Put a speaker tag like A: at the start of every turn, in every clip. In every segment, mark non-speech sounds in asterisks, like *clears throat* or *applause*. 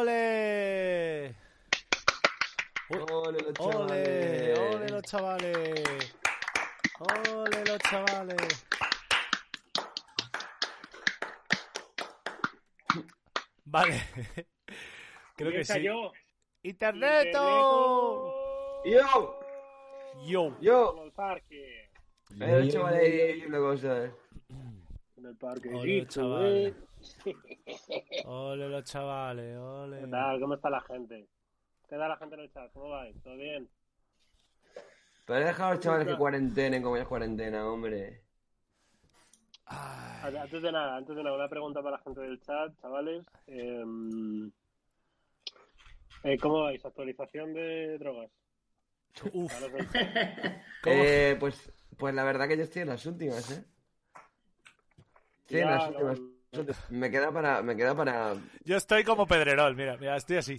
A: ¡Ole! Uy,
B: ¡Ole los
A: ¡Ole!
B: chavales!
A: ¡Ole los chavales! ¡Ole los chavales! Vale. *laughs* Creo que
C: Comienza
A: sí.
C: yo.
A: ¡Interneto!
B: ¡Yo!
A: Yo.
B: ¡Yo!
C: Con el parque.
B: Hay los chavales ahí diciendo cosas.
C: Con el parque.
A: Ole los
C: Listo,
A: chavales.
C: eh.
A: Ole los chavales, ole.
C: ¿Qué tal? ¿Cómo está la gente? ¿Qué tal la gente en el chat? ¿Cómo vais? ¿Todo bien?
B: Pero deja a los chavales que cuarentenen como ya es cuarentena, hombre.
A: Ay,
C: Antes de nada, antes de nada, una pregunta para la gente del chat, chavales. Em, eh, ¿Cómo vais? ¿Actualización de drogas?
A: uf, *laughs*
C: Ahora os doy-
A: ¿Cómo?
B: Eh, pues, pues la verdad que yo estoy en las últimas, ¿eh? Estoy en
C: Ya,
B: las últimas.
C: no, no.
B: Me queda para. Me queda para.
A: Yo estoy como Pedrerol, mira, mira, estoy así.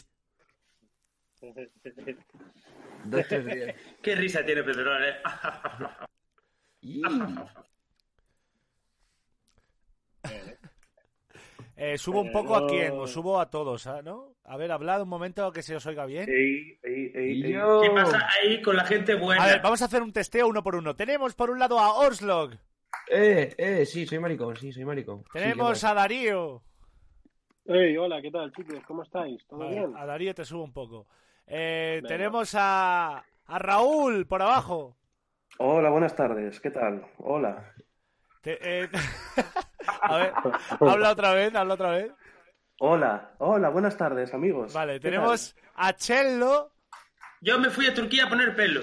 B: Dos, tres días.
D: Qué risa tiene Pedrerol, eh.
B: *laughs* Y-
A: Eh, subo un poco a quién, o subo a todos, ¿ah, ¿no? A ver, hablad un momento que se os oiga bien.
D: Ey, ey, ey,
B: y
D: ey.
B: yo.
D: ¿Qué pasa ahí con la gente buena?
A: A ver, vamos a hacer un testeo uno por uno. Tenemos por un lado a Orslog,
B: Eh, eh, sí, soy maricón, sí, soy maricón. Sí,
A: tenemos
B: ¿qué
A: a Darío.
C: *laughs* Ey, hola, ¿qué tal, chicos? ¿Cómo estáis? ¿Todo
A: Vale,
C: bien?
A: a Darío te subo un poco. Eh,
C: Venga.
A: tenemos a, a Raúl por abajo.
E: Hola, buenas tardes. ¿Qué tal? Hola.
A: Te- eh, *laughs* a ver, habla otra vez, habla otra vez.
E: Hola. Hola, buenas tardes, amigos.
A: Vale,
E: ¿Qué
A: tenemos a Chello,
D: Yo me fui a Turquía a poner pelo.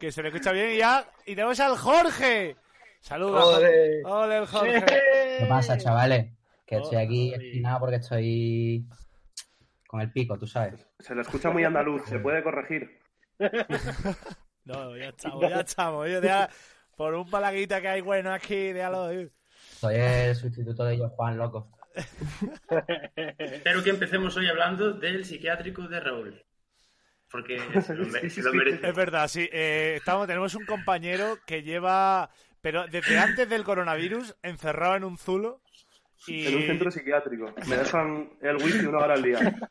A: que se le escucha bien, y, a- y tenemos al Jorge. Saludos.
B: Ole.
A: Ole, el Jorge.
F: ¿Qué pasa, chavales? Que estoy aquí
C: Ay.
F: espinado porque estoy con el pico, tú sabes.
E: tal? Se lo escucha muy andaluz, se puede corregir.
A: No, *laughs* ya estamos, ya estamos. yo ya- por un palaguita que hay bueno aquí, déjalo ir.
F: Soy el sustituto de yo, Juan, loco.
D: Espero que empecemos hoy hablando del psiquiátrico de Raúl. Porque se lo, mere- se lo merece.
A: Es verdad, sí. eh, estamos, tenemos un compañero que lleva, pero desde antes del coronavirus, encerrado en un zulo. Y...
E: En un centro psiquiátrico. Me dejan el wifi una hora al día.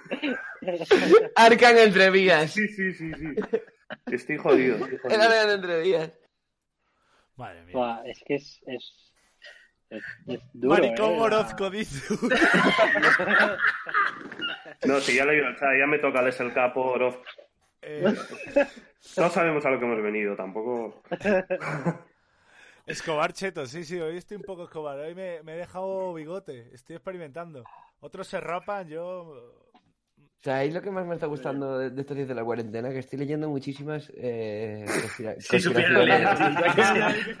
B: pasa? Arcan entrevías.
E: Sí, sí, sí, sí. Estoy jodido. estoy jodido.
B: El Arcan entrevías.
A: Madre mía.
C: Buah, es que es... es... es- es duro,
A: Maricón
C: eh, la-
A: Orozco dice.
E: No, sí, ya le digo, o sea, ya me toca les el capo, Oroz.
A: Eh,
E: No sabemos a lo que hemos venido, tampoco.
A: Escobar Cheto, sí, sí, hoy estoy un poco Escobar. Hoy me, me he dejado bigote, estoy experimentando. Otros se rapan, yo.
B: O sea, es lo que más me está gustando de, de estos días de la cuarentena, que estoy leyendo muchísimas eh, conspira-
D: Si supieran leer. *laughs*
B: conspiraciones.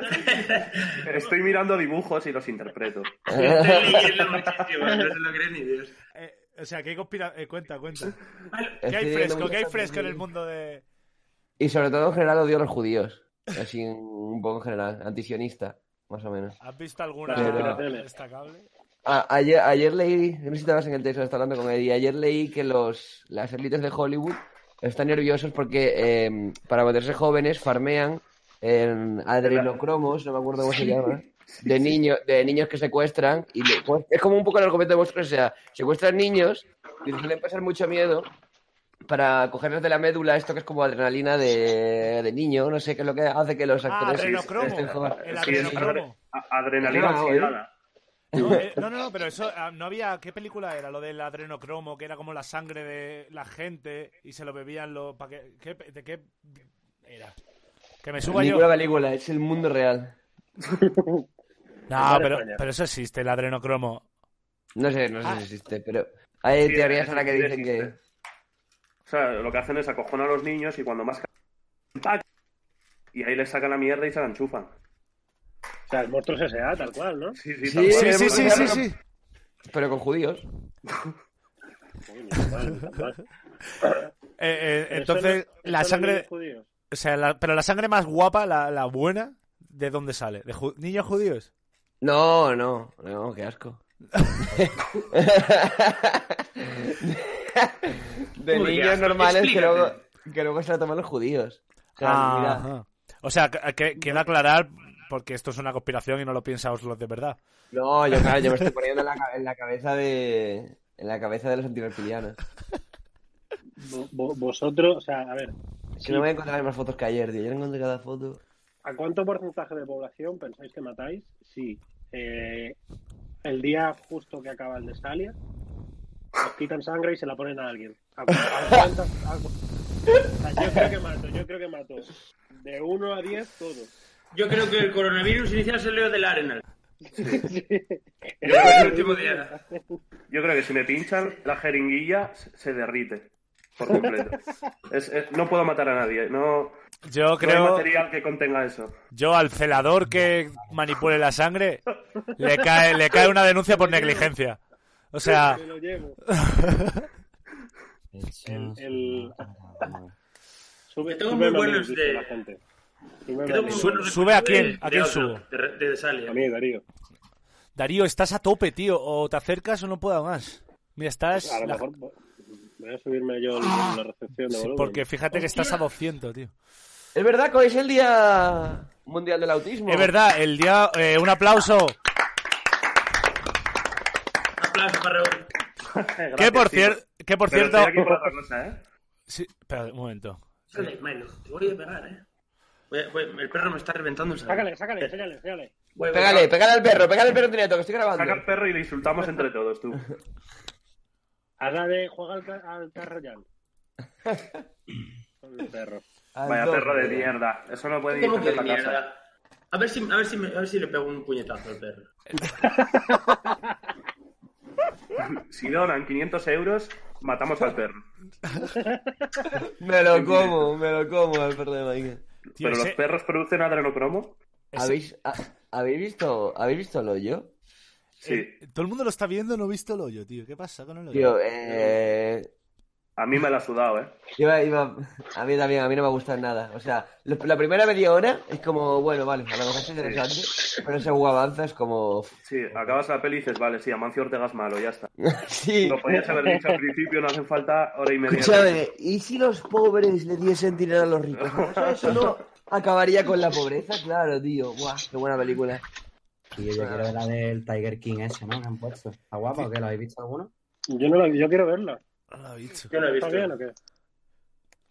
E: Estoy mirando dibujos y los interpreto.
D: Estoy leyendo muchísimo, no se lo cree ni Dios.
A: eh, o sea, que hay conspira... eh, cuenta, cuenta. ¿Qué
B: Estoy
A: hay
B: leyendo
A: fresco? ¿Qué hay
B: muchas
A: fresco en
B: conspiraciones.
A: el mundo de.?
B: Y sobre todo en general odio a los judíos. Así un poco en general, antisionista, más o menos.
A: ¿Has visto alguna
B: Pero-
A: destacable?
B: A- ayer, ayer leí, no sé si estabas en el texto, estaba hablando con Eddie, ayer leí que los, las élites de Hollywood están nerviosos porque eh, para meterse jóvenes farmean en adrenocromos, no me acuerdo cómo se llama, de, niño, de niños que secuestran. y le- pues, Es como un poco el argumento de vosotros, o sea, secuestran niños y les suelen pasar mucho miedo para cogerles de la médula esto que es como adrenalina de, de niño, no sé qué es lo que hace que los
A: Ah,
B: actores...
A: adrenocromo.
B: estén jóvenes.
A: El
E: Sí, es
A: adrenocromo.
E: A- Adrenalina
B: Claro,
E: oxidada.
A: No, eh, no, no, no, pero eso ah, no había. ¿Qué película era? Lo del adrenocromo, que era como la sangre de la gente y se lo bebían los. pa' que- ¿qué, pe- ¿De qué era? Que me suba yo.
B: Ninguna película, es el mundo real.
A: No, pero,
C: España.
A: pero eso existe, el adrenocromo.
B: No sé, no sé si existe, pero hay
E: Sí,
B: teorías
E: sí,
B: ahora que
E: sí,
B: dicen que...
E: existe. O sea, lo que hacen es acojonar a los niños y cuando más. ca- ¡Pac! Y ahí les sacan la mierda y se la enchufan.
C: O sea, el monstruo S.A. tal cual, ¿no?
E: Sí, sí,
B: Sí,
E: tal cual.
A: Sí, sí,
B: hemos
A: sí, sí, Eh,
B: hablado-
A: sí.
B: Pero con judíos.
C: Uy, ni tan mal, ni tan mal.
A: Eh, eh,
C: Pero
A: entonces,
C: son-
A: la
C: son
A: sangre.
C: niños judíos.
A: O sea, la- pero la sangre más guapa, la, la buena, ¿de dónde sale? ¿De ju- niños judíos?
B: No, no, no, qué asco. De
D: Uy, qué
B: niños
D: asco,
B: normales que
D: explícate.
A: Ah.
B: luego, que luego se la toman los judíos. O sea, mira,
A: Ajá. O sea, que, que- quiero aclarar porque esto es una conspiración y no lo piensaos los de verdad.
B: No, yo, claro, yo me estoy poniendo en la, ca- en la cabeza de. En la cabeza de los antiverpilianos.
G: Vo- vo- Vosotros, o sea, a ver,
B: Es que no voy a encontrar las mismas fotos que ayer, tío. Yo no encontré cada foto.
G: ¿a cuánto porcentaje de población pensáis que matáis si eh, el día justo que acaba el de Salia os quitan sangre y se la ponen a alguien? ¿A cu- a cuántas- a cu- O sea, yo creo que mato, yo creo que mato. De 1 a 10, todo.
D: Yo creo que el coronavirus inicial salió del Arenal. Yo creo que es el último día.
E: Yo creo que si me pinchan, la jeringuilla se se derrite por completo. Es- es- no puedo matar a nadie. No,
A: Yo
E: no hay
A: creo,
E: material que contenga eso.
A: yo al celador que manipule la sangre, le cae, le cae una denuncia por negligencia. O sea,
G: Me lo llevo.
F: Pensemos-
G: el- Sube,
D: Tengo
G: sube
D: muy buenos
G: memes, dice
D: de-
G: la gente. Sube
D: Quedó
G: memes.
D: muy bueno
A: sube a quién,
D: de-
A: a
D: de
A: quién
D: otro,
A: subo.
D: De, de Desalia.
G: A mí, Darío.
A: Darío, estás a tope, tío. O te acercas o no puedo más. Mira, estás...
G: A lo
A: la-
G: mejor voy a subirme yo la la recepción de
A: Sí,
G: volumen.
A: porque fíjate que estás a 200, tío.
B: Es verdad que hoy es el Día Mundial del Autismo.
A: Es verdad, el día... eh, un aplauso.
D: Un aplauso para Raúl.
A: Que
E: Gracias,
A: por,
E: chicos.
A: cier- que por
E: Pero
A: cierto...
E: estoy aquí por otra cosa, ¿eh?
A: Sí, espera un momento.
D: Sácale, Milo, te voy a pegar, eh. Voy a- voy- el perro me está reventando el saco.
G: Sácale, sácale, enséñale, enséñale.
D: Voy, voy,
B: Pégale,
D: voy.
B: pégale al perro, pégale al perro directo, que estoy
E: Saca
B: grabando.
E: al perro y le insultamos entre todos, tú.
G: Haz la de juega al, ca- al Carroyan. Con el perro.
B: Al
E: Vaya
B: dos,
E: perro de
B: tío.
E: mierda. Eso no puede ir
D: ¿Cómo que
E: en la casa.
D: mierda? A ver, si, a, ver si me- a ver si le pego un puñetazo al perro.
E: Si donan 500 euros, matamos al perro.
B: Me
A: *laughs*
B: lo como, me lo como al perro de Mike.
A: Tío,
E: ¿Pero
A: ese- eh,
E: los perros producen adrenocromo?
A: ese-
B: ¿Habéis, ha- ¿habéis visto, ¿Habéis visto el hoyo?
E: Sí.
A: eh, todo el mundo lo está viendo, no he visto el hoyo, tío. ¿Qué pasa con el hoyo?
B: Tío, eh,
E: A mí me la ha sudado, ¿eh?
B: Iba- iba- A mí también, a mí no me gusta nada. O sea, lo- la primera media hora es como, bueno, vale, a lo mejor es interesante, pero según avanza es como... *laughs*
E: Sí, acabas la peli y dices, vale, sí, Amancio Ortega es malo, ya está.
B: sí,
E: Lo podías haber dicho al principio, no hace falta hora y media.
B: escúchame, ¿y si los pobres le diesen dinero a los
A: *laughs*
B: ricos? O sea, eso no acabaría con la pobreza, claro, tío. Buah, qué buena película.
F: Tío, yo quiero ver la del Tiger King ese, ¿no? Que han puesto. ¿Está guapa o qué? ¿Lo habéis visto alguno?
G: Yo, no la, yo quiero verla.
A: No lo he visto.
D: Yo no he
G: ¿Está
D: visto.
G: bien o qué?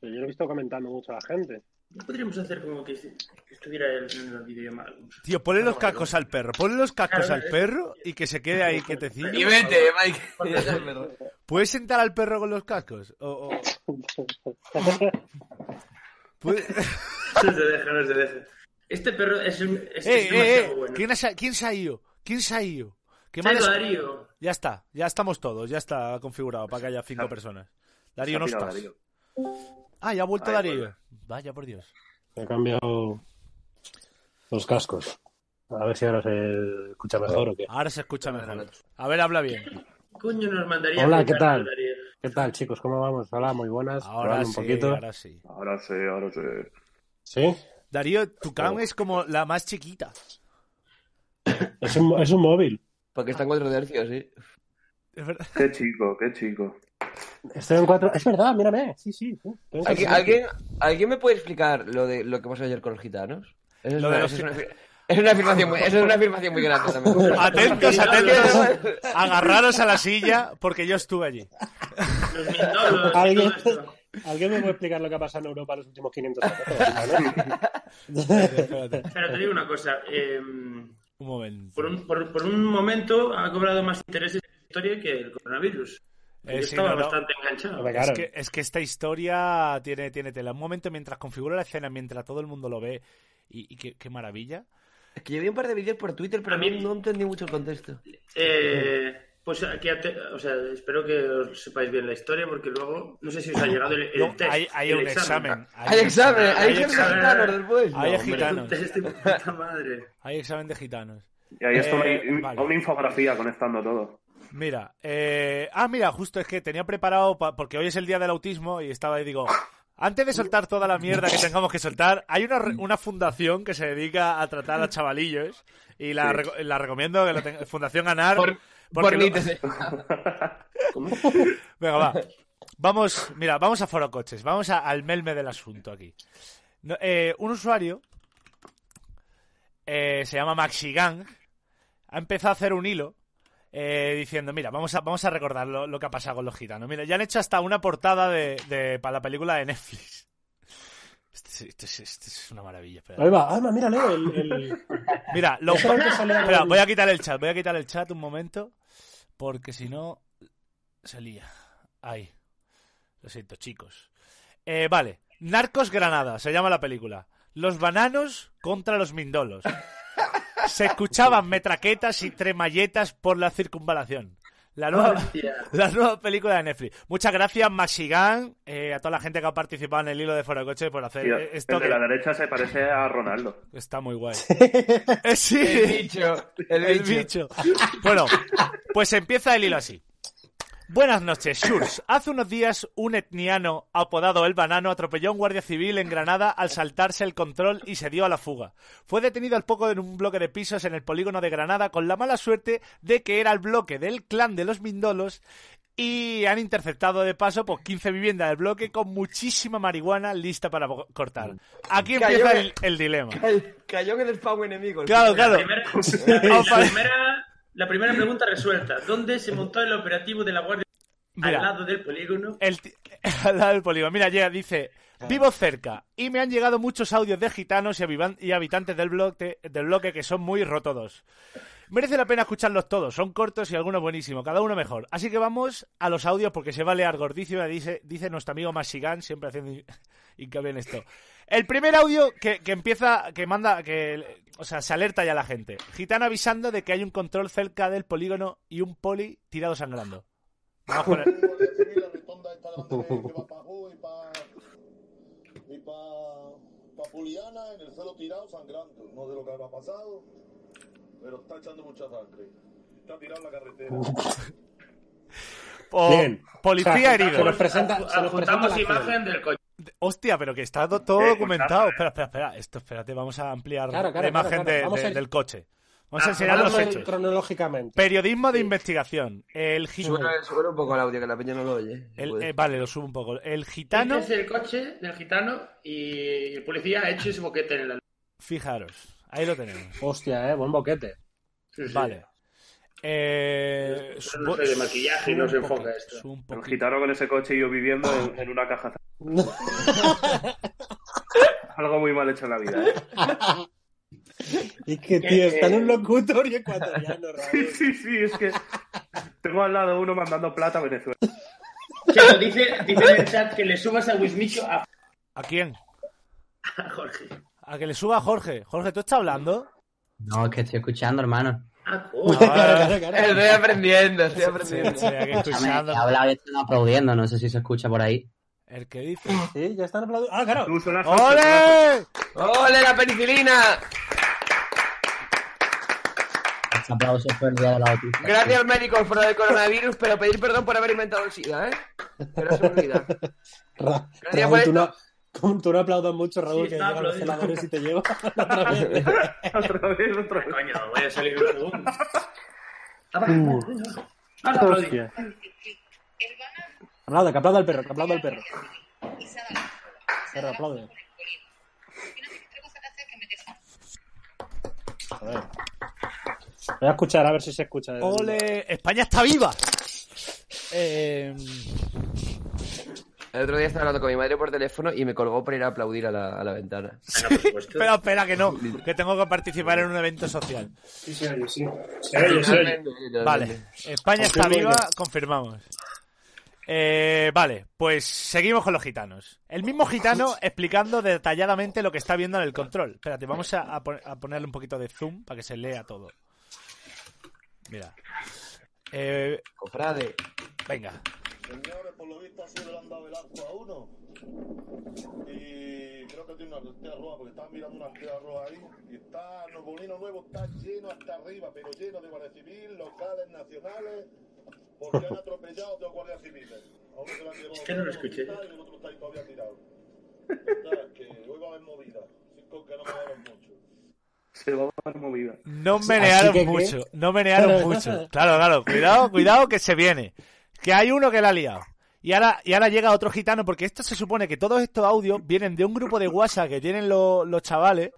G: Pero Yo lo he visto comentando mucho a la gente.
D: ¿No podríamos hacer como que, que estuviera él en el videollamada?
A: Tío, ponle los
D: No,
A: cascos
D: no.
A: al perro, ponle los cascos
D: Claro,
A: al
E: eh.
D: es-
A: perro y que se quede ahí quietecillo.
B: vete, Mike.
A: ¿Puedes sentar al perro con los cascos? O- o-
E: *laughs*
A: Pues, ¿Puedes-
D: No se deja, no se deja. Este perro es un. Es,
A: Eh,
D: es
A: eh,
D: demasiado
A: eh,
D: bueno.
A: ¿Quién, ha sa- quién se ha ido? ¿Quién se ha ido? ¿Qué
D: Se ha
A: mal
D: ido
A: es-
D: Darío.
A: Ya está, ya estamos todos, ya está configurado para que haya cinco personas. Darío no
E: Se ha pirado,
A: estás.
E: Darío.
A: Ah, ya ha vuelto
E: Ahí
A: Darío. Vaya por Dios.
G: He cambiado los cascos. A ver si ahora se escucha mejor o qué.
A: Ahora se escucha mejor. A ver, habla bien.
D: Coño, nos mandaría.
G: Hola,
D: a
G: ¿qué
D: Ricardo
G: tal?
D: Darío.
G: ¿Qué tal, chicos? ¿Cómo vamos? Hola, muy buenas.
A: Ahora
G: Probadme
A: sí,
G: un poquito.
A: ahora sí.
E: Ahora sí, ahora sí.
G: ¿Sí?
A: Darío, tu cam
E: Oh.
A: es como la más chiquita.
G: Es un, es un móvil.
B: Porque están cuatro tercios, ¿eh? sí.
A: Es verdad.
E: Qué chico, qué chico.
G: Estoy en cuatro... Es verdad, mírame. Sí, sí. sí. Tengo que-
B: ¿Alguien, alguien, alguien me puede explicar lo de lo que pasó ayer con los gitanos? Eso es
A: Lo de
B: una-
A: los
B: eso es una afir- *laughs* es una afirmación muy- eso es una afirmación muy grande
A: *laughs*
B: también.
A: Atentos, atentos. Agarraros a la silla porque yo estuve allí.
D: Los mindolos. y
G: ¿Alguien?
D: todo esto.
G: ¿Alguien me puede explicar lo que ha pasado en Europa los últimos 500 años?
A: Espérate,
D: Pero te digo una cosa. eh,
A: un momento.
D: por, un, por, por un momento ha cobrado más interés esta historia que el coronavirus.
A: Eh,
D: Yo
A: sí,
D: estaba
A: no, no.
D: bastante enganchado.
G: Hombre,
A: Es
G: claro.
A: que, es que esta historia tiene, tiene tela. Un momento mientras configuro la escena, mientras todo el mundo lo ve, y, y qué, qué maravilla.
B: Es que yo vi un par de vídeos por Twitter, pero
D: A
B: no,
D: mí-
B: no entendí mucho el contexto.
D: Eh, pues aquí, ate- o sea, espero que os sepáis bien la historia porque luego no sé si os ha llegado el, el
A: No,
D: test.
A: hay hay
D: el
A: un examen.
B: Hay examen, hay
D: hay
B: examen
D: examen.
B: gitanos después.
A: Hay
B: No,
A: examen.
B: hombre.
D: Es un
A: Gitanos.
D: test de este puta madre.
A: Hay examen de gitanos.
E: Y ahí está una,
A: Eh, vale.
E: una infografía conectando todo.
A: Mira, eh, ah, mira, justo es que tenía preparado, pa- porque hoy es el día del autismo y estaba ahí, digo, antes de soltar toda la mierda que tengamos que soltar, hay una, re- una fundación que se dedica a tratar a chavalillos y la,
E: Sí.
A: reco- la recomiendo, que la tenga- Fundación Anar.
B: Por-
A: porque lo-
B: Bornites.
A: Venga, va. Vamos, mira, vamos a Foro Coches, vamos a- al melme del asunto aquí. No, eh, un usuario eh, se llama Maxi Gang, ha empezado a hacer un hilo eh, diciendo, mira, vamos a, vamos a recordar lo, lo que ha pasado con los gitanos. Mira, ya han hecho hasta una portada de, de- para la película de Netflix. *laughs* Esto, es- esto es- esto es una maravilla. espera.
C: Ahí va, Alma, mírale. El, el...
A: Mira, lo-
C: Eso antes salía
A: espera,
C: con-
A: voy a quitar el chat, voy a quitar el chat un momento, porque si no, se lía. Ahí. Lo siento, chicos. Eh, vale, Narcos Granada, se llama la película. Los bananos contra los mindolos. Se escuchaban metraquetas y tremalletas por la circunvalación. La nueva,
D: Hostia.
A: *laughs* la nueva película de Netflix. Muchas gracias, Maxigan, eh, a toda la gente que ha participado en el hilo de Fuera de Coche por hacer
E: Tío,
A: eh, esto
E: el de
A: que
E: la derecha se parece a Ronaldo.
A: está muy guay. Eh, sí.
B: El bicho. *laughs* El,
A: El
B: bicho.
A: bicho. Bueno, pues empieza el hilo así. Buenas noches, Shurs. Hace unos días un etniano apodado El Banano atropelló a un guardia civil en Granada al saltarse el control y se dio a la fuga. Fue detenido al poco en un bloque de pisos en el polígono de Granada con la mala suerte de que era el bloque del clan de los Mindolos y han interceptado de paso por 15 viviendas del bloque con muchísima marihuana lista para bo- cortar. Aquí
B: Cayó
A: empieza
B: en-
A: el, el dilema.
B: Cayó en el spawn enemigo. el
D: La
A: Claro, claro.
D: primera,
A: Vamos
D: la
A: para-
D: primera- la primera pregunta resuelta. ¿Dónde se montó el operativo de la Guardia
A: Mira.
D: al lado del polígono?
A: El ti- *laughs* al lado del polígono. Mira, ya dice, vivo cerca y me han llegado muchos audios de gitanos y, habiban- y habitantes del bloque, del bloque que son muy rotodos. Merece la pena escucharlos todos, son cortos y algunos buenísimos, cada uno mejor. Así que vamos a los audios porque se va a leer gordísimo, dice, dice nuestro amigo Masigan, siempre haciendo *laughs* hin- hincapié en esto. El primer audio que, que empieza, que manda, que, o sea, se alerta ya la gente. Gitano avisando de que hay un control cerca del polígono y un poli tirado sangrando. Vamos con el-
H: Guardia Civil, la rotonda esta grande que- que va para Ju y para y pa- pa Puliana, en el suelo tirado, sangrando. No sé lo que habrá pasado, pero está echando mucha sangre. Está tirado en la carretera.
A: O
C: Bien.
A: policía
C: O sea,
A: herido.
C: se nos presenta- se nos
D: Adjuntamos
C: presenta la
D: imagen del coche.
A: Hostia, pero que está do- todo
E: Eh,
A: documentado. Espera, espera, espera. Esto, espérate, vamos a ampliar
C: Claro, claro,
A: la imagen
C: claro, claro.
A: de-
C: Vamos
A: de-
C: a-
A: del coche. Vamos a
D: Ah,
A: enseñar
D: vamos
A: los
D: a-
A: hechos.
C: Cronológicamente.
A: Periodismo de investigación. El gitano. eh,
B: Sube, sube un poco el audio que la peña no lo oye.
D: pues-
B: Pues.
A: vale, lo subo un poco. El gitano,
D: Este es el coche del gitano y el policía ha hecho ese boquete en la
A: fijaros. Ahí lo tenemos.
C: Hostia, eh, buen boquete.
D: Sí, sí.
A: Vale. Eh,
D: Yo
A: subo-
D: no soy de maquillaje y
A: subo
D: no se
A: un
D: enfoca
A: poquito,
D: esto.
A: subo un
E: El
A: poquito.
E: gitano con ese coche y yo viviendo en, en una caja. Algo muy mal hecho en la vida. ¿eh? *laughs*
C: Es que,
D: Eh,
C: tío, está en un locutorio *laughs* ecuatoriano,
E: Sí,
C: Raúl.
E: sí, sí, es que tengo al lado uno mandando plata a Venezuela.
D: Chelo, dice, dice en el chat que le subas a Wismicho a,
A: ¿A quién?
D: a Jorge.
A: A que le suba a Jorge. Jorge, ¿tú estás hablando?
F: No, es que estoy escuchando, hermano.
D: Ah, coño.
A: Ah,
B: Estoy aprendiendo, estoy
A: sí,
C: *laughs*
B: aprendiendo.
A: sí, aquí escuchando.
F: He hablado y están aplaudiendo, no sé si se escucha por ahí.
A: El que dice.
C: *laughs* Sí, ya están aplaudiendo. Ah, claro.
E: Tú suenas-
A: ¡Oh! ¡Ole!
B: ¡Ole, la penicilina!
F: Este aplauso fue el día de la autista.
B: Gracias al médico por el coronavirus, pero pedir perdón por haber inventado el SIDA, ¿eh? Que no se me olvida.
C: Ra-
B: Gracias
C: Raúl,
B: por
C: tú no,
B: esto.
C: como tú no aplaudas mucho, Raúl,
D: Sí,
C: que
D: está
C: llegan los
D: aplaudiendo.
C: celadores y te llevan otra vez.
E: Otra vez, otra vez.
D: Coño, voy a salir un
E: *laughs*
D: segundo. Ah, Claudia.
C: Aplauda, que aplauda al perro, que aplauda al perro. Perro, aplaude. A ver. Voy a escuchar, a ver si se escucha.
A: ¡Ole! ¡España está viva! Eh,
B: El otro día estaba hablando con mi madre por teléfono y me colgó para ir a aplaudir a la, a la ventana.
D: Ah, no, por supuesto.
A: espera, espera, que no, que tengo que participar en un evento social.
C: Sí, sí, sí.
A: Vale, España está viva, confirmamos. Eh, vale, pues seguimos con los gitanos. El mismo gitano explicando detalladamente lo que está viendo en el control. Espérate, vamos a, a pon- a ponerle un poquito de zoom para que se lea todo. Mira. Eh,
B: *laughs* Cofrade.
A: venga.
H: Señores, por lo visto así le han dado el asco a uno. Y creo que tiene una costilla roja, porque estaba mirando una costilla roja ahí. Y está, Nopolino Nuevo está lleno hasta arriba, pero lleno de guardias civiles, locales, nacionales, porque
D: *laughs*
H: han atropellado dos guardias civiles. A uno se lo han llevado
D: Es que no lo escuché.
H: al hospital Y el otro está ahí todavía tirado. Verdad, que hoy va a haber movida. Cinco que no me dieron mucho.
E: Se va a dar movida.
A: No
C: así que,
A: menearon
C: ¿qué?
A: mucho, no menearon
C: Pero,
A: mucho.
C: no.
A: Claro, claro, cuidado, cuidado que se viene. Que hay uno que la ha liado. Y ahora, y ahora llega otro gitano, porque esto se supone que todos estos audios vienen de un grupo de WhatsApp que tienen lo- los chavales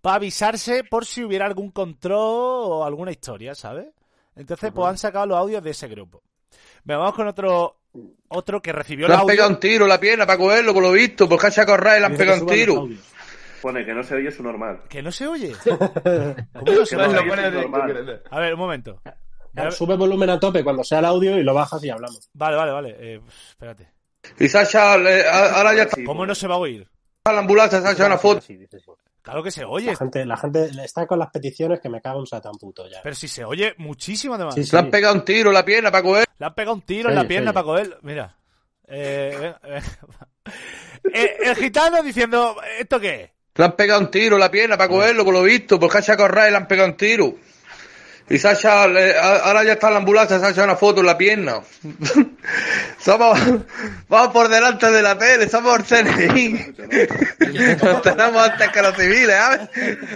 A: para avisarse por si hubiera algún control o alguna historia, ¿sabes? Entonces, pues han sacado los audios de ese grupo. Venga, vamos con otro otro que recibió el
I: Le han
A: audio.
I: pegado un tiro en la pierna para cogerlo, por lo visto, porque ha sacado Ray, le han pegado un tiro.
E: Pone que no se oye su normal.
A: ¿Que no se oye? ¿Cómo no se
E: Que no
A: oye?
E: se oye su normal.
A: A ver, un momento. A
G: Claro,
A: ver,
G: Sube el volumen a tope cuando sea el audio y lo bajas y hablamos.
A: vale, vale, vale. Eh, espérate.
I: Y Sasha, le- a- ahora ya está
E: Sí,
A: ¿Cómo no se va a oír?
I: en la ambulancia, se ha hecho una foto.
G: Sí, dice sí.
A: Claro que se
G: La
A: oye.
G: gente, la gente está con las peticiones que me cago en satán puto ya.
A: Pero si se oye muchísimo, además.
G: Sí, sí.
I: Le han pegado un tiro en la pierna para cogerlo.
A: Le han pegado un tiro en
F: Se
A: la
F: oye,
A: pierna
F: se
A: para coger. Mira. Eh, venga, venga. Eh, *laughs* el gitano diciendo, ¿esto qué es?
I: Le han pegado un tiro en la pierna para cogerlo, por lo visto, porque ha sacado Ray, le han pegado un tiro. Y Sasha, le- a- ahora ya está en la ambulancia, se ha hecho una foto en la pierna. Somos, vamos por delante de la tele, somos el CNI. Nos tenemos antes que los civiles, ¿sabes?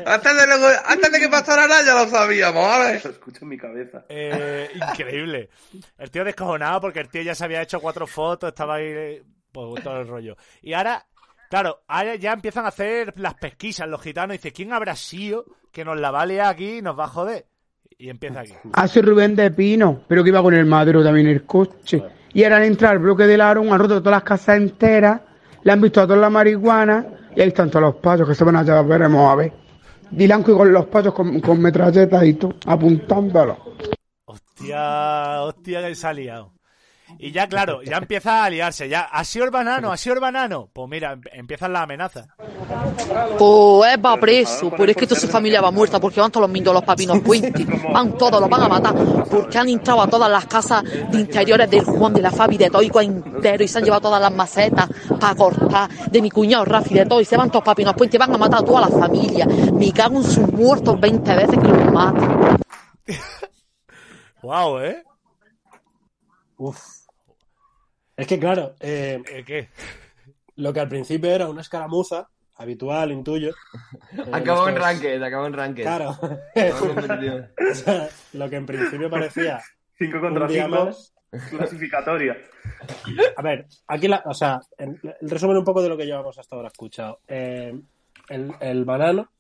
I: Antes de, luego- antes de que pasara nada ya lo sabíamos, ¿eh? ¿sabes?
E: Lo escucho pues, en mi cabeza.
A: Eh, increíble. El tío descojonado porque el tío ya se había hecho cuatro fotos, estaba ahí eh, pues, todo el rollo. Y ahora, claro, ahora ya empiezan a hacer las pesquisas los gitanos. Dice, ¿quién habrá sido que nos la vale aquí y nos va a joder? Y empieza aquí.
J: Hace Rubén de Pino, pero que iba con el madero también en el coche. Y ahora al entrar al bloque del Aaron han roto todas las casas enteras, le han visto a toda la marihuana y ahí están todos los pasos que se van a llevar, veremos a ver. Dylan que con los pasos con, con metralletas y todo, apuntándolos.
A: Hostia, hostia que se ha liado. Y ya,
G: *laughs*
A: claro, ya empieza a liarse. Ya, así el banano, así el banano. Pues mira, em- empiezan las amenazas.
K: Pues Oh, eh, va preso, pero es que toda su familia va muerta porque van todos los mindos, los papinos
E: *laughs*
K: puentes, van todos, los van a matar, porque han entrado a todas las casas de interiores del Juan, de la Fabi, de Toico entero, y se han llevado todas las macetas para cortar, de mi cuñado Rafi, de todo, y se van todos papinos puentes, van a matar a toda la familia, me cago en sus muertos 20 veces que los matan.
A: Guau, ¿eh?
G: Uf. Es que claro, eh,
A: ¿Eh, ¿Qué?
G: lo que al principio era una escaramuza habitual,
B: *laughs*
G: intuyo. eh,
B: Acabó en
G: estos-
B: ranked, acabó en ranked.
G: Claro. *laughs*
B: Acabó en competitivo.
G: O sea, lo que en principio parecía
E: 5
G: un
E: contra
G: día
E: 5,
G: más.
E: clasificatoria.
G: A ver, aquí la, o sea, en- el resumen un poco de lo que llevamos hasta ahora escuchado. Eh, el, el banano,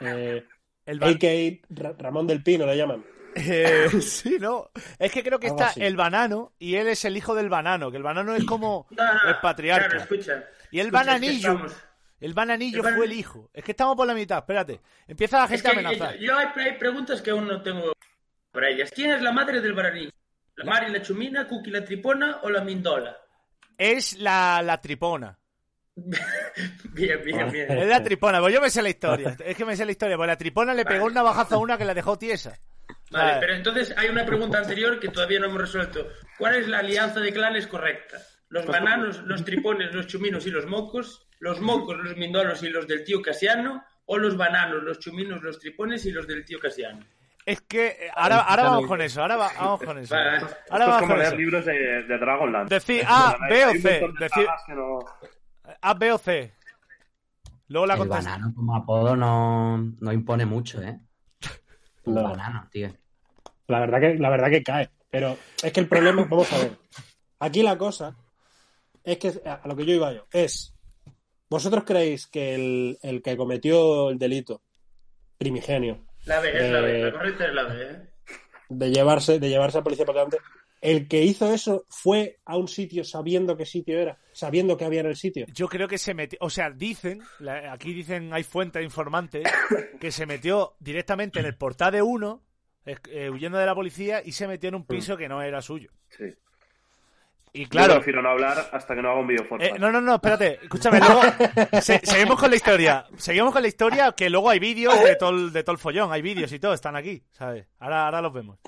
G: eh,
A: El ba-
G: a.k.a. Ra- Ramón del Pino le llaman.
A: Eh,
G: *laughs*
A: sí, no. Es que creo que
G: Algo
A: está
G: así.
A: el banano y él es el hijo del banano, que el banano es como
D: No, no,
A: el patriarca.
D: Claro, escucha.
A: y
D: Escucha, es
A: el
D: que
A: bananillo,
D: estamos-
A: el bananillo
D: El banan-
A: fue el hijo. Es que estamos por la mitad, espérate. Empieza la
D: Es
A: gente
D: que
A: a amenazar.
D: yo- yo hay, hay preguntas que aún no tengo para ellas. ¿Quién es la madre del bananillo? ¿La Mari la Chumina, Cookie la Tripona o la Mindola?
A: Es la, la tripona.
D: Bien, bien, bien.
A: Es la
G: Este.
A: tripona, pues yo me sé
G: *laughs*
A: la historia. Es que me sé la historia, pues la tripona le pegó un navajazo a una que la dejó tiesa.
D: Vale, pero entonces hay una
L: *laughs*
D: pregunta anterior que todavía no hemos resuelto. ¿Cuál es la alianza de clanes correcta? Los
L: Pues
D: bananos, los tripones, los chuminos y los mocos, los mocos, los mindolos y los del tío Casiano, o los bananos, los chuminos, los tripones y los del tío Casiano.
A: Es que eh, ahora, ahora vamos con eso, ahora va- vamos con eso.
D: Vale.
A: Ahora
E: Esto es
A: vamos
E: como
A: con
E: leer
A: eso.
E: libros de, de Dragonland.
A: Decir A,
E: Hay
A: B o
E: un
A: C.
E: montón de
A: Decir
E: sagas que no-
A: A, B o C. Luego la
F: El
A: contesta.
F: banano como apodo no, no impone mucho, ¿eh? Un
G: No.
F: banano, tío.
G: La verdad que, la verdad que cae. Pero es que el *laughs* problema, vamos a ver. Aquí la cosa es que a a lo que yo iba yo es. ¿Vosotros creéis que el, el que cometió el delito primigenio
D: La B, es la B,
G: Eh,
D: la correcta es la B. ¿eh?
G: de llevarse, de llevarse a policía por delante, el que hizo eso fue a un sitio sabiendo qué sitio era, sabiendo que había en el sitio?
A: Yo creo que se metió, o sea, dicen, la- aquí dicen, hay fuentes informantes,
E: *coughs*
A: que se metió directamente en el portal de uno, es- eh, huyendo de la policía, y se metió en un piso que no era suyo.
E: Sí.
A: Y
E: Claro. Yo
A: claro,
E: prefiero no hablar hasta que no haga un video
A: eh, no, no, no, espérate, escúchame, luego, se- seguimos con la historia, seguimos con la historia, que luego hay vídeos de todo, el- de todo el follón, hay vídeos y todo, están aquí, ¿sabes? Ahora, ahora los vemos.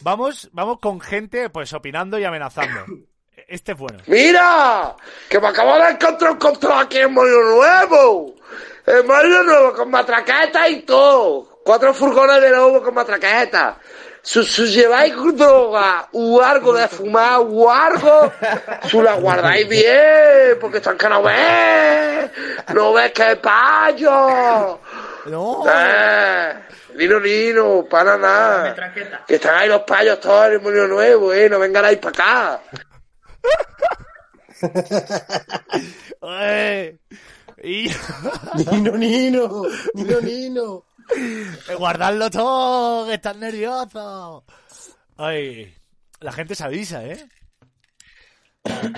A: Vamos, vamos con gente, pues, opinando y amenazando. Este es bueno.
I: ¡Mira! ¡Que me acabo de encontrar un control aquí en Molino Nuevo! En Molino Nuevo, con matraqueta y todo. Cuatro furgones de lobo con matraqueta. Si, si lleváis droga o algo de fumar o algo, si la guardáis bien, porque están que no ves. No ves que es payo.
A: No,
I: Eh, Nino, Nino, para
D: La
I: nada.
D: traqueta.
I: Que están ahí los payos todos en el Molino Nuevo, eh. No vengan ahí para acá.
A: ¡Oh! Eh, Y *laughs*
G: Nino, Nino, Nino, Nino.
A: Eh, guardadlo todo, que estás nervioso. Ay, la gente se avisa, ¿eh?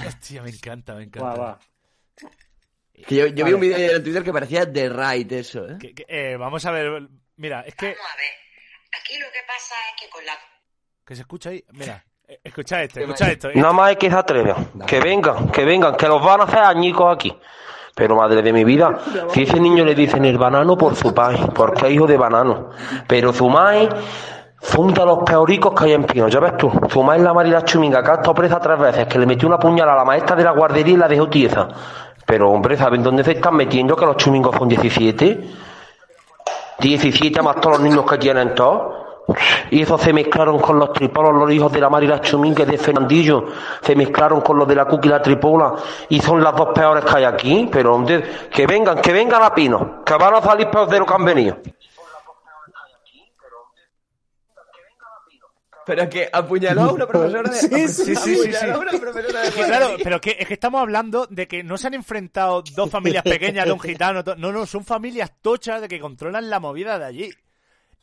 A: Hostia, me encanta, me encanta.
B: *laughs* Que yo yo vi
A: Vale.
B: un vídeo ayer en Twitter que parecía The Right eso, ¿eh?
A: Que- que- eh, vamos a ver, mira, es que,
M: Aquí lo que pasa es que con la
A: que se escucha ahí. Mira, eh, escucha esto, escucha esto.
N: No más que se atrevan, que vengan, que vengan, que los van a hacer añicos aquí. Pero madre de mi vida, si ese niño le dicen el banano por su país, porque es hijo de banano. Pero su mai son de los peoricos que hay en Pino, ya ves tú. Su mai es la María Chuminga, que ha estado presa tres veces, que le metió una puñalada a la maestra de la guardería y la dejó tiesa. Pero hombre, ¿saben dónde se están metiendo que los chumingos son 17? 17 más todos los niños que tienen todos. Y esos se mezclaron con los tripolos, los hijos de la Mari y la Chumínguez de Fernandillo. Se mezclaron con los de la Cuqui y la Tripola. Y son las dos peores que hay aquí. Pero hombre, que vengan, que vengan a Pino. Que van a salir peor de lo que han venido.
B: *laughs* Pero que apuñaló a una profesora *laughs* de...
A: Sí, sí, sí, sí, sí.
B: apuñaló a una profesora de...
A: Es que,
B: *laughs*
A: claro, pero que, es que estamos hablando de que no se han enfrentado dos familias pequeñas de un gitano. to- No, no, son familias tochas de que controlan la movida de allí.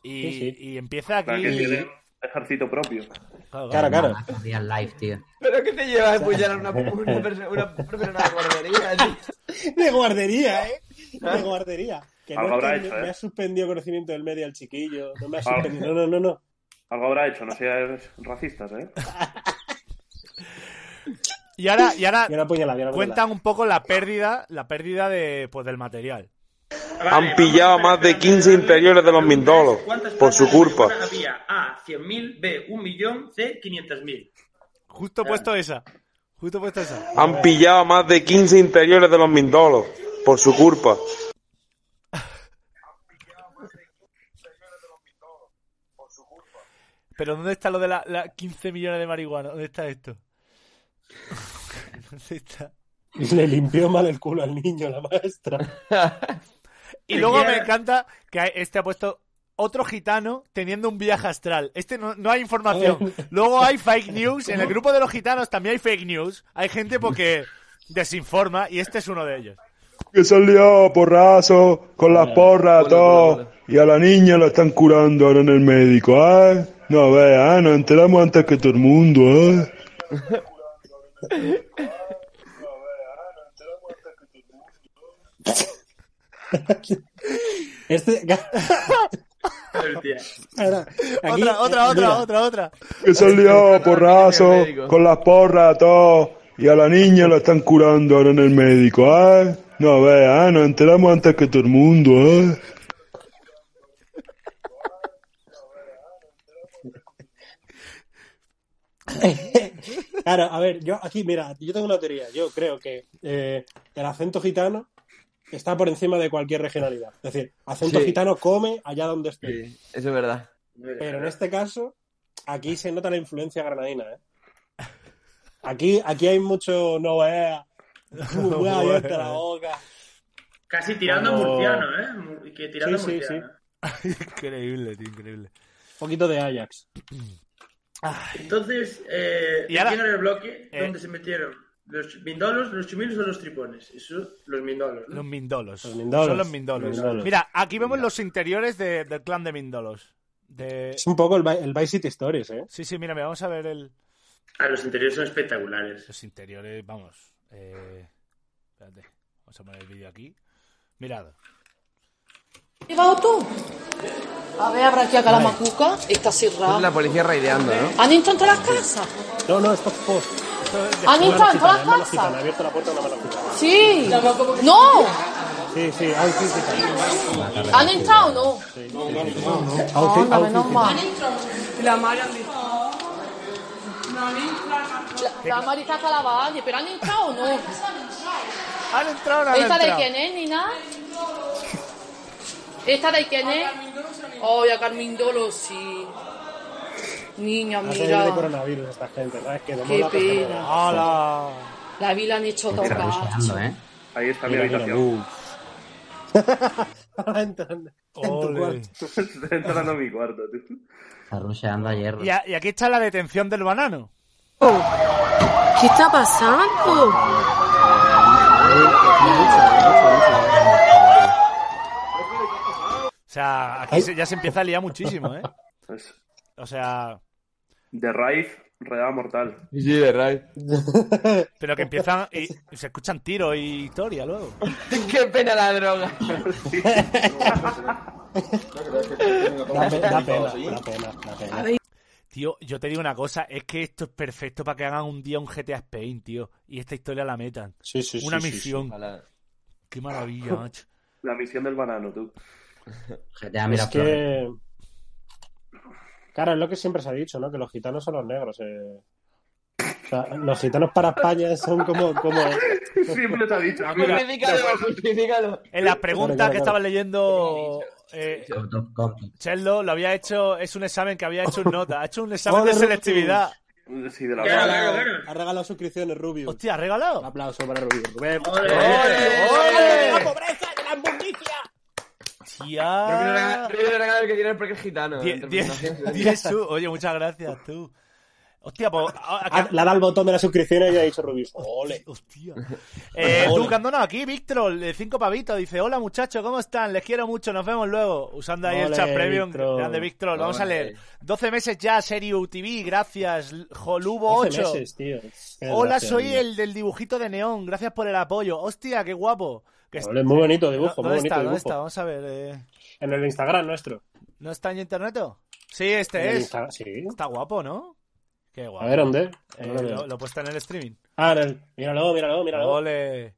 A: Y,
E: Sí, sí. ¿eh?
A: y empieza aquí.
E: Para que tienen ejército propio.
A: Claro, claro.
F: Real life, tío.
B: ¿Pero qué te lleva a apuñalar a una, una, perso- *laughs* una profesora de guardería, tío?
G: De guardería, ¿eh? De guardería. Que no
E: Algo
G: es
E: habrá
G: que
E: hecho,
G: me,
E: ¿eh? Ah.
G: me ha suspendido conocimiento del medio al chiquillo. No me ha
E: Algo.
G: suspendido. No, no, no, no.
E: Algo habrá hecho, no seas racistas, ¿eh?
A: Y ahora, y
G: *laughs*
A: ahora
G: Viene a apuñalar, viene a apuñalar.
A: cuentan un poco la pérdida, la pérdida de, pues, del material.
L: Han pillado a más de 15 interiores de los Mindolos por su culpa.
D: Había A, 100.000, B, 1 millón, C, 500.000.
A: Justo he puesto esa. Justo he puesto esa.
L: Han pillado a más de 15 interiores de los Mindolos por su culpa.
A: Pero ¿dónde está lo de las la 15 millones de marihuana? ¿Dónde está esto? *laughs* ¿Dónde está?
G: *laughs* Le limpió mal el culo al niño la maestra.
A: Y luego me encanta que este ha puesto otro gitano teniendo un viaje astral. Este no, no hay información. *laughs* Luego hay fake news. En el grupo de los gitanos también hay fake news. Hay gente porque desinforma y este es uno de ellos.
O: Que se han liado a porrazos con las porras a todos. Y a la niña la están curando ahora en el médico, ¿eh? No veas, ¿eh? nos enteramos antes que todo el mundo, ¿eh?
G: Este. *laughs* Ahora, aquí- eh,
A: otra, otra, otra,
G: mira.
A: otra, otra.
O: Que se han liado a porrazos con las porras a todos. Y a la niña la están curando ahora en el médico, ¿eh? No veas, ¿eh? nos enteramos antes que todo el mundo, ¿eh?
G: Claro, a ver, yo aquí, mira, yo tengo una teoría. Yo creo que eh, el acento gitano está por encima de cualquier regionalidad. Es decir, acento
B: Sí.
G: gitano come allá donde esté.
B: Eso es verdad.
G: Pero en este caso, aquí se nota la influencia granadina, ¿eh? Aquí, aquí hay mucho no vea, muy muy abierta la boca.
D: Casi tirando a
G: Cuando-
D: murciano, ¿eh? Mu- Que tirando
G: Sí,
D: a
G: sí,
D: murciano.
A: increíble, tío, increíble.
G: Un poquito de Ajax.
D: Entonces, eh,
G: Y ahora-
D: ¿quién era el bloque
A: Eh.
D: donde se metieron? ¿Los mindolos, los chumilos o los tripones? Eso, los mindolos. ¿no?
A: Los
G: mindolos.
A: mindolos. Son los mindolos.
G: Los mindolos.
A: Mira, aquí vemos los interiores de- del clan de mindolos. De...
G: Es un poco el, Vi- el Vice City Stories, ¿eh?
A: Sí, sí, mira, mira, vamos a ver el...
D: Ah, los interiores son espectaculares.
A: Los interiores, vamos. eh, Espérate, vamos a poner el vídeo aquí. Mirad.
K: ¿Llevado tú? A ver, habrá aquí a Calamacuca. Está
B: Es
K: cerrado.
B: la policía raideando, ¿no? *laughs*
K: ¿Han entrado en todas las casas?
G: No, no, esto es post. Esto es de-
K: ¿Han
G: mano
K: entrado en
G: gitana,
K: todas las
G: mano
K: casas?
G: gitana, Ha abierto la puerta una mano gitana.
K: Sí. No.
G: Sí, sí, outfit gitano.
K: ¿Han entrado o no?
G: Outfit,
K: Anda, menos
G: outfit
K: mal.
G: gitano.
K: La Mari La, la Mari está calabada, pero ¿han entrado o no?
A: ¿Han entrado o no han
K: ¿Esta de
A: entrado?
K: quién es, Nina? ¿Esta de quién es? Oh, a Carmen Dolo, sí. Niña,
G: Ha salido de
K: mira.
G: coronavirus esta gente, ¿sabes? Que de
K: Qué
G: moda, pues,
K: pena.
G: de moda.
K: La vi la han hecho tocar.
F: ¿eh?
E: Ahí está
F: Mira,
E: mi
F: mira,
E: habitación.
K: *laughs*
A: Ole.
E: *laughs* Está entrando a mi cuarto, tío.
F: Está rusheando a hierro.
A: Y, a- y aquí está la detención del banano.
K: ¿Qué está pasando?
A: sea, aquí se- ya se empieza a liar muchísimo, ¿eh?
E: Es
A: O sea,
E: de Raif, redada mortal. *laughs*
B: Sí, de Ray.
A: pero que empiezan y y se escuchan tiros y historia luego.
B: ¡Qué pena la droga!
G: Da, pe- da pena, da pena, da pena.
A: Tío, yo te digo una cosa, es que esto es perfecto para que hagan un día un GTA Spain, tío, y esta historia la metan.
G: sí,
A: Una
G: sí, sí,
A: misión.
G: sí.
A: Qué *laughs* maravilla, macho.
E: La misión del banano, tú.
A: Ah,
F: Ya, mira,
G: es que... Claro, es lo que siempre se ha dicho, ¿no? Que los gitanos son los negros. eh. O sea, los gitanos para España son como...
A: *laughs*
G: como...
E: Siempre te ha dicho.
A: En las preguntas que estaban leyendo, eh, Chello lo había hecho, es un examen que había hecho un nota, ha hecho un examen de
G: Joder,
A: selectividad.
E: Sí, de la
G: Ha
A: Claro,
E: banana.
G: regalado- Ha regalado suscripciones, Rubio.
A: Hostia, ¿ha regalado? Un
G: aplauso para Rubio. Rubén.
B: ¡Ole!
G: pobreza, de la hamburguesia!
A: Tía.
B: Rubio le regala el que tiene porque es gitano.
A: Die-
B: la
A: die-
B: interpretación.
A: *laughs* diez su- Oye, muchas gracias, tú. Hostia, pues. ah,
G: Ah, Le ha dado el botón de las suscripciones y ha dicho "Oh, Rubio. ¡Ole! *laughs*
A: *laughs* Hostia. Eh,
G: Ole.
A: tú, Candona, aquí, Victrol, de cinco pavitos, dice: Hola muchachos, ¿cómo están? Les quiero mucho, nos vemos luego. Usando ahí el
G: Ole,
A: chat premium.
G: Victrol.
A: Grande Victrol, vamos a
G: Ole.
A: leer. 12 meses ya, Serie UTV, gracias. Jolubo
G: 12
A: 8.
G: meses, tío. Qué
A: Hola,
G: gracia,
A: soy
G: tío.
A: el del dibujito de Neón, gracias por el apoyo. Hostia, qué guapo. Que
G: Ole, muy bonito dibujo,
A: ¿Dónde
G: muy bonito
A: está? ¿Dónde
G: dibujo.
A: está? Vamos a ver. eh,
G: En el Instagram nuestro.
A: ¿No está en internet? o? Sí,
G: En
A: este
G: el
A: es.
G: Instagram, sí.
A: Está guapo, ¿no? Qué guapo.
G: A ver, ¿dónde?
A: Eh,
G: No lo veo.
A: lo, lo he puesto en el streaming.
G: Ah, en el... Míralo, míralo, míralo.
A: ¡Ole!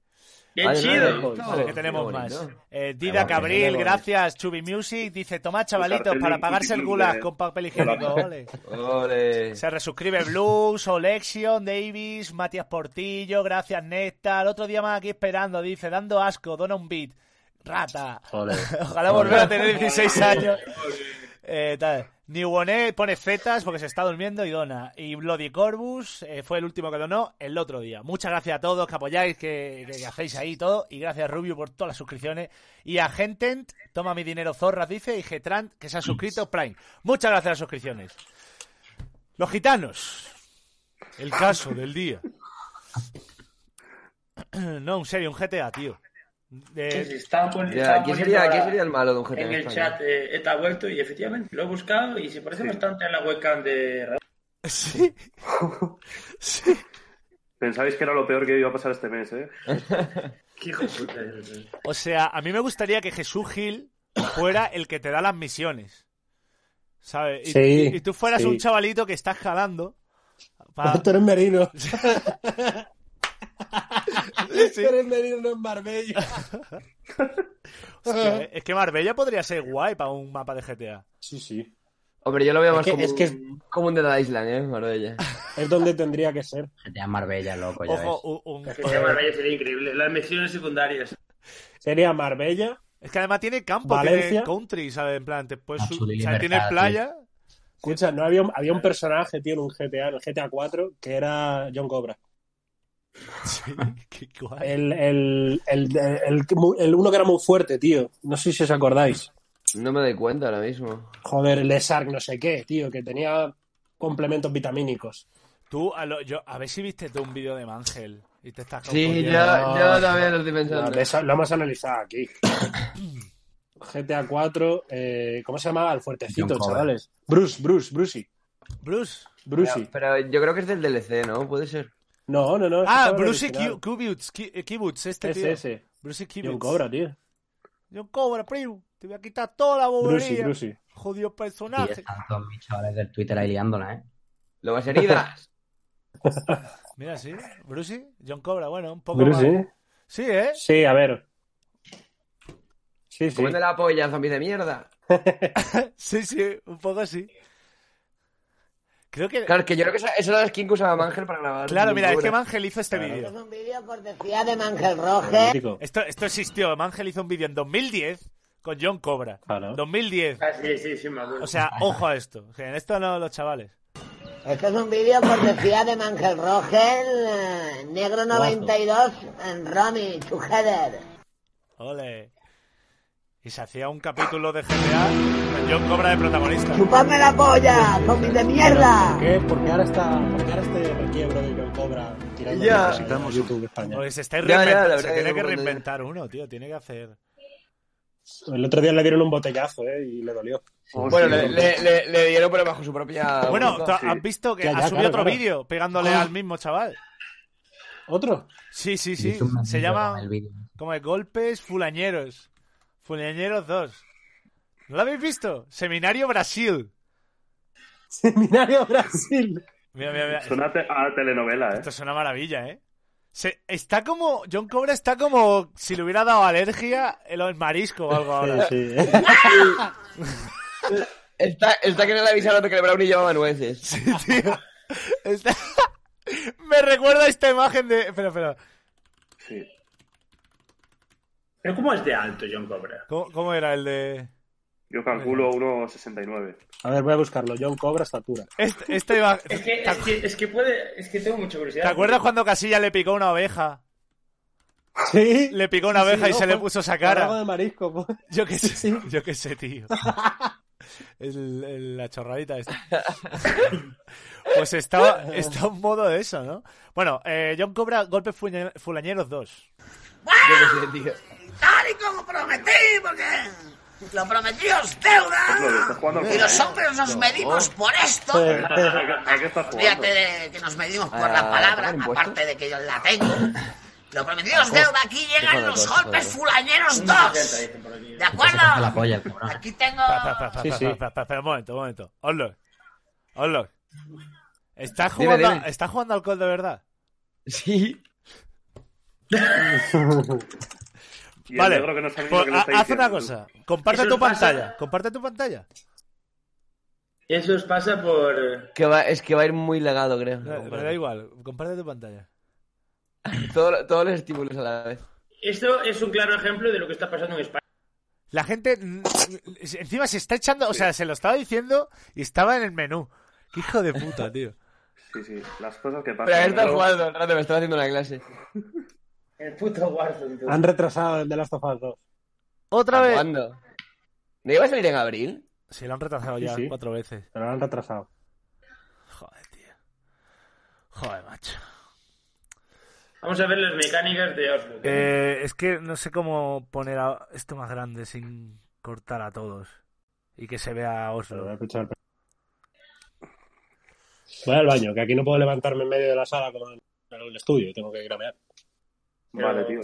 G: Qué Vale, chido. vale,
A: Vale, que tenemos
G: qué
A: más.
G: bonito.
A: Eh,
G: Qué
A: Dida
G: bonito, qué
A: Cabril,
G: bonito.
A: gracias. Chubby Music dice: Toma, chavalitos,
B: cartel
A: para
B: del
A: pagarse el
B: Cookie
A: gulag
B: Club de-
A: con papel higiénico. Ole.
B: Ole.
A: Se resuscribe Blues, Olexion, Davis, Matías Portillo, gracias Néctar. Otro día más aquí esperando, dice, dando asco, dona un beat. Rata. *laughs* Ojalá volver a tener 16 años. Eh, tal. Niwoné pone zetas porque se está durmiendo y dona. Y Bloody Corbus eh, fue el último que donó el otro día. Muchas gracias a todos que apoyáis, que, que- que hacéis ahí todo. Y gracias Rubio por todas las suscripciones. Y a Gentent, toma mi dinero zorras, dice. Y Getrant, que se ha suscrito Prime. Muchas gracias a las suscripciones. Los gitanos. El caso del día. *clears throat* No, en serio, un GTA, tío. Eh, De-
D: Sí, sí, estaba pon-
B: Ya,
D: estaba
B: ¿quién
D: poniendo
B: sería-
D: ahora
B: quién sería el malo de un GTA
D: En el
B: español?
D: chat eh, ETA ha vuelto y efectivamente lo he buscado y se parece bastante a la webcam de Raúl.
A: *laughs* Sí.
E: Pensabais que era lo peor que iba a pasar este mes, ¿eh?
D: Qué hijo de puta eres.
A: O sea, a mí me gustaría que Jesús Gil fuera el que te da las misiones. ¿Sabes? Y,
G: Sí,
A: y- y tú fueras
G: sí.
A: un chavalito que estás jalando.
G: *laughs*
A: pa-
G: Tú eres merino.
A: Sí, sí.
G: Tú eres merino, no es Marbella.
A: Hostia, eh, es que Marbella podría ser guay para un mapa de GTA.
G: Sí, sí.
B: Hombre, yo lo veo
G: Es
B: más
G: que-
B: como,
G: es que
B: un- como un Dead Island, ¿eh? Marbella.
G: Es donde tendría que ser.
F: GTA Marbella, loco, Pues ya
A: Ojo,
F: ves.
A: un- un-
D: Que se llama Rayo, sería increíble. Las misiones secundarias.
G: Sería Marbella.
A: Es que además tiene campo,
G: Valencia.
A: tiene country, ¿sabes? En plan, después su-
F: Chuli
A: o sea, tiene
F: Libertad,
G: *laughs*
A: playa.
G: Escucha, no había, un- había un personaje, tío, en un GTA, en el GTA 4, que era John Cobra.
A: Sí, qué guay.
G: El, el, el, el, el que mu- el uno que era muy fuerte, tío. No sé si os acordáis.
B: No me doy cuenta ahora mismo.
G: Joder, el de Sark no sé qué, tío, que tenía complementos vitamínicos.
A: Tú, a, lo- yo, a ver si viste tú un vídeo de Mangel. Y te estás
B: Sí, yo,
A: confundiendo.
B: yo también lo estoy
G: No,
B: pensando.
G: de eso lo hemos analizado aquí. *coughs* GTA 4, eh, ¿cómo se llamaba? El fuertecito,
B: John Cobra.
G: chavales. Bruce, Bruce, Brucey.
A: Bruce.
G: Brucey.
B: Pero yo creo que es del DLC, ¿no? Puede ser.
G: No, no, no. ese
A: Ah,
G: estaba en el
A: Bruce
G: original.
A: Kibutz, Kibutz, este
G: Ese,
A: tío.
G: ese.
A: Bruce
G: Y
A: Kibutz.
G: un cobra, tío.
A: Yo cobra, primo. Te voy a quitar toda la
G: Brucey,
A: bobería.
G: Brucey.
A: Jodido
F: Y
A: personaje.
F: están todos mis chavales del Twitter ahí liándola, ¿eh?
B: Lo vas
A: *laughs*
B: heridas.
A: Mira, sí. Brucey, John Cobra, bueno, un poco
G: Brucey.
A: más. Sí, ¿eh?
G: Sí, a ver. Sí, sí.
B: Ponte la polla, zombie de mierda.
A: Sí, sí, un poco así. Creo que...
B: Claro, es que yo creo que esa, esa era la skin que usaba Mangel para grabar.
A: Claro, mira, es
B: Cobra.
A: que Mangel hizo este vídeo.
M: Un vídeo cortesía de Mangel Roger.
G: Magnífico.
A: Esto, esto existió. Mangel hizo un vídeo en 2010 con John Cobra. 2010.
D: Ah, sí, sí, sí, me acuerdo.
A: O sea, ojo a esto. Que en esto no los chavales.
M: Este es un vídeo cortesía de Mangel Roger, eh, Negro 92, en Romy, Together.
A: Ole. Y se hacía un capítulo de GTA con John Cobra de protagonista.
M: ¡Chupadme la polla, zombie de
G: ¿Por
M: mierda!
G: qué? Porque ahora está. Porque ahora este requiebro de John Cobra tirando
B: Ya.
G: cosas a YouTube España.
A: Oye, Pues se está
B: Ya, ya, la
A: reinventando.
B: verdad
A: se
B: que
A: tiene que
B: no me acuerdo
A: reinventar uno, tío. Tiene que hacer.
G: El otro día le dieron un botellazo, ¿eh? Y le dolió.
B: Bueno, le, le- le- le dieron por bajo su propia.
A: Bueno,
B: voluntad.
A: ¿tú has visto que
B: Ya,
A: ha
B: ya,
A: subido
B: claro,
A: otro
B: claro.
A: vídeo pegándole
B: Ah.
A: al mismo chaval.
G: ¿Otro? *laughs*
A: Sí, sí,
F: Y
A: sí.
F: es un
A: Se
F: maldito
A: llama
F: el vídeo.
A: como de golpes fulañeros. Fulañeros 2. ¿No lo habéis visto? Seminario Brasil.
G: Seminario Brasil.
A: Mira, mira, mira.
E: Suena a te- a telenovela, ¿eh?
A: Esto es una maravilla, ¿eh? Se- está como. John Cobra está como si le hubiera dado alergia el, el marisco o algo
G: *laughs*
A: ahora.
G: Sí,
B: Está, está que no le avisaron de que el brownie llevaba nueces.
A: Está- *laughs* Me recuerda a esta imagen de. Espera, espera.
D: ¿Pero cómo es de alto John Cobra?
A: ¿Cómo, cómo era el de.?
E: Yo calculo 1,69.
G: A ver, voy a buscarlo. John Cobra, estatura.
A: Este, este iba-
D: Es que, es que, es que puede. Es que tengo mucha curiosidad.
A: ¿Te acuerdas cuando Casilla le picó una oveja?
G: Sí.
A: Le picó una
G: Sí,
A: oveja y
G: no,
A: se le
G: fue-
A: puso esa
G: fue algo
A: cara.
G: de marisco, *laughs* pues.
A: Yo qué sé, yo qué sé, tío. El- el- la chorradita esta. *laughs* Pues está, está un modo de eso, ¿no? Bueno, eh, John Cobra, Golpes Fuñe- Fulañeros 2.
B: Yo qué sé, tío.
P: Tal y como prometí, porque lo prometí os deuda. Y los hombres nos medimos por esto.
E: ¿A qué estás jugando?
P: Fíjate de que nos medimos por
E: Ah,
P: la palabra,
E: ¿pagar impuestos?
P: aparte de que yo la tengo. Lo prometido es
E: Ah,
P: deuda, aquí
E: qué
P: llegan los
E: joder,
P: golpes
B: ¿eh?
E: joder.
P: fulañeros
A: setenta,
P: 2.
A: dicen
P: ¿De
A: saca la
P: acuerdo?
A: polla,
P: Aquí tengo...
A: Sí,
P: sí.
A: Espera un momento, un momento. Orlok. Orlok. ¿Estás
B: Dime,
A: jugando,
B: dime.
A: ¿Estás jugando al alcohol de verdad?
B: Sí.
E: Y el
A: vale.
E: negro que no sabe
A: pues,
E: lo que le está
A: ha- haz
E: diciendo,
A: una
E: tú.
A: cosa. Comparte
D: Eso
A: tu
D: nos pasa-
A: pantalla. Comparte tu pantalla.
D: Eso os pasa por.
B: Que va, es que va a ir muy legado, creo.
A: Da- da igual. Comparte tu pantalla.
B: Todo- todos los estímulos a la vez.
D: Esto es un claro ejemplo de lo que está pasando en España.
A: La gente mm, encima se está echando, o sea, se lo estaba diciendo y estaba en el menú. Qué hijo de puta, tío.
E: Sí, sí, las cosas que
B: Pero
E: pasan.
B: él está
E: ¿no?
B: jugando todo el rato, me estaba haciendo una clase.
D: El puto Warzone. tú.
G: Han retrasado el de Last of Us 2.
A: ¿Otra
B: vez? ¿Cuándo? ¿No iba a salir en abril?
A: Sí, lo han retrasado ya
G: Sí, sí.
A: cuatro veces.
G: Pero lo han retrasado.
A: Joder, macho.
D: Vamos a ver las mecánicas de Oslo.
A: Eh, es que no sé cómo poner a esto más grande sin cortar a todos y que se vea a Oslo.
G: Voy al baño, que aquí no puedo levantarme en medio de la sala como en el estudio. Tengo que ir a mear.
E: Vale,
A: Eh,
E: tío.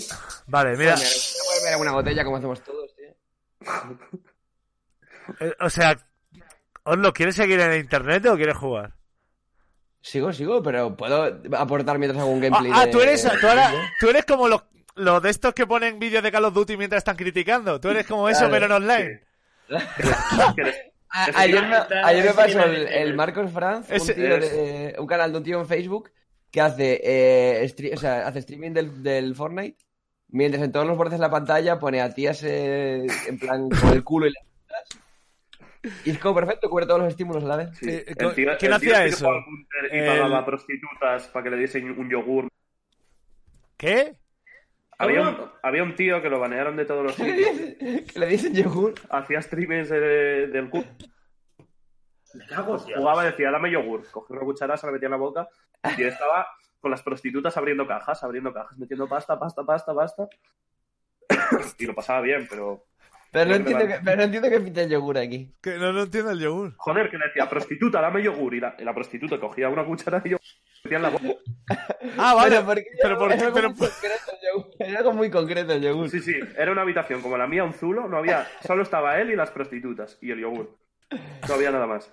A: Vale, mira.
B: Coño, ¿no puede haber alguna botella como hacemos todos, tío.
A: Eh, o sea, Oslo, ¿quieres seguir en internet o quieres jugar?
B: Sigo, sigo, pero puedo aportar mientras hago un
A: Ah,
B: gameplay.
A: ah,
B: de-
A: tú eres, tú, ahora- tú eres como los, los de estos que ponen vídeos de Call of Duty mientras están criticando. Tú eres como eso,
B: Claro,
A: pero en online.
B: A- Ah, ayer, me, ayer me pasó el, el
A: marco
B: Marcos Franz, un,
A: Ese-
B: tío de-
A: ese.
B: eh, un canal de un tío en Facebook que hace, eh, stre- o sea, hace streaming del, del Fortnite, mientras en todos los bordes de la pantalla pone a tías eh, en plan con el culo y las tetas. Y es como perfecto, cubre todos los estímulos a la vez. *laughs*
E: El tío-
A: eh, ¿Quién
E: el tío
A: hacía
E: que
A: eso?
E: jugaba al Counter Y
A: El-
E: pagaba a prostitutas para que le diesen un yogur.
A: ¿Qué?
E: Había un, había un tío que lo banearon
P: *laughs*
E: de todos los sitios.
B: ¿Qué le dicen yogur?
E: Hacía streamers de- del cu. Pues Jugaba, decía, dame yogur. Cogía una cuchara, se la metía en la boca. Y estaba con las prostitutas abriendo cajas, abriendo cajas, metiendo pasta, pasta, pasta, pasta. *coughs* y lo pasaba bien, pero.
B: Pero no entiendo, que, pero no entiendo qué pinta el yogur aquí.
A: Que no, no entiendo el yogur.
E: Joder, que le decía, prostituta, dame yogur. Y la, y la prostituta cogía una cuchara y yogur. Metía en la boca.
A: Ah, vale.
B: Pero, ¿por qué
A: pero
B: yogur?
A: ¿por qué?
B: Era algo
A: Pero-
B: muy concreto el yogur. Era algo muy concreto el yogur.
E: Sí, sí, era una habitación como la mía, un zulo, no había, solo estaba él y las prostitutas y el yogur. No había nada más.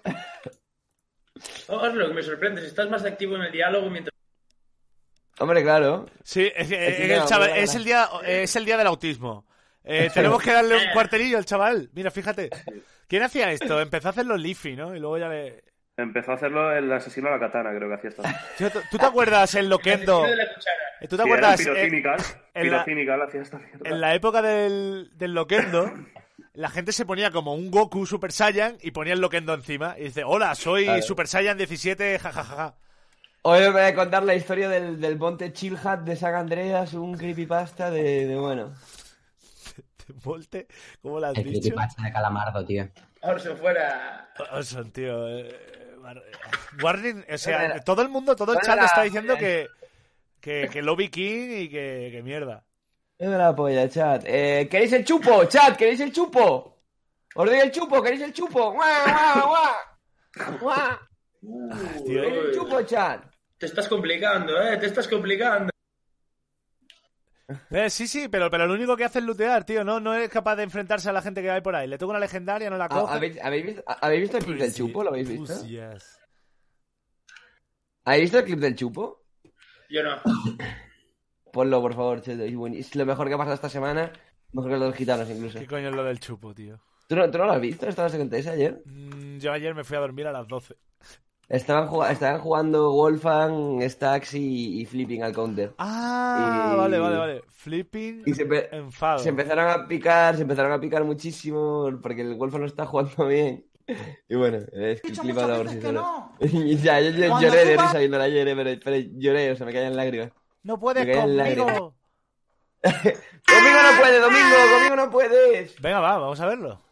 D: Oslo, me sorprendes. Estás más activo en el diálogo mientras.
B: Hombre, claro.
A: Sí, es, que,
B: Es que
A: eh,
B: no,
A: el chaval-
B: no, no.
A: es el día, eh, es el día del autismo. Eh, tenemos que darle *laughs* un cuarterillo al chaval. Mira, fíjate. ¿Quién hacía esto? Empezó a hacer los Leafy, ¿no? Y luego ya le...
E: Empezó a hacerlo el asesino a la katana, creo que hacía esto.
A: Tío, ¿tú, tú te acuerdas en Loquendo? ¿Tú
E: Sí,
A: te
E: eran
A: acuerdas? eh,
E: pirocínicas,
A: en la-
E: pirocínicas, hacía esta mierda.
A: En la época del, del Loquendo, la gente se ponía como un Goku Super Saiyan y ponía el Loquendo encima. Y dice, hola, soy
B: Claro.
A: Super Saiyan 17, *laughs* jajajaja.
B: Hoy os voy a contar la historia del, del monte Chill Hat de San Andreas, un creepypasta de, de bueno.
A: Volte, ¿cómo la has
F: El
A: dicho?
F: creepypasta de Calamardo, tío.
D: Orson fuera.
A: Orson, tío. eh, Mar- Warning, o
D: Bueno,
A: sea,
D: era-
A: todo el mundo, todo el
D: bueno,
B: eh.
A: chat
D: era-
A: está diciendo que, que, que Lobby King y que, que mierda.
B: Es de la polla, chat. Eh, ¿Queréis el chupo, chat? ¿Queréis el chupo? Os doy el chupo, ¿queréis el chupo? ¡Guau, guau, guau! ¡Guau!
D: tío.
B: ¿Queréis el chupo, chat?
D: Te estás complicando, eh, te estás complicando.
A: Eh, sí, sí, pero, pero lo único que hace es lootear, tío. No, no es capaz de enfrentarse a la gente que hay por ahí. Le toca una legendaria, no la
B: Ah,
A: coge.
B: ¿Habéis, habéis visto, ¿Habéis visto el
A: Pues
B: clip del chupo? ¿Lo habéis visto?
A: Pussy ass.
B: ¿Habéis visto el clip del chupo?
D: Yo no.
B: Ponlo, por favor, Cheto. Es, buen- es lo mejor que ha pasado esta semana. Mejor que lo de los gitanos, incluso.
A: ¿Qué coño es lo del chupo, tío?
B: ¿Tú no, tú no lo has visto? ¿Estabas en ese ayer?
A: Mm, Yo ayer me fui a dormir a las 12.
B: Estaban, jug- estaban jugando Wolfang, Stacks y, y Flipping al counter.
A: Ah,
B: Y-
A: vale, vale, vale. Flipping
B: Y se, empe-
A: enfado.
B: se empezaron a picar, se empezaron a picar muchísimo porque el Wolfang no está jugando bien. Y bueno, es que clipa la por sí solo. *laughs* Y ya, yo, yo
A: Cuando
B: lloré de
A: tú vas-
B: risa viendo la lloré, pero, pero lloré, o sea, me caían lágrimas.
A: ¡No
B: Me
A: puedes
B: caían lágrimas.
A: conmigo!
B: ¡Domingo no puede, Domingo! ¡Domingo no puedes!
A: Venga, va, vamos a verlo.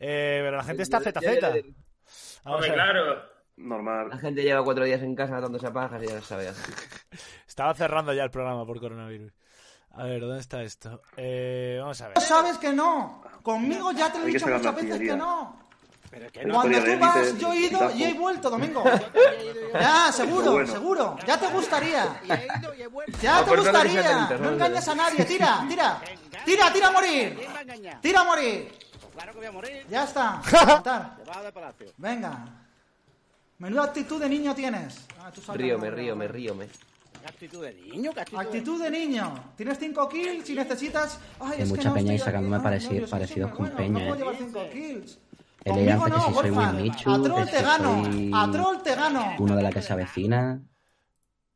A: Eh, pero la gente está
B: Yo- yo-
A: ZZ. Vamos a ver.
E: Normal.
B: La gente lleva cuatro días en casa matándose a pajas y ya lo sabía.
A: Estaba cerrando ya el programa por coronavirus. A ver, ¿dónde está esto? Eh, vamos a ver.
Q: Sabes que no. Conmigo ya te lo he
A: Hay que
Q: dicho
A: sacar
Q: muchas
A: la
Q: veces que
A: artillería.
Q: no.
A: que no.
Q: Cuando
A: Historia
Q: tú
A: de
Q: vas,
A: élites,
Q: yo he ido
A: tajo.
Q: y he vuelto,
E: *laughs*
Q: Domingo. Ya, seguro,
A: Pero bueno.
Q: seguro. Ya te gustaría. Ya
A: No,
Q: te
A: pero no te dejes de
Q: gustaría.
A: linternar,
Q: No
A: ¿no?
Q: engañas a nadie. Tira, tira. Tira, tira a morir. Tira a morir. Ya está. a matar. Venga. Menuda actitud de niño tienes. Ah, tú sacas,
B: Río,
Q: no,
B: me
Q: no,
B: río,
Q: no.
B: me río, me.
Q: Actitud de niño, actitud de niño. Tienes 5 kills y necesitas. Ay,
F: Que
Q: es
F: mucha
Q: que no
F: peña
Q: estoy
F: ahí
Q: aquí.
F: sacándome
Q: Ay, no,
F: parecidos,
Q: Dios,
F: parecidos con
Q: no
F: peña,
Q: puedo
F: eh.
Q: llevar 5 kills.
F: He leído
Q: Conmigo
F: antes que
Q: no,
F: si soy
Q: Wolfman.
F: muy Michu,
Q: A troll
F: que
Q: te
F: si
Q: gano.
F: soy
Q: A troll te gano.
F: uno de la casa vecina.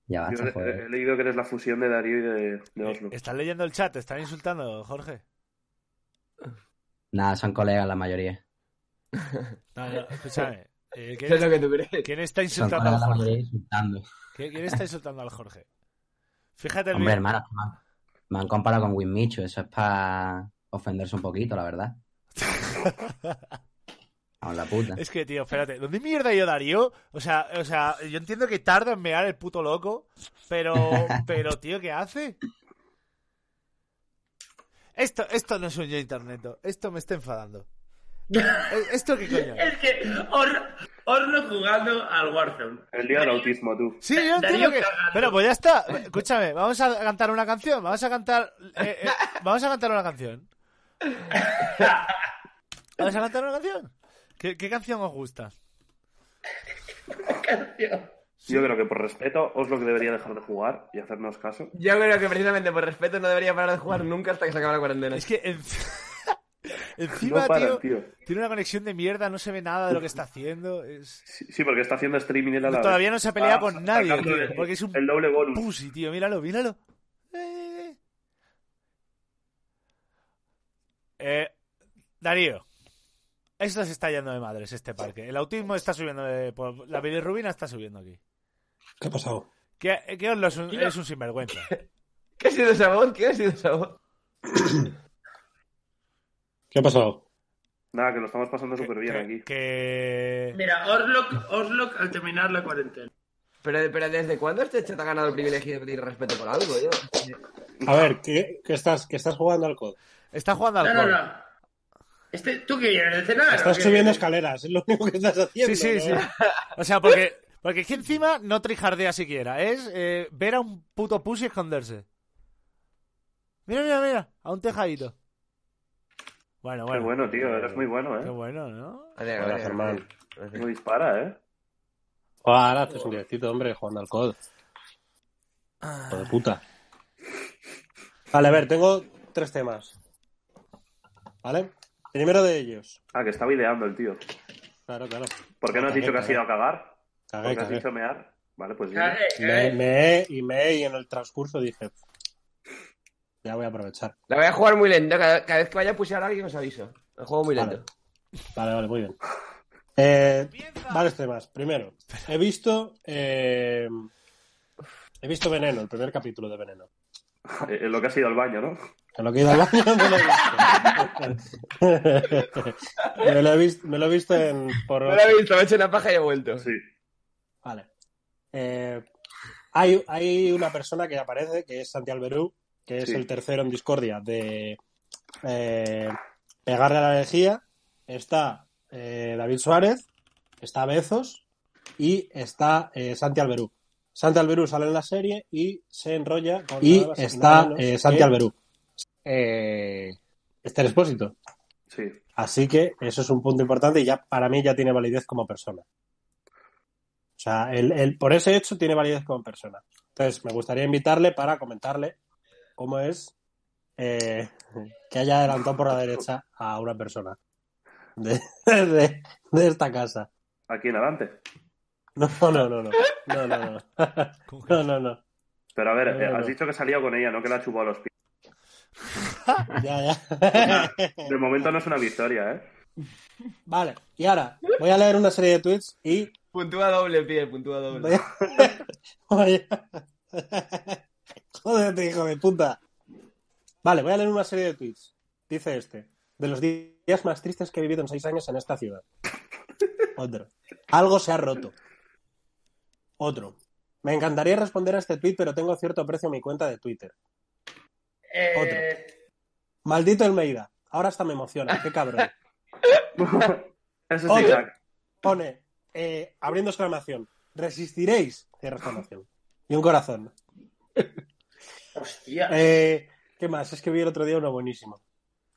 F: Ya
E: Yo
F: basta,
E: he,
F: joder.
E: he leído que eres la fusión de Darío y de, de Oslo.
A: Estás leyendo el chat, te están insultando, Jorge.
F: Nada, son colegas la mayoría.
A: No, no, escúchame. Eh,
F: Eso es lo que tú crees.
A: quién está
F: Son
A: insultando
F: colegas
A: al
F: la
A: Jorge?
F: mayoría insultando.
A: ¿Qui- ¿Quién está insultando al Jorge? Fíjate el
F: Hombre,
A: vídeo.
F: hermano, me han- me han comparado con Win Michu. Eso es para ofenderse un poquito, la verdad. *laughs* A la puta.
A: Es que, tío, espérate, ¿dónde mierda yo Darío? O sea, o sea, yo entiendo que tarda en mear el puto loco, pero, pero, tío, ¿qué hace? Esto, esto no es un yo internet, esto me está enfadando. Eh, ¿Esto qué coño?
D: Es que Or- Orno jugando al Warzone.
E: El día del autismo, tú.
A: Sí, yo entiendo
D: Darío
A: que. Pero pues ya está. Escúchame, vamos a cantar una canción. Vamos a cantar. eh, eh, vamos a cantar una canción. ¿Vamos a cantar una canción? ¿Qué, qué canción os gusta?
E: Yo creo que por respeto, Oslo que debería dejar de jugar y hacernos caso.
B: Yo creo que precisamente por respeto no debería parar de jugar nunca hasta que se acabe la cuarentena.
A: Es que *laughs* Encima,
E: No paran,
A: tío,
E: tío.
A: Tiene una conexión de mierda, no se ve nada de lo que está haciendo. Es...
E: Sí, sí, porque está haciendo streaming y la la-
A: Todavía no se ha peleado con
E: Ah, sacando
A: nadie,
E: el-
A: tío, porque es un
E: El doble bonus.
A: Pussy, tío, míralo, míralo. Eh, eh, eh. Eh, Darío, esto se está yendo de madres este parque. El autismo está subiendo, de- por- la bilirrubina está subiendo aquí.
G: ¿Qué ha pasado?
A: Que, que Oslo es un, es un sinvergüenza.
B: ¿Qué ha sido esa voz? ¿Qué ha sido esa voz?
G: ¿Qué ha pasado?
E: Nada, que lo estamos pasando súper bien aquí.
D: Mira, Orlok, Orlok al terminar la cuarentena.
B: Pero, pero ¿desde cuándo este chat ha ganado el privilegio de pedir respeto por algo, yo?
G: A ver, ¿qué, qué estás, que estás jugando al COD?
A: Está jugando
D: No, no, no. Este, ¿Tú qué vienes de cenar?
G: Estás
D: ¿O qué?
G: subiendo escaleras, es lo único que estás haciendo.
A: Sí, sí, sí.
G: ¿no?
A: O sea, porque, porque aquí encima no trijardea siquiera. Es eh, ver a un puto pussy esconderse. Mira, mira, mira. A un tejadito. Bueno,
E: Qué
A: bueno.
E: bueno, tío, eres muy bueno, ¿eh? Qué
A: bueno, ¿no?
E: Gracias, hermano. No dispara, ¿eh?
G: Ah, ahora haces un directito, hombre, jugando al COD. Hijo de puta. Vale, a ver, tengo tres temas. ¿Vale? Primero de ellos.
E: Ah, que estaba ideando el tío.
G: Claro, claro.
E: ¿Por qué no has
G: Cagué,
E: dicho que has
G: cagué.
E: ido a cagar? ¿Por
G: Cagué,
E: qué has
G: cagué.
E: dicho mear? Vale, pues sí.
D: Eh,
G: Me, me- y me y en el transcurso dije. Ya voy a aprovechar.
B: La voy a jugar muy lento. Cada, cada vez que vaya a pusear a alguien os aviso. La juego muy lento.
G: Vale, vale, muy bien. Eh, varios temas. Primero, he visto. eh, he visto Veneno, el primer capítulo de Veneno.
E: Eh, eh, lo que has ido al baño, ¿no?
G: En lo que he ido al *laughs* baño me lo he visto. me,
B: *laughs*
G: lo he visto me lo he visto en. Por...
B: No lo he visto, me he hecho una paja y he vuelto.
E: Sí.
G: Vale. Eh, hay, hay una persona que aparece, que es Santi Alberú, que es
E: Sí.
G: el tercero en discordia de eh, pegarle a la herejía, está eh, David Suárez, está Bezos y está eh, Santi Alberú. Santi Alberú sale en la serie y se enrolla con
F: Y
G: nada más nada
F: está,
G: menos
F: eh, Santi
G: que,
F: Alberú.
G: Eh, Esther Expósito.
E: Sí.
G: Así que eso es un punto importante y ya para mí ya tiene validez como persona. O sea, él, él por ese hecho tiene validez como persona. Entonces, me gustaría invitarle para comentarle cómo es eh, que haya adelantado por la derecha a una persona de, de- de esta casa.
E: Aquí en adelante.
G: No, no, no, no. No, no, no. No, no, no.
E: Pero a ver,
G: No,
E: eh,
G: no,
E: has
G: no.
E: dicho que salía con ella, no que la ha chupado a los pies.
G: Ya, ya.
D: *laughs*
E: De momento no es una victoria, ¿eh?
G: Vale, y ahora voy a leer una serie de tweets y
I: Puntúa doble, Pierre, puntúa doble.
G: Voy Oye. Jódete, hijo de puta. Vale, voy a leer una serie de tweets. Dice este. De los di- días más tristes que he vivido en seis años en esta ciudad. Otro. Algo se ha roto. Otro. Me encantaría responder a este tweet, pero tengo cierto aprecio en mi cuenta de Twitter.
D: Eh,
G: Maldito Almeida. Ahora hasta me emociona. Qué cabrón.
E: Eso
G: Otro.
E: sí, crack.
G: Pone, eh, abriendo exclamación. Resistiréis. Cierra exclamación. Y un corazón.
D: Hostia.
G: Eh, ¿Qué más? Es que vi el otro día uno buenísimo.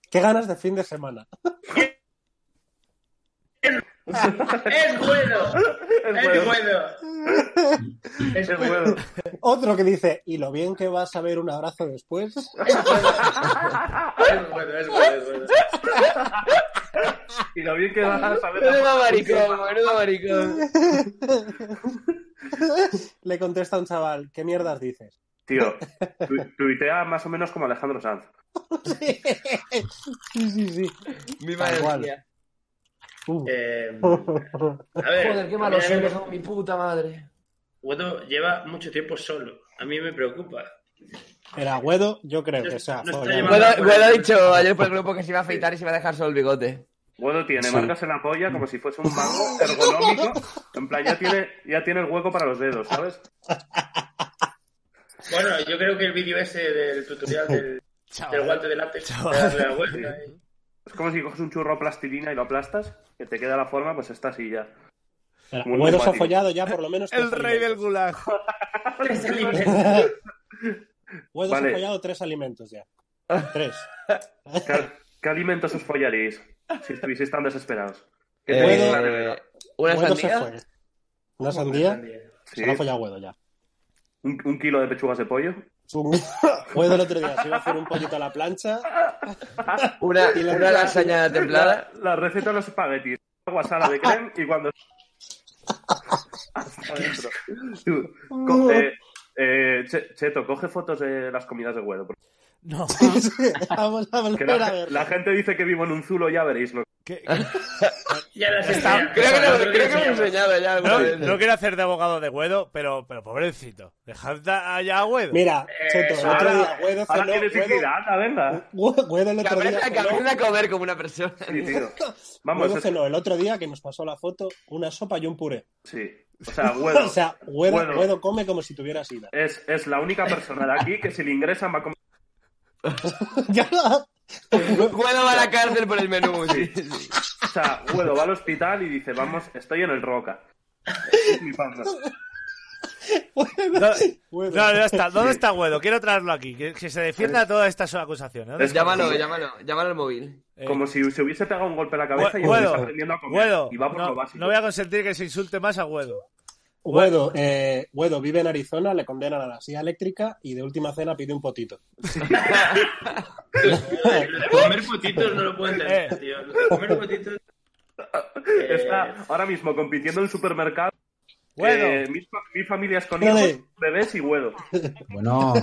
G: ¿Qué ganas de fin de semana?
D: es
B: *laughs*
D: bueno. Es bueno. Es bueno.
G: Otro que dice, ¿y lo bien que vas a ver un abrazo después?
D: Es bueno, es bueno, es bueno.
E: *laughs* Y lo bien que vas a saber...
G: Menudo maricón,
E: menudo
I: maricón.
G: Le contesta un chaval, ¿qué mierdas dices? *laughs*
E: Tío, tu- tuitea más o menos como Alejandro Sanz.
G: Sí, sí, sí.
I: Mi
G: Tal
I: madre
G: cual.
I: mía.
D: Eh, a ver,
B: Joder, qué
D: a
B: malos
D: mí me-
B: somos, son mi puta madre.
D: Guedo lleva mucho tiempo solo. A mí me preocupa.
G: Era Guedo, yo creo que sea.
D: no está
G: follar.
D: llevando- Bueno,
B: Bueno, bueno, ha
D: bueno.
B: dicho ayer por el grupo que se iba a afeitar y se iba a dejar solo el bigote.
E: Guado tiene
B: Sí.
E: marcas en la polla como si fuese un mango ergonómico. En plan, ya tiene, ya tiene el hueco para los dedos, ¿sabes?
D: Bueno, yo creo que el vídeo ese del tutorial
B: *laughs*
D: del, del guante de látex para darle la vuelta.
E: Es como si coges un churro de plastilina y lo aplastas, que te queda la forma, pues está así
G: *laughs*
E: ya.
G: Era,
E: Muy
G: Guedo se ha
E: neumático.
G: follado ya, por lo menos.
A: *laughs* El
G: tres
A: rey del gulag.
G: alimentos. Guedo se
E: Vale.
G: ha follado tres
E: *laughs*
G: alimentos ya. Tres.
E: ¿Qué, qué alimentos os follaréis si estuvieseis tan desesperados? ¿Qué
G: Eh,
E: tenéis en la nevera?
G: Guedo se fue. Una sandía. Se la ha follado Guedo
E: *laughs*
G: ya.
E: ¿Un, un kilo de pechugas de pollo?
G: Guedo el otro día se iba a hacer un pollito a la plancha.
E: *laughs*
G: *laughs*
B: Una,
G: Y la-
B: una lasaña templada.
E: La, la receta de los espaguetis. Agua, sala de crema y
G: *laughs*
E: cuando... Hasta adentro. Tú, co- eh, eh, Che- Cheto, coge fotos de las comidas de huevo.
A: *laughs* No.
G: Vamos a
E: Que
G: volver a
E: la,
G: ver.
E: la gente dice que vivo en un zulo, ya veréis. Lo...
D: Ya las
B: Está- creo que lo- creo que lo he enseñado ya alguna
A: No,
B: vez.
A: no quiero hacer de abogado de Guedo, pero, pero pobrecito. Dejad a- allá a Guedo.
G: Mira,
A: Eh,
G: Cheto, el otro día Guedo cenó- Guedo-
E: ah,
G: Guedo- Guedo el otro
B: Que
G: día
B: aprenda, que
G: cenó-
B: aprenda a comer como una persona.
G: *laughs*
E: Vamos,
G: Guedo
E: es-
G: cenó el otro día que nos pasó la foto una sopa y un puré.
E: Sí. O sea, huevo.
G: *laughs* O sea, Guedo,
E: Guedo.
G: Guedo come como si tuviera
A: *laughs*
G: sida.
E: Es, es la única persona de aquí que si le ingresan va a comer.
B: Guedo va a la cárcel por el menú. sí.
E: O sea, Guedo va al hospital y dice, vamos, estoy en el Roca. Estoy flipando.
A: No, ya está. ¿Dónde está Guedo? Quiero traerlo aquí. Que, que se defienda todas estas acusaciones. ¿Dónde está?
B: Llámalo, llámalo, llámalo al móvil.
A: Eh.
E: Como si se hubiese pegado un golpe en la cabeza y
A: Guedo,
E: estuviese aprendiendo a comer.
A: Guedo,
E: y va por
A: no,
E: lo básico.
A: no voy a consentir que se insulte más a Guedo.
G: Guedo, eh, Guedo vive en Arizona, le condenan a la silla eléctrica y de última cena pide un potito.
B: *laughs*
D: Comer potitos no lo
B: Eh.
D: puedo entender, tío. Lo de Comer potitos.
E: Está ahora mismo compitiendo en el supermercado.
D: Guedo.
E: Eh, mis, fa- mis familias con
G: Dale.
E: hijos, bebés y Guedo.
F: *laughs* Bueno,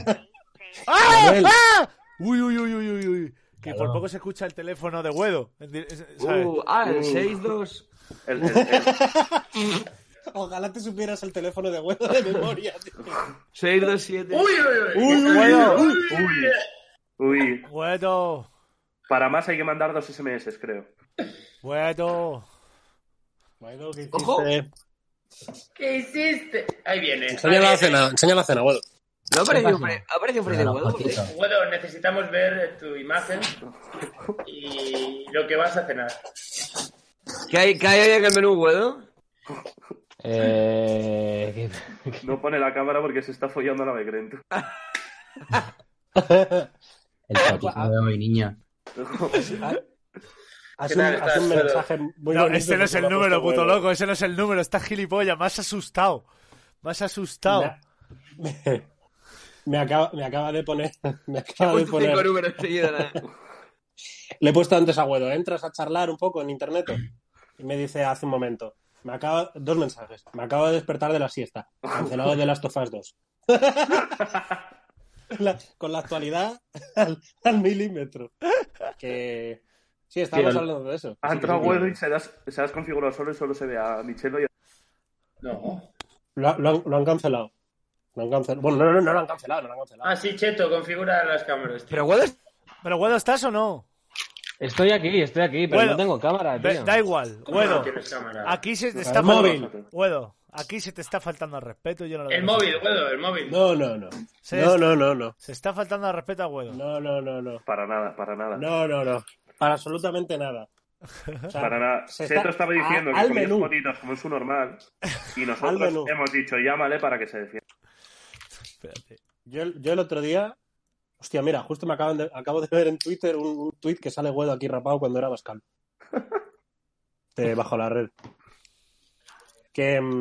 A: ¡Ah!
F: Manuel.
A: ¡Ah! Uy, uy, uy, uy, uy, uy. Que por poco se escucha el teléfono de Guedo. En di- ¿sabes?
B: Uh, ah, el
A: Uh.
B: 6-2.
E: El- el- el-
G: Ojalá te supieras el teléfono de Guedo de memoria. tío.
B: 6-2-7.
D: Uy, uy, uy.
A: Guedo.
E: Uy. Uy.
A: Guedo.
E: Para más hay que mandar dos SMS, creo.
A: Guedo.
G: Guedo, ¿qué
D: Ojo.
G: hiciste?
D: ¿Qué hiciste? Ahí viene.
G: *laughs* Enseña la cena, enseña la cena, Guedo.
I: ¿No ha aparecido
D: un Fre-
I: ha aparecido un Freddy Guado?
D: Guado, necesitamos ver tu imagen y lo que vas a cenar.
I: ¿Qué hay, qué hay hoy en el menú, Guado?
E: Eh... No pone la cámara porque se está follando a la Becrento.
G: Ah,
F: El chorizo de hoy, niña.
G: Haz un, haz un mensaje muy
A: No,
G: bonito
A: ese
G: que
A: no es
G: se
A: el
G: lo ha
A: número,
G: puesto
A: puto
G: Guado.
A: loco. Ese no es el número. Estás gilipollas. Más asustado. Más asustado.
G: Nah. *laughs* Me acaba, me acaba de poner. *laughs* Me acaba
B: Pues
G: de poner. Le he puesto antes a Guedo, entras a charlar un poco en internet. Y me dice hace un momento. Me acaba, dos mensajes. Me acabo de despertar de la siesta. Cancelado de Last of Us 2. *laughs* La- con la actualidad *laughs* al, al milímetro. Que. Sí, estábamos
E: Sí, al-
G: hablando de eso.
E: Ha
G: Sí,
E: entrado
G: sí, sí.
E: Word y se las, se las configurado solo y solo se ve a Michelo y a...
D: No.
G: Lo, ha- lo han, lo han cancelado. Lo han cancelado. Bueno, no, no, no lo han cancelado, no lo han cancelado.
D: Ah, sí, Cheto, configura las cámaras. tío.
A: Pero Guedo, ¿estás o no?
R: Estoy aquí, estoy aquí, pero
A: Guedo,
R: no tengo cámara,
A: da-
R: tío.
A: Da igual.
R: ¿Cómo
A: Guedo,
R: no tienes cámara?
B: Ah,
A: aquí se te
R: El
A: está
R: móvil.
A: faltando- Guedo, aquí se te está faltando al respeto. Yo no lo
D: El
A: veo.
D: móvil, Guado, el móvil.
G: No, no, no.
A: Se
G: No,
A: Ah. es-
G: no, no, no.
A: Se está faltando al respeto a Guedo.
G: No, no, no, no.
E: Para nada, para nada.
G: No, no, no. Para absolutamente nada. O sea,
E: Para nada.
G: se
E: Seto
G: está-
E: estaba diciendo
G: a-
E: que
G: al
E: comías
G: menú.
E: ponitos como es su normal. Y
G: *laughs* Al menú.
E: nosotros hemos dicho, llámale para que se defienda.
G: Yo, yo el otro día. Hostia, mira, justo me acaban de- acabo de ver en Twitter un, un tweet que sale Guedo aquí rapado cuando
D: *laughs*
G: era Bascal. De bajo la red. Que mm,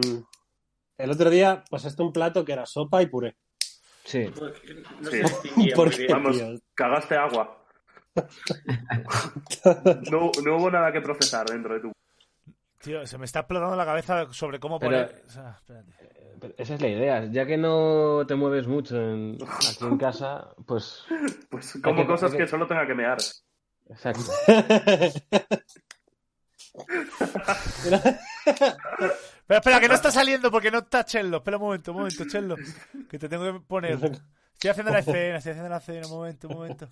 G: el otro día pasaste un plato que era sopa y puré.
R: Sí.
D: No se
E: Sí.
D: distinguía muy
G: *laughs* ¿Por
D: bien.
G: qué,
E: Vamos,
G: tío?
E: cagaste
G: *laughs*
E: agua. No, no hubo nada que procesar dentro de tu...
A: Tío, se me está explotando la cabeza sobre cómo
R: Pero-
A: poner. o sea, espérate.
R: Pero esa es la idea. Ya que no te mueves mucho en- aquí en casa, pues.
E: Pues
R: hay
E: como
R: que-
E: cosas
R: hay
E: que solo tenga que mear.
R: Exacto.
A: Espera, espera, que
D: *laughs*
A: no está saliendo porque no está Chello. Espera un momento, un momento, Chello. Que te tengo que poner. Estoy haciendo la escena, estoy haciendo la escena. Un momento, un momento.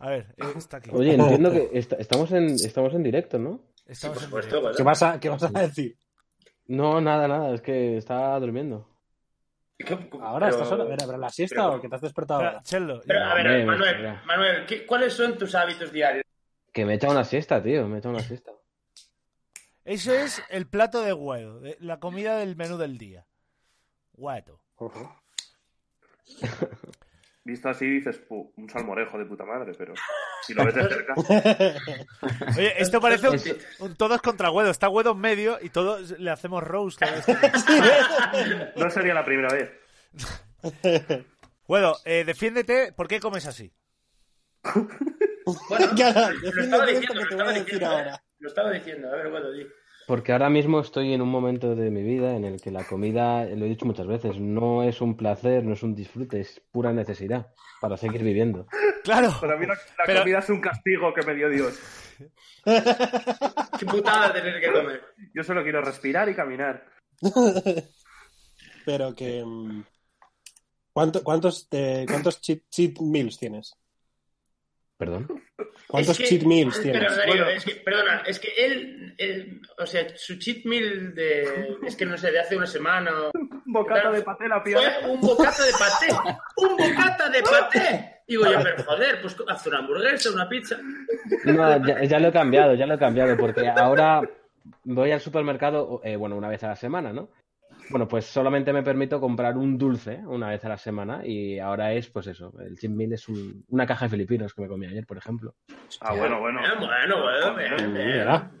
A: A ver, eh, está aquí.
R: Oye, entiendo que est- estamos, en, estamos en directo, ¿no?
A: Estamos en
D: supuesto,
A: directo.
G: ¿Qué vas, a, qué vas a decir?
R: No, nada, nada, es que estaba durmiendo.
G: Ahora,
R: Pero-
G: estás sola. A ver, ¿habrá la siesta
D: pero-
G: o que te has despertado
D: Espera,
G: ahora? *laughs*
D: Pero, a ver,
R: Hombre,
D: Manuel,
R: mira.
D: Manuel, ¿qué- ¿cuáles son tus hábitos diarios?
R: Que me he echado una siesta, tío, me he echado una siesta.
A: Eso es el plato de huevo, de- la comida del menú del día. Guato.
E: Visto así dices, "Pu, un salmorejo de puta madre, pero si lo ves de
G: *laughs*
E: cerca...
A: Oye, esto parece un, un todos contra huevo. Está huevo en medio y todos le
D: *laughs*
A: hacemos roast. cada vez que-
E: No sería la primera vez.
A: Guedo, eh, defiéndete. ¿Por qué comes así?
D: Lo estaba diciendo, lo estaba diciendo. ¿eh? Lo estaba diciendo. A ver, Guado, di.
R: Porque ahora mismo estoy en un momento de mi vida en el que la comida, lo he dicho muchas veces, no es un placer, no es un disfrute, es pura necesidad para seguir viviendo.
A: Claro.
E: Para mí la, la comida es un castigo que me dio Dios.
D: Qué putada tener que comer.
E: Yo solo quiero respirar y caminar.
G: Pero que. mm, ¿cuánto- ¿Cuántos, eh, cuántos cheat, cheat meals tienes?
R: ¿Perdón?
D: Es
G: ¿Cuántos
D: que-
G: cheat meals
D: espera,
G: tienes?
D: Darío, eh, es que- perdona, es que él, él- o sea, su cheat meal de, es que no sé, de hace una semana. Un
E: bocata de paté la piel.
D: Fue un bocata de paté, un bocata de paté. Digo yo, pero joder, pues haz una hamburguesa, una pizza.
R: No, ya, ya lo he cambiado, ya lo he cambiado, porque ahora voy al supermercado, eh, bueno, una vez a la semana, ¿no? Bueno, pues solamente me permito comprar un dulce una vez a la semana y ahora es, pues eso, el cheat meal es un- una caja de filipinos que me comí ayer, por ejemplo.
E: Ah, bueno, bueno.
D: Bueno, bueno, bien, bien.
R: Mira,
G: *laughs*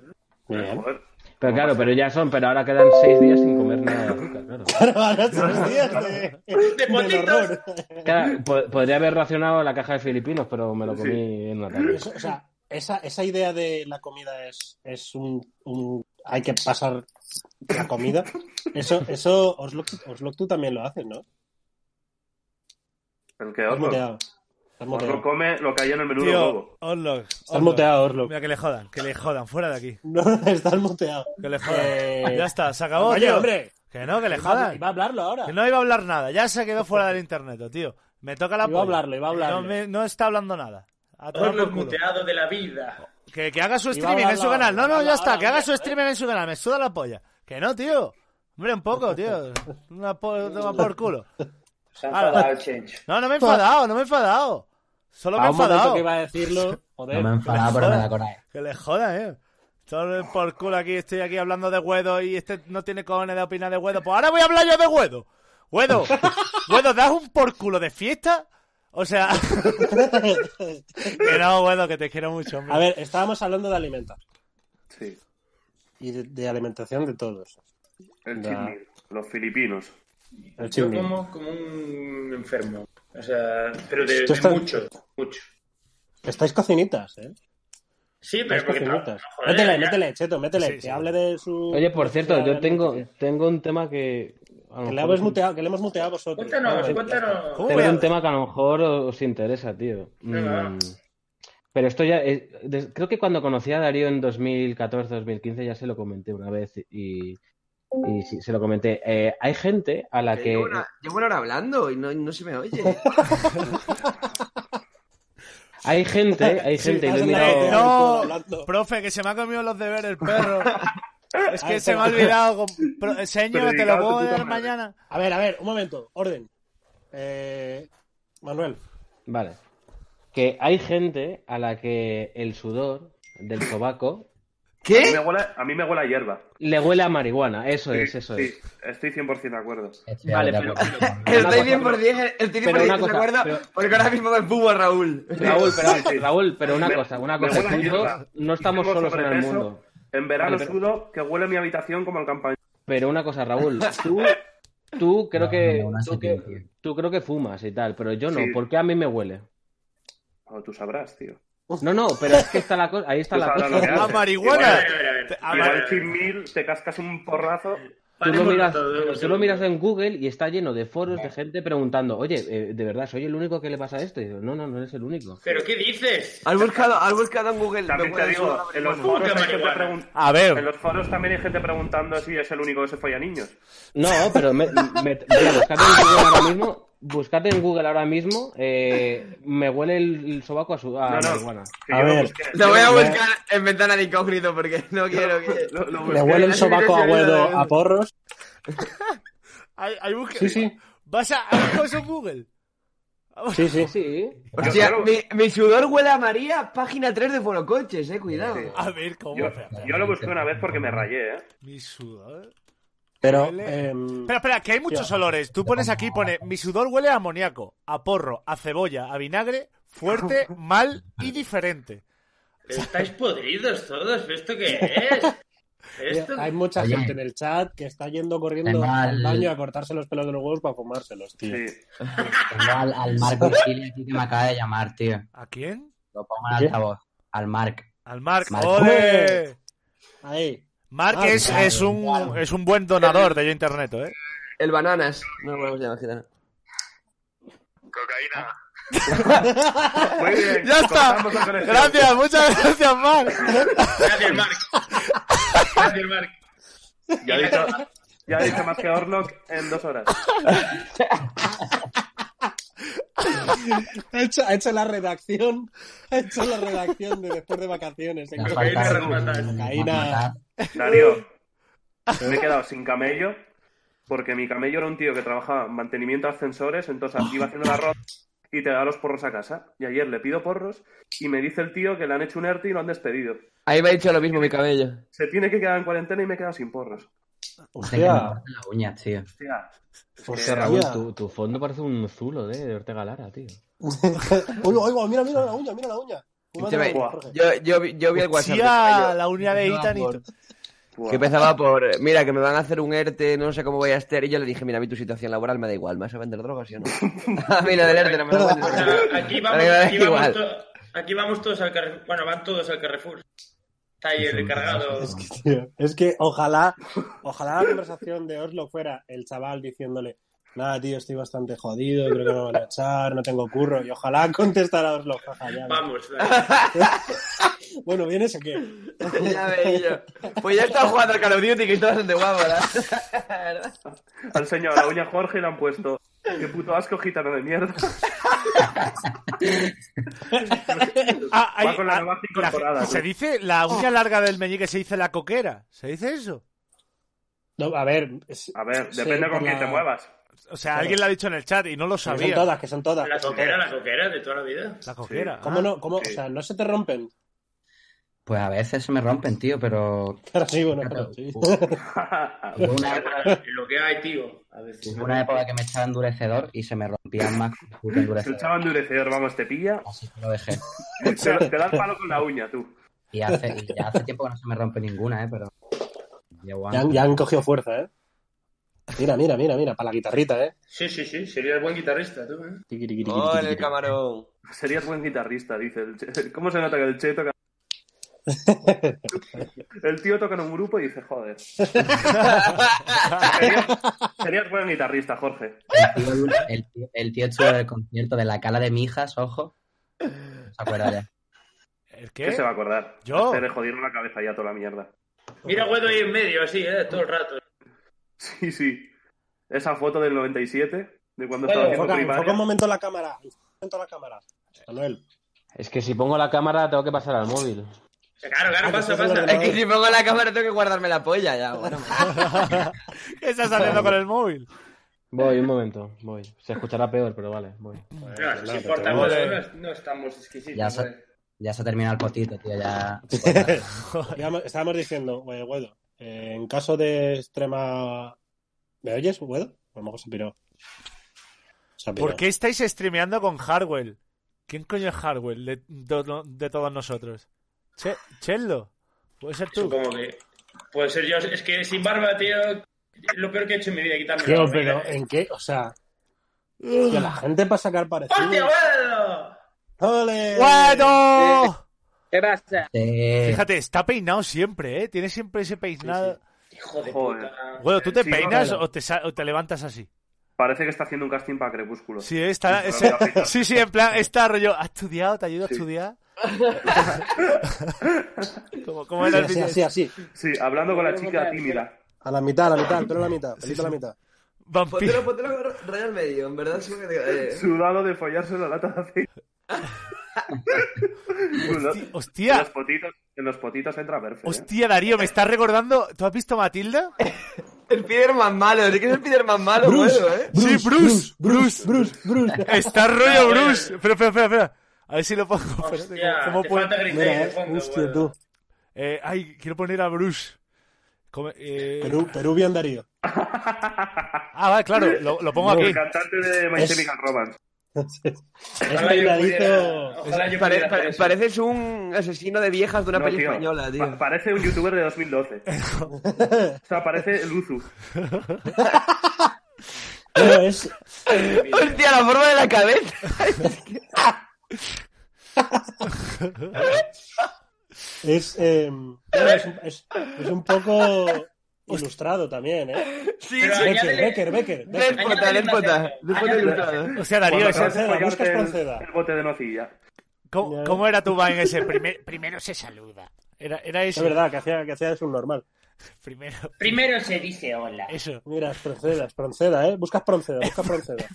E: mira.
R: Pero claro, pero ya son, pero ahora quedan seis días sin comer nada de azúcar, claro.
D: *laughs* De potitos.
R: Claro, po- podría haber racionado la caja de filipinos, pero me lo
G: Sí.
R: comí en una tarde.
G: Eso, o sea, esa, esa idea de la comida es, es un, un- Hay que pasar la comida. Eso, eso Oslock, Oslock tú también lo haces, ¿no?
E: El que
G: Estás
E: Oslo.
G: muteado. Estás
E: Oslo
G: muteado.
E: come lo que hay en el menú de
A: Tío,
E: huevo.
A: Orlok. Estás
G: muteado, Orlok.
A: Mira que le jodan, que le jodan, fuera de aquí.
G: No, no, *laughs* estás muteado.
A: Que le jodan.
G: Eh,
A: Ya está, se acabó,
G: Oye,
A: tío.
G: hombre.
A: Que no, que le
G: Iba a-
A: jodan.
G: iba a hablarlo ahora.
A: Que no iba a hablar nada, ya se quedó fuera del internet, tío. Me toca
G: Iba
A: la
G: a
A: polla.
G: hablarlo, iba a hablarlo.
A: No, me- no está hablando nada. A tomar
D: Pueblo
A: por culo.
D: muteado de la vida.
A: Que, que haga su
D: Iba a
A: streaming en su
D: hablarlo,
A: canal. No, no,
D: habla-
A: ya está,
D: habla
A: que haga
D: bien,
G: ¿eh?
A: su streaming en su canal. Me suda la polla. Que no, tío. Hombre, un poco, tío. Una po- toma por culo.
I: Se ha
A: Ah, no.
I: enfadado, Chencho.
A: No, no me he enfadado, no me he enfadado. Solo me
G: Ah,
A: he
I: A un momento
A: enfadado.
I: que iba a decirlo,
A: joder.
F: Pues,
S: No me he enfadado, pero me da coraje.
A: Que le joda, eh. Solo por culo aquí, estoy aquí hablando de Guedo y este no tiene cojones de opinar de Guedo. Pues ahora voy a hablar yo de Guedo.
G: *laughs*
A: Guedo, Guedo, ¿das un por culo de fiesta? O sea... que no, Guedo, que te quiero mucho, hombre.
G: A ver, estábamos hablando de alimentación.
E: Sí.
G: Y de, de alimentación de todos.
E: El
G: Ya.
E: chimnil, los filipinos.
G: El
D: Yo
G: chimnil.
D: como como un enfermo. O sea, pero de,
G: Tú
D: de
G: estás-
D: mucho, mucho.
G: Estáis cocinitas, ¿eh?
D: Sí, pero
G: Estáis
D: porque...
G: cocinitas.
D: no, joder,
G: métele,
D: ya.
G: métele, Cheto, métele.
D: Sí,
G: que
D: sí.
G: hable de su...
F: Oye, por cierto,
G: de la-
F: yo tengo, tengo un tema que. a
G: Que
F: lo
G: le
F: mejor-
G: habéis muteado, que le hemos muteado a vosotros.
D: Cuéntanos,
G: Vale,
D: cuéntanos.
F: Tengo un tema que a lo mejor os interesa, tío.
D: Venga.
F: Mm, Pero esto ya. eh, des- creo que cuando conocí a Darío en 2014-2015 ya se lo comenté una vez y. y sí, se lo comenté. Eh, hay gente *laughs* a la que.
B: Llevo una, llevo una hora hablando y no, no se me oye.
F: *laughs*
D: *laughs*
F: Hay gente, hay
A: Sí,
F: gente. y lo he
A: hazle-
F: mirado-
A: No, profe, que se me ha comido los deberes
G: *laughs*
A: el perro. Es que
G: Ay,
A: se me ha
G: perdón.
A: olvidado. con- Pro- Señor, te lo
G: Predicado tu
A: puedo
G: puta madre.
A: dar mañana.
G: A ver, a ver, un momento, orden. Eh, Manuel.
F: Vale. Que hay gente a la que el sudor del sobaco
E: A
F: ¿Eh?
E: mí me huele, a, mí me huele a hierba.
F: le huele a marihuana. Eso
D: Pues
F: es, eso
E: Sí,
F: es.
E: estoy 100% de acuerdo.
F: Vale, pero.
B: Estoy 100%, estoy
F: Pero
B: 100%
F: una
B: de
F: cosa,
B: acuerdo
F: pero-
B: porque ahora mismo me fútbol, Raúl.
F: Raúl, pero, Raúl, pero una
E: Me-
F: cosa, una
E: me
F: cosa.
E: huele a
F: tú y yo
E: hierba.
F: no estamos
E: Tengo
F: solos en el
E: sobrepeso,
F: mundo.
E: En verano
F: Vale, pero-
E: sudo que huele mi habitación como el campañón.
F: Pero una cosa, Raúl, tú, tú creo que, tú, que tú creo que fumas y tal, pero yo no.
E: Sí.
F: ¿Por qué a mí me huele?
E: O tú sabrás, tío.
F: No, no, pero es que está la cosa, ahí está
E: Tú
F: la
E: sabrás
F: cosa.
E: lo que haces. Igual- Igual
F: ver.
E: chimil, te cascas un porrazo.
F: Tú lo, miras, tú lo miras en Google y está lleno de foros de gente preguntando, oye, eh, de verdad, ¿soy el único que le pasa esto? Y digo, no, no, no eres el único.
D: ¿Pero qué dices?
B: Has buscado, has buscado en Google.
E: También
B: me
E: te
B: huele
E: digo,
B: sudor a
E: en los,
B: marihuana.
E: foros hay gente pregun-
A: A ver.
E: en los foros también hay gente preguntando si es el único que se folla niños.
F: No, pero me, me- mira, buscate en Google ahora mismo, buscate en Google ahora mismo, eh, me huele el, el sobaco a, su, a
B: No, no,
F: marihuana.
B: que yo A lo ver.
E: eh,
B: busqué. Lo voy a buscar en ventana de incógnito porque no quiero que.
D: Pues
G: Le huele el sobaco a huevo a porros.
A: Hay, hay busque-
G: Sí, sí.
A: ¿Vas a, a buscar eso en Google?
D: Oh,
G: Sí, sí.
B: O sea, mi, mi sudor huele a María, página 3 de Forocoches, eh, cuidado.
A: A ver, ¿cómo?
E: Yo, yo lo busqué una vez porque me rayé, ¿eh?
A: Mi sudor.
G: Pero,
A: Huele-
G: em,
A: Espera, espera, que hay muchos olores. Tú pones aquí, pone, mi sudor huele a amoníaco, a porro, a cebolla, a vinagre, fuerte, mal y diferente.
D: Pero estáis podridos todos, ¿pero esto qué es?
G: Mira,
D: ¿Esto?
G: Hay mucha
D: Oye.
G: gente en el chat que está yendo corriendo
S: Tengo
G: al
S: al-
G: baño a cortarse los pelos de los huevos para fumárselos, tío.
S: Tengo al, al
F: *laughs*
S: Marco Chile aquí que me acaba de llamar, tío.
A: ¿A quién?
S: Lo pongo en altavoz. Al Marc.
A: Al Marc,
S: Marc.
A: ¡Ole!
G: Ahí. *laughs*
A: Marc
S: Ah,
A: es,
S: claro,
A: es un, es un buen donador de yo internet, ¿eh?
B: El bananas. No lo podemos llamar gitano.
E: Muy bien,
A: *laughs* ya está.
E: cortamos la conexión.
A: Gracias, muchas gracias, Marc.
D: Gracias, Marc. Gracias, Marc.
E: Ya he dicho, ya he dicho más que Orlok en dos horas.
G: Ha hecho, ha hecho la redacción. Ha hecho la redacción de después de vacaciones. eh, En
E: La
G: cocaína
E: falta-
G: rematar. Cocaína.
E: Darío, me he quedado sin camello porque mi camello era un tío que trabajaba en mantenimiento de ascensores, entonces iba haciendo la ronda y te da los porros a casa. Y ayer le pido porros y me dice el tío que le han hecho un ERTE y lo han despedido.
B: Ahí me ha dicho lo mismo mi cabello.
E: Se tiene que quedar en cuarentena y me he quedado sin porros.
S: Hostia. que me corten las uñas, tío.
E: Hostia.
A: Pues
F: Hostia,
E: *laughs*
F: Raúl, tu, tu fondo parece un zulo eh, de de Ortega Lara, tío.
G: Oigo, oigo, mira, mira la uña, mira la uña. Fumando
B: Escúchame,
G: la uña, Jorge.
B: yo, yo, vi- yo vi el WhatsApp. de
A: Hostia,
B: Camello,
A: la unidad de
B: No,
A: Itanito.
B: Que empezaba por, mira, que me van a hacer un ERTE, no sé cómo voy a estar. Y yo le dije, mira, a mí tu situación laboral me da igual, ¿me vas a vender drogas sí o no? a mí lo del ERTE no me lo
D: O
B: vendes.
D: sea, aquí vamos,
B: Me da
D: aquí vamos
B: igual.
D: to- aquí vamos todos al Carrefour. Bueno, van todos al Carrefour. Está ahí el cargado.
G: Tío, *laughs* es que ojalá, ojalá la conversación de Oslo fuera el chaval diciéndole, nada, tío, estoy bastante jodido, creo que me van a echar, no tengo curro, y ojalá contestara Oslo, jaja, ya.
D: Vamos.
G: Bueno, ¿vienes o qué?
B: *laughs* Ya veis yo. Pues ya estaba jugando al Call of Duty, que está bastante guapo, ¿verdad?
E: Han enseñado la uña a Jorge y le han puesto. Qué puto asco, gitano de mierda.
A: Ah,
E: Va
A: hay-
E: con la
A: ah,
E: navaja
A: la-
E: incorporada.
A: se dice la uña larga del meñique, se dice la coquera. ¿Se dice eso?
G: No, a ver.
E: A ver,
G: Sí,
E: depende
G: por
E: con quién
G: la-
E: te muevas. *laughs*
A: O sea, alguien lo ha dicho en el chat y no lo
G: Que
A: sabía.
G: son todas, que son todas.
D: La coquera, la coquera de toda la vida.
A: La
D: coquera,
G: ¿Cómo
D: ah,
G: no? ¿Cómo? O sea, no se te rompen. *laughs*
F: Pues a veces se me rompen, tío, pero.
G: Pero sí, bueno, pero sí.
F: Hubo una época,
D: Lo que hay, tío. A veces.
F: hubo una época que me echaba endurecedor y se me rompían más que el puto
E: Se
F: endurecedor.
E: echaba endurecedor, vamos, te pilla.
F: Lo dejé.
E: Te, te das palo con la uña, tú.
F: Y hace, y ya hace tiempo que no se me rompe ninguna, ¿eh? Pero. Llevo
G: *laughs* Ya,
F: años.
G: han- ya han cogido fuerza, ¿eh? Mira, mira, mira, mira, para la guitarrita, ¿eh?
D: Sí, sí, sí. Serías buen guitarrista, tú. ¿eh?
G: Oh, en el
E: camarón. Serías buen guitarrista, dice. el Che. ¿Cómo se nota que el Che
G: *laughs*
E: toca? El tío toca en un grupo y dice, joder.
G: *laughs*
E: serías, serías buen guitarrista, Jorge.
F: El tío, el tío- el tío estuvo en el concierto de la cala de Mijas, ojo. No se acuerda ya.
A: ¿Qué?
G: ¿Eh?
E: se va a acordar?
G: Oh.
A: Yo.
E: Te le jodieron la cabeza ya toda la mierda. *laughs*
D: Mira, Guedo ahí en medio, así, ¿eh? Todo el rato.
E: Sí, sí. Esa foto del 97, de cuando estaba
G: Bueno,
E: haciendo
G: enfoca, enfoca
E: primaria.
G: un momento la cámara. Enfoca un momento la cámara.
A: *laughs*
G: Manuel.
R: Es que si pongo la cámara tengo que pasar al móvil.
D: Claro, claro, pasa, pasa.
I: Es que si pongo la cámara tengo que guardarme la polla ya, bueno.
A: ¿Qué estás haciendo con el móvil?
R: Voy, un momento, voy. Se escuchará peor, pero vale, voy.
D: No, si importamos, no, es- no estamos exquisitos.
F: Ya
D: ¿eh?
F: se, ya se ha terminado el potito, tío.
G: *laughs*
F: Ya.
G: Digamos, Estábamos diciendo, eh, Guedo, eh, en caso de extrema. ¿Me oyes, Guedo? A lo mejor se piró. Se piró.
A: ¿Por qué estáis streameando con Hardwell? ¿Quién coño es Hardwell de, de- de todos nosotros? Che, Chello, puede ser tú.
D: Supongo que. Puede ser yo. Es que sin barba, tío. Lo peor que he hecho en mi vida es quitarme la
G: Tío,
D: barba.
G: pero ¿en qué? Eh, O sea. tío, la gente para sacar
D: ¡Hostia,
G: parecido.
D: Guedo!
G: ¡Ole!
A: ¡Bueno!
D: ¿Qué pasa?
A: Fíjate, está peinado siempre, ¿eh? Tiene siempre ese peinado.
D: Hijo de
E: Joder.
D: puta.
A: Bueno, ¿tú te
E: Sí,
A: peinas
E: claro.
A: o te, sa- o te levantas así?
E: Parece que está haciendo un casting para Crepúsculo.
A: Sí, está,
E: Pero
A: ese-
E: la fecha.
A: sí, sí, en plan, está rollo, ¿has estudiado? ¿Te ayudo a estudiar? ¿Cómo, cómo era el
G: Así,
A: vídeo?
G: así, así.
E: Sí, hablando con la chica tímida.
G: A la mitad, a la mitad, pero a la mitad. pelito
E: sí.
G: a la mitad.
I: Póntelo, póntelo raya al medio, en verdad. supongo que te- eh,
E: Sudado de follarse la lata de aceite.
A: hostia.
E: En los potitos, en los potitos entra ¿eh? perfecto.
A: Hostia, Darío, me estás recordando. ¿Tú has visto Matilda?
I: El Peter más malo, sí que es el Peter más malo,
A: Bruce,
I: bueno, eh.
A: Sí, Bruce, Bruce, Bruce, *laughs*
G: Bruce.
D: *laughs*
A: Está rollo Bruce. Espera, espera, espera, espera. A ver si lo pongo. Espérate,
D: Hostia,
A: ¿cómo- cómo
D: te
A: puedo?
D: falta Green Day Mira, de eh, fondo, hostia,
G: Hostia, tú.
A: Eh, ay, quiero poner a Bruce. Come- eh,
G: Perú, Peruvian Darío.
A: Ah, vale, claro, lo, lo pongo
G: Bruce.
A: aquí.
E: El cantante de My
G: Es-
E: Chemical Romance.
G: Es
D: yo
G: peinadito.
D: pudiera- ojalá yo pudiera
I: Pare- pare-
D: hacer eso.
I: pareces un asesino de viejas de una
E: No,
I: peli
E: tío.
I: española, tío.
E: Pa- parece un youtuber de 2012. o sea, parece el Uzu.
G: Pero es.
I: *laughs* Hostia, la forma de la cabeza.
G: Es, eh, bueno, es, un- es, es un poco ilustrado también, ¿eh?
I: Sí,
D: Pero
G: Becker,
D: añádele-
G: Becker, Becker, Becker.
I: Déspota,
D: Añádele más
I: déspota.
D: gente.
I: Déspota
D: Añádele-
I: ilustrado.
A: O sea, Darío,
E: Cuando
A: ese-
E: acabas de
G: Franceda,
E: follarte
G: buscas
E: el-
G: Franceda.
E: El bote de nocilla.
A: ¿cómo,
G: Ya.
A: cómo era tu va en ese? Primer- primero se saluda. Era, era
G: Es
A: ese.
G: verdad, que hacía, que hacía es un normal.
A: Primero,
D: Primero se dice hola.
A: eso.
G: Mira, es Franceda, es Franceda, ¿eh? Buscas Franceda, buscas
A: *laughs*
G: Franceda.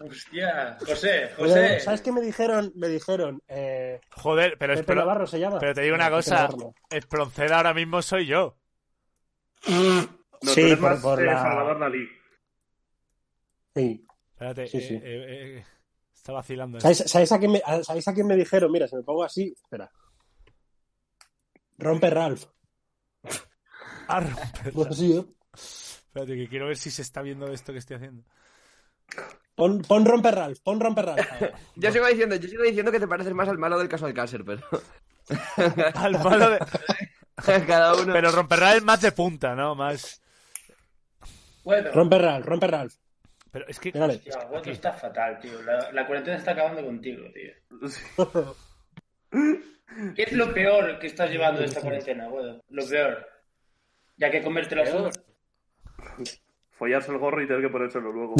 D: Hostia, José,
A: Pues,
G: Oye,
A: eh,
D: José.
G: ¿Sabes qué me dijeron? Me dijeron. Eh,
A: Joder, pero, es-
G: Pepe
A: pues, pero,
G: Navarro se llama.
A: pero te digo una
G: Pepe
A: cosa.
G: Navarro.
A: Espronceda ahora mismo soy yo.
E: No, tú
G: Sí,
E: eres
G: por-
E: más,
G: por
E: eh,
G: la-
E: Salvador Dalí.
G: Sí.
A: Espérate,
G: Sí,
A: eh,
G: sí.
A: eh, eh, está vacilando.
G: ¿Sabéis, sabéis a quién me, a- ¿Sabéis a quién me dijeron? Mira, si me pongo así. Espera. Rompe Ralph.
A: Ah, romper.
G: Pues sí, ¿eh?
A: Espérate, que quiero ver si se está viendo esto que estoy haciendo.
G: Pon, pon Rompe Ralph, pon Rompe Ralph.
I: Yo sigo diciendo, yo sigo diciendo que te pareces más al malo del caso Alcácer, pero. *laughs*
A: Al
G: *laughs*
A: malo de...
I: Cada uno.
A: Pero romperá el más de punta, ¿no? Más...
D: Bueno,
G: Rompe Ralph, Rompe Ralph.
A: Pero es que...
G: Mírale.
D: Hostia, Guedo está fatal, tío. La, la cuarentena está acabando contigo, tío. ¿Qué es lo peor que estás llevando de esta cuarentena, Guedo? Lo peor. Ya que comértelo solo.
E: Follarse el gorro y tener que ponérselo
G: *laughs*
E: luego.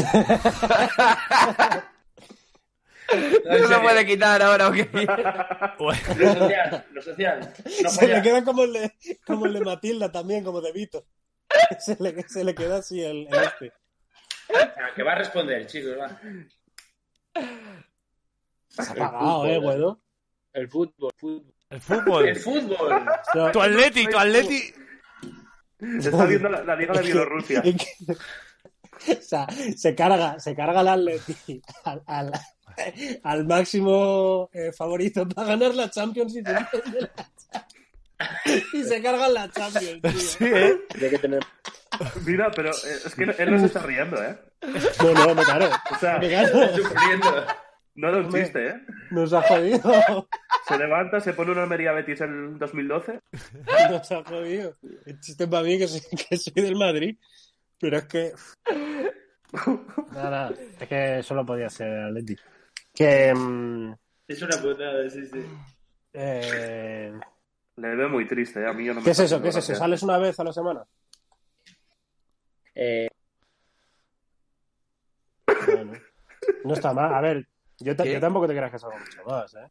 I: No se puede quitar ahora, ok.
D: Lo social, lo social. No
G: Se le
D: follar.
G: queda como el de, como el de Matilda también, como de Vito. *laughs* Se le, se le queda así el, el este.
D: Ah, Que va a responder, chicos, va.
G: Se ha apagado, eh, bueno.
R: El fútbol, fútbol.
A: El fútbol.
D: El fútbol.
G: Yo-
A: Tu atleti, tu atleti.
E: Se está viendo la, la Liga de Bielorrusia.
G: Es que- O sea, se carga, se carga al Atleti al, al, al máximo eh, favorito para ganar la Champions y, se mete la- y se cargan la Champions, tío.
E: Mira, pero eh,
G: *laughs*
E: es que él no se está riendo, ¿eh?
G: No, no, me caro.
E: O sea,
G: Me caro.
E: está sufriendo. No era un chiste, ¿eh?
G: Nos ha jodido.
E: Se levanta, se pone una Almería Betis el 2012.
G: *laughs* Nos ha jodido. El chiste para mí que soy, *laughs* que soy del Madrid. Pero es que. Nada, es que solo podía ser Atleti. Que. mm,
D: Es una putada, sí, sí.
G: eh,
E: Le veo muy triste, ¿eh? A mí yo no me
G: ¿Qué es
E: está
G: eso?
E: haciendo
G: ¿Qué es eso?
E: gracia.
G: ¿Sales una vez a la semana? Bueno, no está mal. A ver, yo, ta- yo tampoco te creas que salgo mucho más, ¿eh?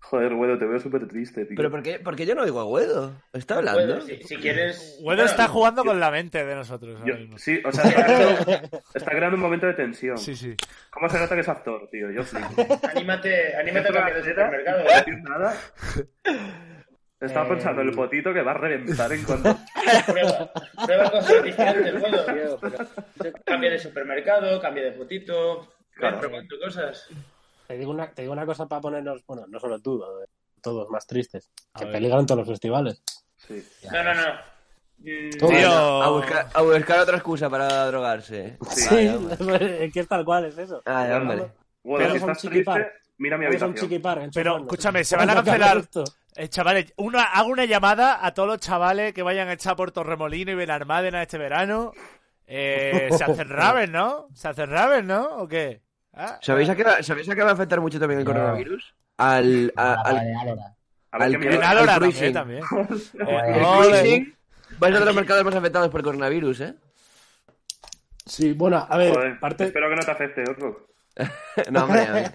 E: Joder, Guedo, te veo súper triste, tío.
B: ¿Pero por qué, por qué yo no oigo a Guedo? ¿Está hablando?
E: Guedo,
D: Si, si quieres.
A: Guedo está jugando con la mente de nosotros. ahora
E: Yo-
A: mismo.
E: sí, o sea, está
G: *laughs*
E: creando, está creando un momento de tensión.
A: Sí, sí.
E: ¿Cómo se nota que es actor, tío? Yo flipo.
D: Anímate, anímate a
E: Entra
D: cambiar de
E: la
D: supermercado.
E: No decir nada. Estaba
D: Eh,
E: pensando el potito que va a reventar en
G: *laughs*
E: cuanto.
D: Prueba, prueba cosas distintas, bueno, tío, pero- Cambia de supermercado, cambia de fotito. ven
G: Claro.
D: probando cosas.
G: Te digo una, te digo una cosa para ponernos, bueno, no solo tú, eh, todos más tristes. Que
D: ver.
G: peligran todos los festivales.
D: No, no, no. Mm,
B: A buscar, a buscar otra excusa para drogarse.
G: Sí, *laughs* es que es tal cual, es eso.
B: Ay, hombre.
E: Bueno, si estás triste, mira mi
G: Vamos a un
E: habitación.
A: Pero escúchame, se van a cancelar. Eh, chavales, una, hago una llamada a todos los chavales que vayan a echar por Torremolino y Benalmádena este verano. Eh, se
B: *laughs*
A: hacen rabes, ¿no? ¿Se hacen rabes, no? ¿O qué? Ah,
B: ¿Sabéis a qué va, sabéis a qué va a afectar mucho también el coronavirus? Al.
G: Ah,
B: a- al
E: A
A: ver
B: al,
A: qué
B: cru-
A: mierda.
B: al
A: Benalora
B: cruising. *laughs*
A: eh, también,
B: El cruising va a ser de los mercados más afectados por coronavirus, ¿eh?
G: Sí, bueno, a ver,
E: Joder, Espero que no te afecte, otro.
B: *laughs* no, hombre, a mí,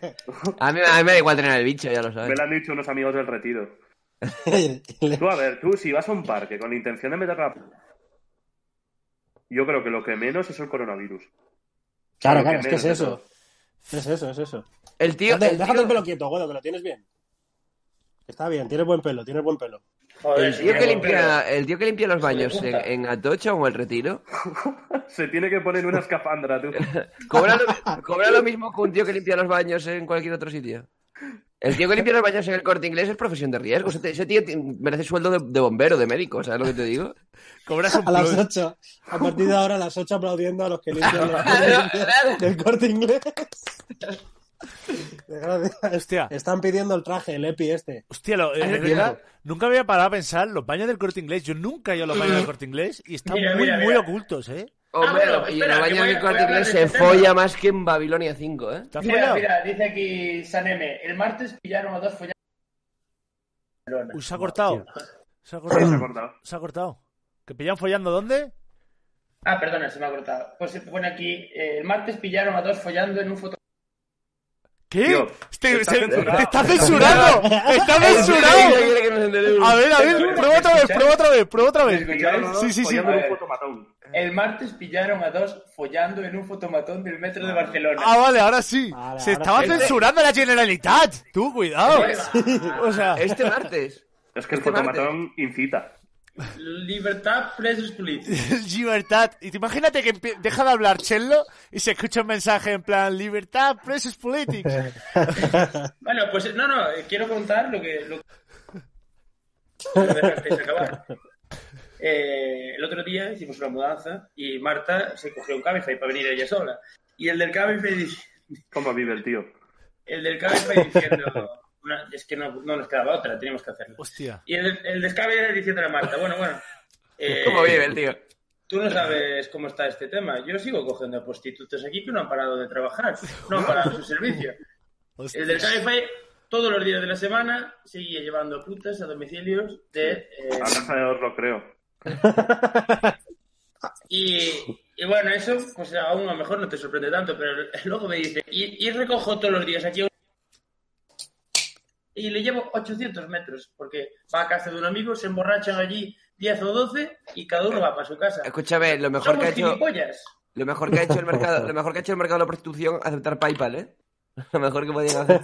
B: a mí- a mí me da igual tener el bicho, ya lo
E: Me
B: sabes.
E: lo han dicho unos amigos del retiro. tú, a ver, tú, si vas a un parque con la intención de meter la... Yo creo que lo que menos es el coronavirus. *laughs*
G: Claro,
E: Lo
G: claro, es que
E: menos
G: es eso. Es eso, es eso.
B: El
G: tío. déjate el pelo quieto, Guedo, que lo tienes bien. Está bien, tienes buen pelo, tienes buen pelo.
B: el, tío que limpia, el tío que limpia los baños en, en Atocha o en el Retiro
E: Se tiene que poner una escafandra, tú.
B: cobra lo, cobra lo mismo que un tío que limpia los baños en cualquier otro sitio. El tío que limpia los baños en el corte inglés es profesión de riesgo. Ese, t- ese tío ti- merece sueldo de, de bombero, de médico, ¿sabes lo que te
D: *laughs*
B: digo?
A: Cobras
G: A las 8. A partir de ahora, a las 8 aplaudiendo a los que limpian los del corte inglés. *laughs* Desgracia. Están pidiendo el traje, el EPI este.
A: Hostia, lo- eh, de verdad, nunca había parado a pensar los baños del corte inglés. Yo nunca he ido a los baños del corte inglés y están
B: Mira,
A: muy,
B: mira,
A: muy
B: mira.
A: ocultos, ¿eh?
B: Hombre,
D: Ah, bueno,
B: y
D: espera,
B: los
D: que voy
B: baños
D: a-
B: del
D: voy a
B: corte
D: hablar
B: inglés
D: de
B: se
D: este tema.
B: folla más que en Babilonia 5, ¿eh?
D: Mira, mira, dice aquí Saneme, el martes pillaron a dos follantes.
A: Uy, se ha cortado. Se ha
D: *clears throat*
A: cortado.
E: Se ha cortado.
A: Se ha cortado. ¿Que pillan follando dónde?
D: Ah, perdona, se me ha cortado. Pues se pone aquí, eh, el martes pillaron a dos follando en un foto.
A: ¿Qué?
D: Tío,
A: te,
D: está
A: se-
D: censurado.
A: te está censurado. Te está censurado.
B: Ella quiere que nos enteremos.
A: A ver, a ver, prueba otra vez, prueba otra vez, prueba otra vez. Sí, sí, sí.
D: A ver. El martes pillaron a dos follando en un fotomatón del metro de Barcelona.
A: Ah, vale, ahora sí. Se
D: ahora
A: estaba
D: sí.
A: censurando la Generalitat. Tú, cuidado.
B: Pues
A: O sea,
B: Este martes.
E: Es que el fotomatón incita.
D: Libertad, presos políticos.
A: *laughs* libertad. Y te imagínate que empie- deja de hablar Chello y se escucha un mensaje en plan libertad, presos
D: *laughs*
A: políticos.
D: Bueno, pues no, no, eh, quiero contar lo que. Lo... lo dejasteis acabar. Eh, el otro día hicimos una mudanza y Marta se cogió un Cabify para venir ella sola. Y el del Cabify dice.
E: ¿Cómo vive el tío?
D: El del Cabify diciendo. "Una- es que no, no nos quedaba otra, teníamos que hacerlo.
A: Hostia.
D: Y el, el del Cabify diciendo a Marta, bueno, bueno. eh,
B: ¿Cómo vive el tío?
D: Tú no sabes cómo está este tema. Yo sigo cogiendo prostitutas aquí que no han parado de trabajar, no han parado su servicio. El del Cabify todos los días de la semana seguía llevando putas a domicilios de... eh,
E: A casa de Orlo, creo.
D: y, y bueno, eso pues aún a lo mejor no te sorprende tanto, pero luego me dice, y, y recojo todos los días aquí a un- y le llevo 800 metros, porque va a casa de un amigo, se emborrachan allí 10 o 12 y cada uno va para su casa.
B: Escúchame, lo mejor
D: Somos
B: que ha hecho.
D: gilipollas.
B: Lo mejor que ha hecho el mercado, lo mejor que ha hecho el mercado de la prostitución, aceptar PayPal, ¿eh? Lo mejor que podían
D: *laughs*
B: hacer.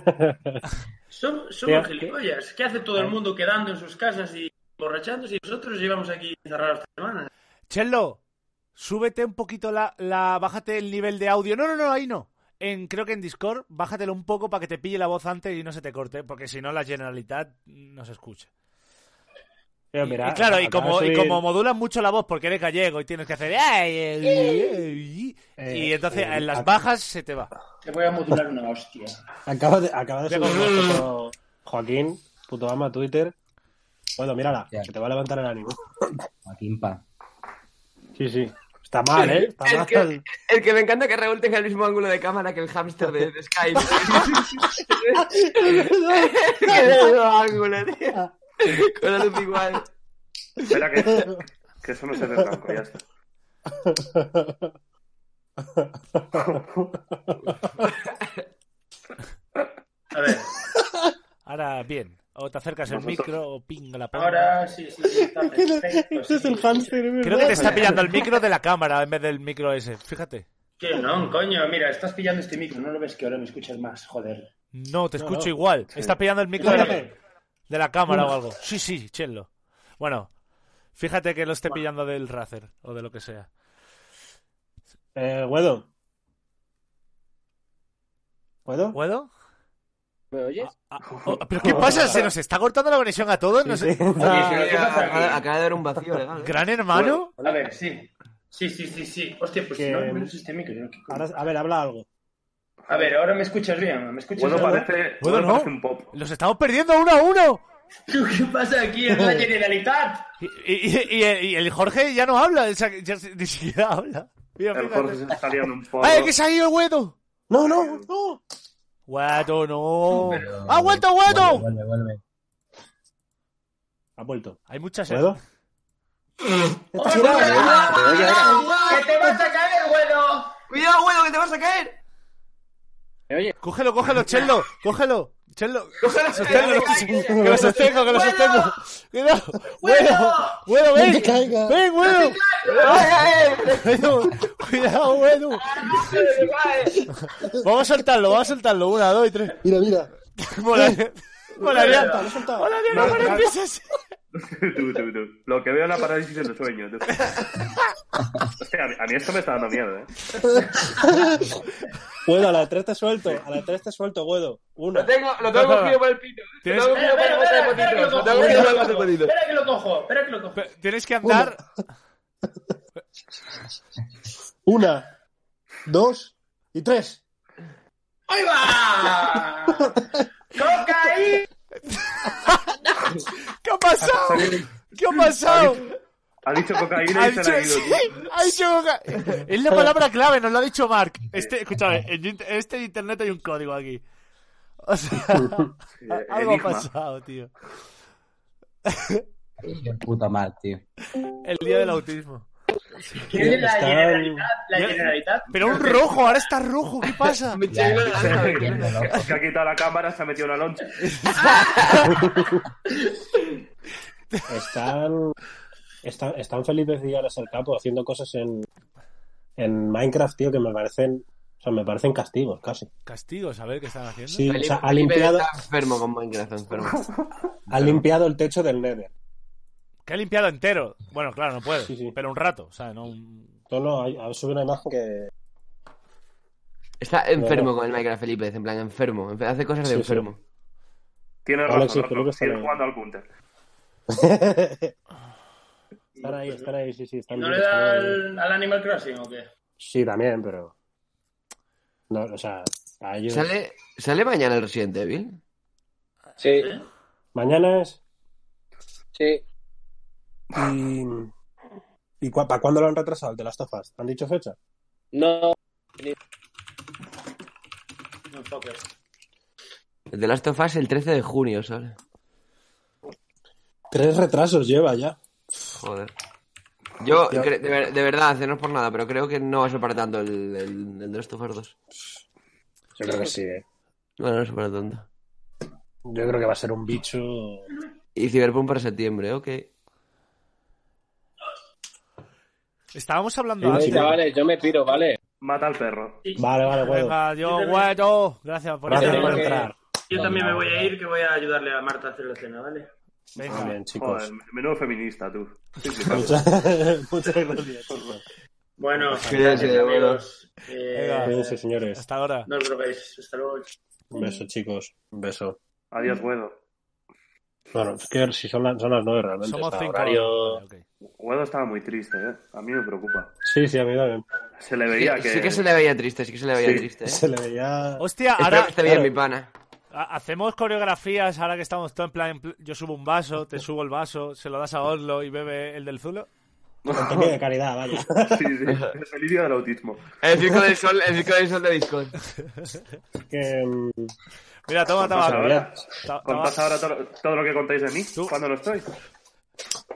D: Som-
B: Tío,
D: somos
B: ¿qué?
D: gilipollas. ¿Qué hace todo el mundo quedando en sus casas y borrachándose y nosotros llevamos aquí encerrados esta semana?
A: Chello, súbete un poquito la, la. Bájate el nivel de audio. No, no, no, ahí no. En, creo que en Discord, bájatelo un poco para que te pille la voz antes y no se te corte, porque si no, la generalidad no se escucha.
G: Pero
A: Y-
G: mira,
A: y claro, y
G: acaba de
A: como, y
G: subir-
A: como modulas mucho la voz porque eres gallego y tienes que hacer. "Ay, ay, ay", y entonces
G: eh,
A: en las
G: ac-
A: bajas se te va.
D: Te voy a modular una hostia.
G: Acaba de, acaba de
A: Venga,
G: subir
A: brr.
G: una foto, Joaquín, puto ama, Twitter. Bueno, mírala, se te va a levantar el ánimo.
F: Joaquín Pa.
G: Sí, sí. Está mal, ¿eh? Está
I: El
G: mal.
I: que, el que me encanta que Raúl tenga el mismo ángulo de cámara que el hámster de, de Skype. que tiene el mismo ángulo, tío. Con la luz igual.
E: Espera que, que eso no se ve blanco, ya está.
D: A ver.
A: Ahora, bien. O te acercas el
D: Vosotros.
A: micro o pinga la ponga.
D: Ahora sí, sí, sí,
G: *laughs*
D: está perfecto.
G: Este es el hámster, ¿verdad?
A: Creo que te está pillando el micro de la cámara en vez del micro ese. Fíjate.
D: Que no, coño, mira, estás pillando este micro, no lo ves que ahora me escuchas más, joder.
A: No, te
D: No,
A: escucho
D: no.
A: igual.
D: Sí.
A: Está pillando el micro de la,
D: Espérate.
A: de la cámara o algo. Sí, sí, chenlo. Bueno, fíjate que lo esté pillando del Razer o de lo que sea.
G: Eh, Guedo. ¿Guedo?
A: ¿Guedo?
F: ¿Me oyes?
A: Ah, oh, ¿Pero qué pasa? Se nos está cortando la conexión a todos. No sé.
D: Ah,
G: Ah,
I: acaba, acaba de dar un vacío legal. ¿eh?
A: ¿Gran hermano?
D: A ver, sí. Sí, sí, sí, sí. Hostia, pues
G: Que-
D: si no, menos este micro. ¿no? ¿Qué coño?
G: *laughs* Ahora, a ver, habla algo.
D: A ver, ahora me escuchas bien, me escuchas
G: Bueno,
D: bien.
G: parece-
A: ¿Guedo no? Los estamos perdiendo uno a uno.
D: *laughs* ¿Qué pasa aquí
G: *laughs*
D: en la generalidad?
A: Y, y- y- y el Jorge ya no habla. o sea, ya ni siquiera habla. Mira,
E: El
A: mira,
E: Jorge se está liando un poco.
A: ¡Ay, que se ha ido el Guedo!
G: No, no, no.
A: Guedo, no.
G: Pero-
A: ¡Ha vuelto Guedo!
F: Vuelve, vuelve.
G: Ha vuelto.
A: Hay muchas.
G: ¿Guedo? ¿eh?
D: ¡Que te vas a caer, bueno!
I: ¡Cuidado, bueno, que te vas a caer!
A: Cógelo, cógelo, Chelo, cógelo, Chelo.
I: Cógelo,
A: Sosténlo,
I: cógelo.
A: que lo sostengo, que lo
I: ¡Bueno!
A: sostengo. Cuidado. Bueno, bueno, ven.
I: No te caigas.
A: Ven, bueno.
I: caigas.
A: Bueno, Cuidado, bueno. Vamos a soltarlo, vamos a soltarlo. Una, dos y tres.
T: Mira, mira.
A: Molaría. Molaría. Molaría que
E: No,
A: fuera
E: no.
A: empieza así.
E: *laughs* Tú, tú, tú. Lo que veo es la parálisis del sueño. tú. Hostia, a mí- a mí esto me está dando miedo, ¿eh?
G: Guedo, a la 3 te suelto. A la 3 te suelto, Guedo. Una.
I: Lo tengo, lo tengo cogido por el pito. Lo tengo cogido por el bote de potitos. Lo tengo cogido por el bote de potitos.
D: Espera que lo cojo, espera que lo cojo.
A: Tienes que andar.
G: Una, dos y tres.
D: ¡Ahí va! ¡No caí!
A: ¿Qué ha pasado? ¿Qué ha pasado?
E: Ha dicho cocaína
A: Ha
E: y se la ha
A: dicho,
E: ido.
A: sí,
E: *laughs* tío.
A: ha dicho coca- Es la palabra clave, nos lo ha dicho Mark. Este, escúchame, en int- este internet hay un código aquí. O sea, a- *laughs* algo ha
F: enigma.
A: pasado, tío.
F: Qué puta mal, tío.
A: El día del autismo.
D: ¿Quién es la Está- Generalitat? ¿La
A: Ya-
D: Generalitat?
A: Pero un rojo, ahora está rojo, ¿qué pasa?
I: Me
E: Se ha quitado la cámara, se ha metido una loncha.
G: Están, están, están felices días al campo haciendo cosas en, en Minecraft, tío, que me parecen, o sea, me parecen castigos casi.
A: Castigos, a ver qué están haciendo.
G: Sí, o sea, ha limpiado,
I: Está enfermo con Minecraft, está enfermo.
G: ha limpiado el techo del Nether.
A: Que ha limpiado entero. Bueno, claro, no puede. Pero un rato, o sea, no un-
G: No, no, hay, hay- sube una imagen que.
I: Está enfermo con el Minecraft, Felipe. En plan, enfermo. En plan, Hace cosas de
G: Sí, sí.
I: enfermo.
E: Tiene
G: Alexis,
E: razón,
G: creo
E: Rafa.
G: que está
E: Sigue
G: bien.
E: jugando al counter.
G: Están ahí, están ahí, sí, sí. Están
D: ¿No
G: bien,
D: le da
G: están bien.
D: al, al Animal Crossing o qué?
G: Sí, también, pero. No, o sea, a ellos-
I: ¿Sale, ¿Sale mañana el Resident Evil?
T: Sí.
G: Mañana es.
T: Sí.
G: ¿Y, y cua- para cuándo lo han retrasado, el de las tofas? ¿Han dicho fecha?
T: No.
D: No toques.
I: El de Last of Us el 13 de junio, ¿sale?
G: Tres retrasos lleva ya.
I: Joder. Yo, cre- de, ver- de verdad, no es por nada, pero creo que no va a ser para tanto el, el, el de Last of Us 2.
G: Yo creo que sí, eh.
I: Bueno, no es para tanto.
G: Yo creo que va a ser un bicho.
I: Y Cyberpunk para septiembre, ok.
A: Estábamos hablando
T: Venga,
A: antes.
T: chavales, yo me piro, ¿vale?
E: Mata al perro.
G: Vale, vale,
A: Venga, yo, bueno, gracias por
G: Gracias
A: estar
G: por
A: aquí.
G: entrar.
D: Yo también me voy a ir, que voy a ayudarle a Marta a hacer la cena, ¿vale?
A: Venga.
G: Muy bien, chicos.
E: Joder, menudo feminista, tú.
G: Muchas, muchas gracias.
D: Bueno,
G: Sí,
D: gracias,
G: sí, bueno.
D: amigos. Eh,
G: Venga, cuídense, señores. Hasta ahora.
D: No os droguéis. Hasta luego.
G: Un beso, chicos. Un beso.
E: Adiós, Guedo.
G: Bueno, es que si son, las- son las nueve realmente. está horario-
E: Guedo estaba muy triste, ¿eh? A mí me preocupa.
G: Sí, sí, a mí también.
E: Se le veía
G: Sí,
E: que...
G: sí que se
I: le veía triste, sí que se le veía
E: Sí.
I: triste. ¿eh? Este
G: Se le veía...
A: Hostia,
I: Espero
A: ahora-
I: que esté bien,
A: claro.
I: mi pana.
A: Ha- Hacemos coreografías ahora que estamos todo en plan. en pl- Yo subo un vaso, te subo el vaso, se lo das a Oslo y bebe el del Zulo.
G: Con toque de calidad, vaya.
E: *laughs* Sí, sí. El delirio del autismo.
I: El circo del sol, el circo del sol de Discord.
G: Que, mm,
A: Mira, toma,
G: Ah,
E: ¿Contás
A: toma.
E: ahora?
A: Ta-
E: ¿Contás
A: toma.
E: ahora todo, todo lo que contáis de mí cuando no estoy?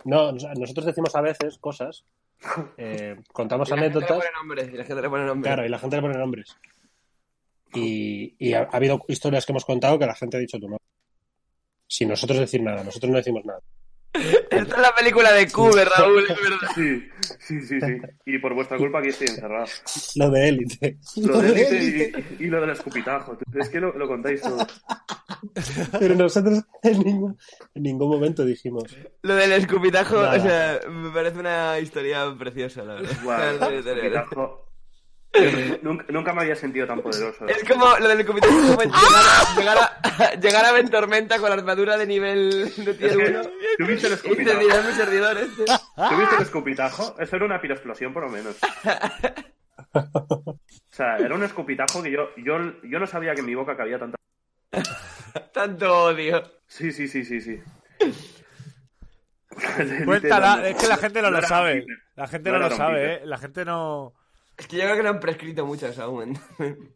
G: No, nos- nosotros decimos a veces cosas, eh, contamos
I: Y la gente le
G: anécdotas.
I: pone nombres, y la gente le pone nombres.
G: Claro, y la gente le pone nombres. Y, y ha, ha habido historias que hemos contado que la gente ha dicho tu nombre. Sin nosotros decir nada, nosotros no decimos nada.
I: Esta es la película de Cube, Raúl, es verdad.
E: Sí, sí, sí, sí. Y por vuestra culpa aquí estoy encerrado.
G: Lo de élite.
E: Lo del élite y, y lo del escupitajo. Es que lo, lo contáis todo.
G: Pero nosotros en ningún, en ningún momento dijimos.
I: Lo del escupitajo,
G: Nada.
I: o sea, me parece una historia preciosa, la verdad.
E: Guau,
I: De- de- de-
A: *laughs*
E: escupitajo. Nunca, nunca me había sentido tan poderoso.
I: Es como lo del escupitajo, es *laughs* como llegar, a, llegar, a, llegar a Ventormenta con la armadura de nivel de
E: Es que,
I: tier 1.
E: ¿Tuviste el
I: Y te dirán mi
E: escupitajo?
I: servidor este.
E: ¿Tuviste el escupitajo? Eso era una pirexplosión, por lo menos. O sea, era un escupitajo que yo, yo, yo no sabía que en mi boca cabía tanta.
I: Tanto odio.
E: Sí, sí, sí, sí, sí.
A: *laughs* Cuéntala, es que la gente no lo
I: era
A: sabe.
I: posible.
A: La gente
I: No
A: no
I: era
A: lo
I: posible.
A: sabe, eh. La gente no.
I: Es que yo creo que no han prescrito muchas aún.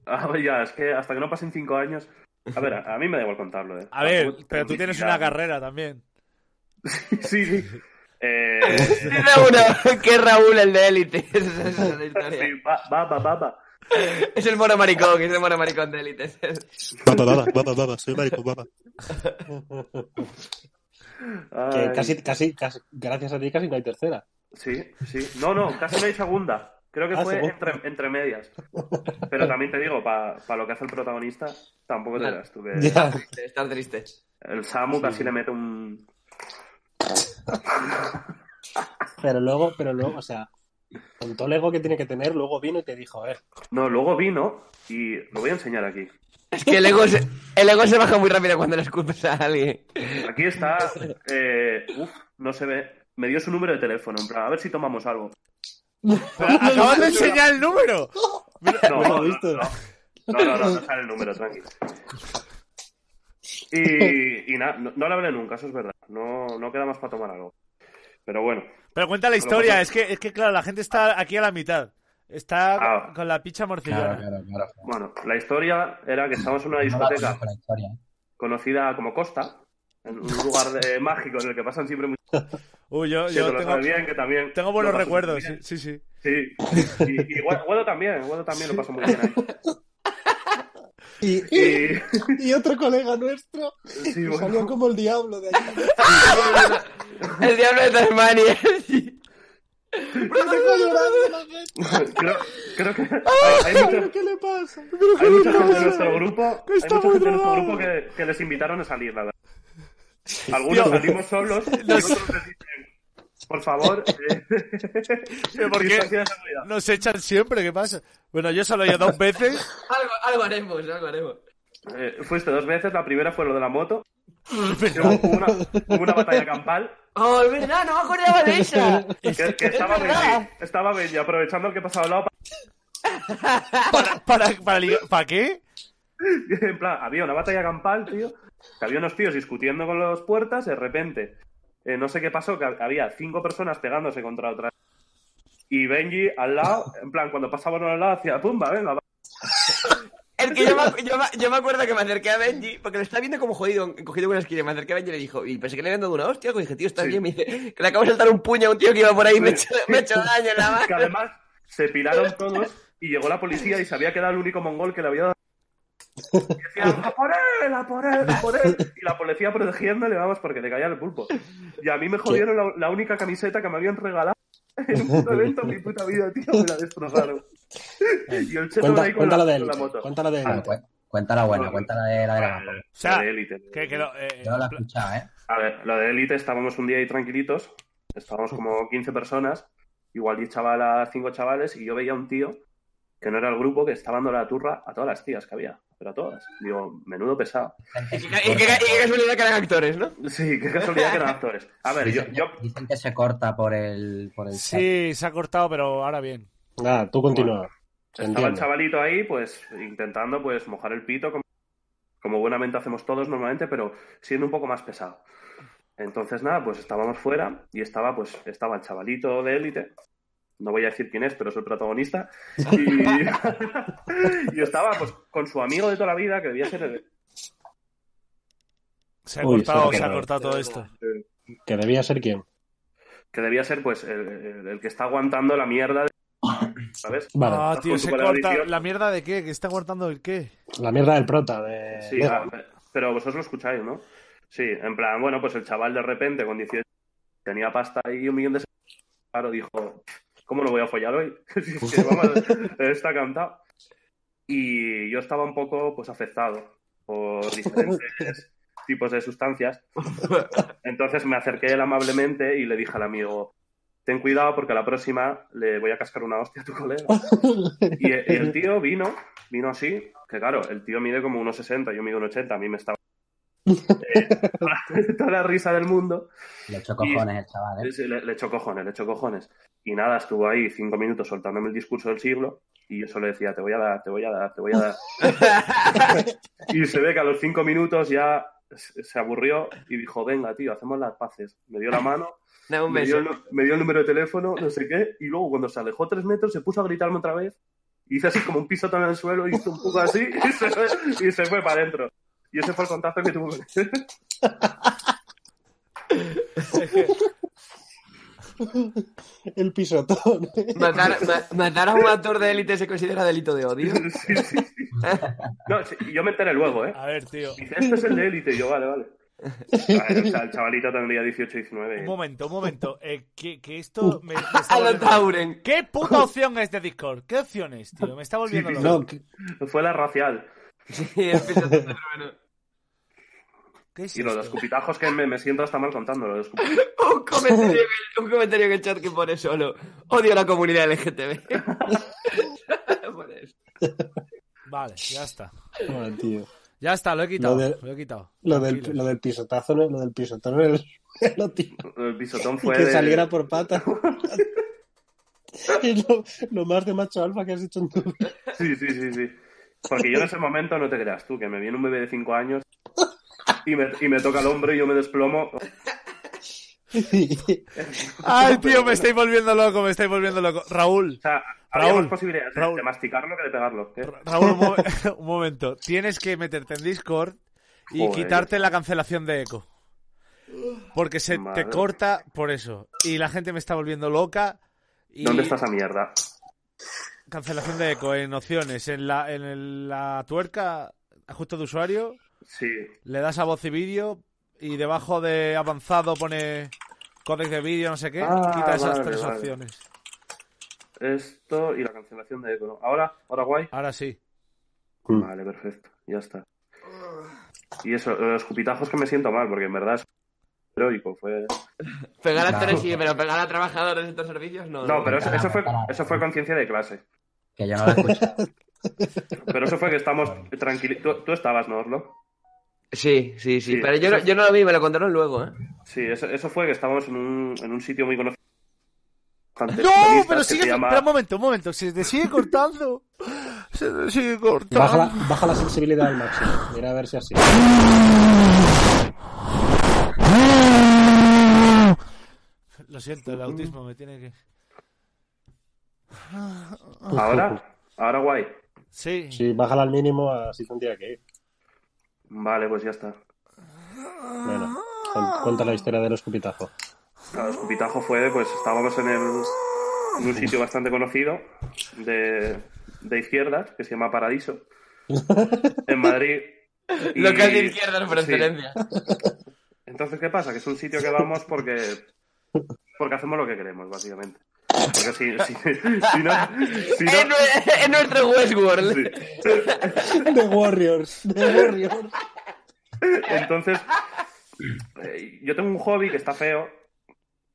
E: Ah, ya, es que hasta que no pasen cinco años. A ver, a, a mí me da igual contarlo, ¿eh?
A: A ver,
E: Tampoco
A: pero
E: tengo
A: tú tienes
E: necesidad.
A: una carrera también.
E: *laughs* Sí, sí. Eh...
A: *laughs*
I: *laughs* Tiene uno, que es Raúl, el de *laughs* élite. Esa es la historia.
E: va, va, va, va, va.
I: Es el mono maricón, es el mono maricón de élite.
G: Baba, baba, baba, baba, soy maricón, baba. Que
E: Ay.
G: casi, casi, casi, gracias a ti casi no hay tercera.
E: Sí, sí. No, no, casi no hay segunda. Creo que
G: Ah,
E: fue
G: segunda.
E: entre, entre medias. Pero también te digo, para lo que hace el protagonista, tampoco te das tú. que-
G: Ya.
I: Estar triste.
E: El Samu casi le mete un.
G: Pero luego, pero luego, o sea, con todo el ego que tiene que tener, luego vino y te dijo, eh.
E: No, luego vino y lo voy a enseñar aquí.
I: Es que el ego, se, el ego se baja muy rápido cuando le escupes a alguien.
E: Aquí está. Eh, uf, no se ve. Me dio su número de teléfono. En plan, a ver si tomamos
G: *laughs*
E: algo.
A: Acabas de enseñar el número.
E: No, no, no, no, no, no, no, no sale el número, tranquilo. Y, y nada, no, no le hablé nunca, eso es verdad. No, no queda más para tomar algo. Pero bueno.
A: Pero cuenta la historia, es que, es que claro, la gente está aquí a la mitad. Está
E: Ah.
A: con- con la picha morcillona.
E: Bueno, la historia era que estábamos en una discoteca
F: La historia. ¿eh?
E: conocida como Costa, en un lugar de- *laughs* mágico en el que pasan siempre muchas
A: Uy, yo,
E: Sí,
A: yo
E: tú lo
A: tengo,
E: sabes bien, que también
A: tengo buenos
E: lo pasas
A: recuerdos,
E: muy
A: sí, sí, sí.
E: Sí, y, y Guado Guado también, Guado también lo pasó muy bien ahí.
G: *laughs* Y,
E: Y-
G: y otro colega nuestro *laughs* que
E: bueno.
G: salió como el diablo de aquí.
I: El diablo de Tasmania.
E: creo,
G: *laughs*
E: creo que hay, hay mucha-
G: ¿Qué le pasa?
E: hay mucha gente de nuestro grupo, hay mucha gente de nuestro grupo que, que les invitaron a salir, la verdad. Algunos
A: Tío.
E: salimos
A: *laughs*
E: solos y
A: Nos-
E: otros les dicen, por favor, eh, *laughs*
A: Pero ¿por qué
E: distancia de
A: nos echan siempre? ¿Qué pasa? Bueno, yo solo he ido dos veces.
I: Algo, algo haremos, algo haremos.
E: Eh, fuiste dos veces, la primera fue lo de la
A: *laughs*
E: moto. Hubo una, hubo una batalla campal.
I: Oh, es verdad, no me acordaba de *laughs* esa.
E: Que, que estaba Benji, estaba Benji aprovechando el que pasaba al lado.
A: ¿Para, para, para, ligar- ¿para qué?
E: pa- *laughs* en plan, había una batalla campal, tío. Que había unos tíos discutiendo con los puertas. De repente, eh, no sé qué pasó, que había cinco personas pegándose contra otras. Y Benji al lado, en plan, cuando pasaba uno al lado, hacía tumba, venga, va".
I: El que yo me, acu- yo me- yo me acuerdo que me acerqué a Benji, porque lo estaba viendo como jodido, cogido con una esquina. Me acerqué a Benji y le dijo, y pensé que le habían dado una hostia, algo, y dije, tío, estás bien. Me dice, que le acabo de saltar un puño a un tío que iba por ahí y me echó me echó daño en la mano.
E: Que además se piraron todos y llegó la policía y se había quedado el único mongol que le había dado. Y decían, "A por él, a por él, a por él. Y la policía protegiéndole, vamos, porque le caía el pulpo. Y a mí me jodieron la, la única camiseta que me habían regalado *laughs* en un puto evento en mi puta vida, tío. Me la destrozaron. Y el cheto
R: Eh, Cuenta-
E: ahí con la,
R: cuéntala de
E: con la
R: élite,
E: moto.
G: Cuéntala de
R: Ah, cu- cuéntala buena, cuéntala de la de la
E: O
A: sea,
E: de élite.
A: Que, que lo- eh,
R: Yo la he escuchado, ¿eh?
E: A ver, lo de élite, estábamos un día ahí tranquilitos. Estábamos como 15 personas. Igual 10 chavalas, 5 chavales, y yo veía a un tío que no era el grupo que estaba dando la turra a todas las tías que había, pero a todas. Digo, menudo pesado.
I: Y qué, y qué- y qué casualidad que eran actores, ¿no?
E: Sí, qué casualidad que eran actores. A ver, yo,
F: Dicen, dicen que se corta por el, por el chat.
A: Sí, se ha cortado, pero ahora bien.
G: Ah, tú continúa.
E: pues. Estaba el chavalito ahí, pues intentando pues mojar el pito, como, como buenamente hacemos todos normalmente, pero siendo un poco más pesado. Entonces, nada, pues estábamos fuera y estaba, pues, estaba el chavalito de élite. No voy a decir quién es, pero es el protagonista. *laughs* Y, y estaba, pues, con su amigo de toda la vida, que debía ser el-
A: Se ha
G: Uy,
A: cortado,
G: se ha
A: se ha
G: cortado.
A: cortado todo esto.
G: Que debía ser quién.
E: que debía ser, pues, el, el- el que está aguantando la mierda. de- ¿Sabes?
G: Vale.
A: Ah,
E: Estás
A: tío,
E: con
A: se
E: tu colega
A: corta.
E: vicioso.
A: ¿La mierda de qué? ¿Que está cortando el qué?
G: La mierda del prota. De...
E: Sí,
G: de-
E: ah, pe- pero vosotros lo escucháis, ¿no? Sí, en plan, bueno, pues el chaval de repente con 18 tenía pasta y un millón de claro, dijo, ¿cómo no voy a follar hoy? *laughs* Si es que, vamos, está cantado. Y yo estaba un poco, pues, afectado por diferentes tipos de sustancias. Entonces me acerqué él amablemente y le dije al amigo, ten cuidado porque a la próxima le voy a cascar una hostia a tu colega. Y el, y el tío vino, vino así, que claro, el tío mide como 1,60, yo mido 1,80, a mí me estaba... *laughs* Eh, toda, la- toda la risa del mundo.
F: Le echó cojones el chaval, ¿eh?
E: Sí, Le, le echó cojones, le echó cojones. Y nada, estuvo ahí cinco minutos soltándome el discurso del siglo y yo solo decía, te voy a dar, te voy a dar, te voy a dar. y se ve que a los cinco minutos ya se se aburrió y dijo, venga, tío, hacemos las paces. Me dio la mano,
I: Dame un
E: me, dio
I: beso.
E: el, nu- me dio el número de teléfono, no sé qué, y luego cuando se alejó tres metros se puso a gritarme otra vez. Hice así como un pisotón en el suelo, hizo un poco así *laughs* y se, fue- y se fue para adentro. Y ese fue el contacto que tuvo con él. *laughs*
G: El pisotón.
I: *laughs* Matar, ma- matar a un actor de élite se considera delito de *laughs* odio.
E: No, sí, yo me enteré luego, ¿eh?
A: A ver, tío.
E: Dice, este es el de élite. Y yo, vale, vale. Vale, o sea, el chavalito tendría 18,
A: Un
E: 19.
A: momento, un momento. Eh, que, que esto
G: Uh.
A: me, me
G: *laughs*
E: A lo
A: volviendo-
E: Tauren.
A: ¿Qué puta opción es de Discord? ¿Qué opción es, tío? Me está
E: *laughs*
A: volviendo
E: Sí,
A: loco.
E: Fue la racial.
I: *laughs*
A: es
E: y lo de los cupitajos que me, me siento hasta mal contándolo. los cupi-
I: Un comentario, en- un comentario en el chat que pone solo. Odio a la comunidad LGTB.
A: Vale, ya está.
G: Joder, tío.
A: Ya está, lo he quitado.
G: Lo de-
A: Lo
G: *laughs*
A: he quitado.
G: Lo del,
A: Tranquilo.
G: lo del pisotazo, no- lo del pisotón en el suelo, tío.
E: El pisotón
G: Y
E: fue.
G: que
E: de-
G: saliera por pata. *laughs* es lo, lo más de macho alfa que has hecho en tu vida.
E: Sí, sí, sí, sí. Porque yo en ese momento, no te creas tú, que me viene un bebé de 5 años y me, y me toca el hombro y yo me desplomo.
A: Ay, tío, me estáis volviendo loco, me estáis volviendo loco. Raúl.
E: Había
A: Raúl,
E: más posibilidades de- de masticarlo que de pegarlo. ¿eh? ¿qué?
A: Raúl, un, mo- *laughs* un momento. Tienes que meterte en Discord y
E: Joder.
A: quitarte la cancelación de eco. Porque se
E: Madre.
A: te corta por eso. Y la gente me está volviendo loca. Y
E: ¿Dónde está esa mierda?
A: Cancelación de eco en opciones. En la, en el- la tuerca, ajuste de usuario,
E: Sí.
A: le das a voz y vídeo y debajo de avanzado pone códec de vídeo, no sé qué.
E: Ah,
A: Quita esas
E: vale,
A: tres
E: vale.
A: opciones.
E: Esto y la cancelación de Eco. ¿no? ¿Ahora? ¿Ahora guay?
A: Ahora sí. Mm.
E: Vale, perfecto. Ya está. Y eso, los cupitajos que me siento mal, porque en verdad es heroico. Fue...
I: Pegar a
E: No.
I: actores sí, pero pegar a trabajadores de estos servicios no.
E: No, pero eso, eso fue, eso fue conciencia de clase.
F: Que yo no lo escucho.
E: *laughs* Pero eso fue que estamos tranquilos. Tú, tú estabas, ¿no, Orlo?
I: Sí, sí, sí.
E: Sí,
I: pero yo, no-
E: eso-
I: yo no lo vi, me lo contaron luego, ¿eh?
E: Sí, eso, eso fue que estábamos en un, en un sitio muy conocido. bastante
A: ¡No!
E: feminista,
A: Pero
E: que
A: sigue.
E: se llama-
A: Espera un momento, un momento. Se te sigue cortando. Se te sigue cortando.
G: Baja la, baja la sensibilidad al máximo. Mira a ver si así.
A: Lo siento, el autismo me tiene que.
E: ¿Ahora? ¿Ahora guay?
A: Sí.
G: Sí, bájala al mínimo, así tendría que ir.
E: Vale, pues ya está.
G: Bueno, cu- cuenta la historia del escupitajo.
E: Claro, el escupitajo fue, pues estábamos en, el- en un sitio bastante conocido de, de izquierdas que se llama Paradiso, en Madrid.
I: Local de izquierdas por excelencia.
E: Entonces, ¿qué pasa? Que es un sitio que vamos porque, porque hacemos lo que queremos, básicamente. Porque si, si, *laughs* si no... Si no...
I: Es nuestro Westworld.
G: The Warriors. *laughs* The Warriors.
E: Entonces, eh, yo tengo un hobby que está feo,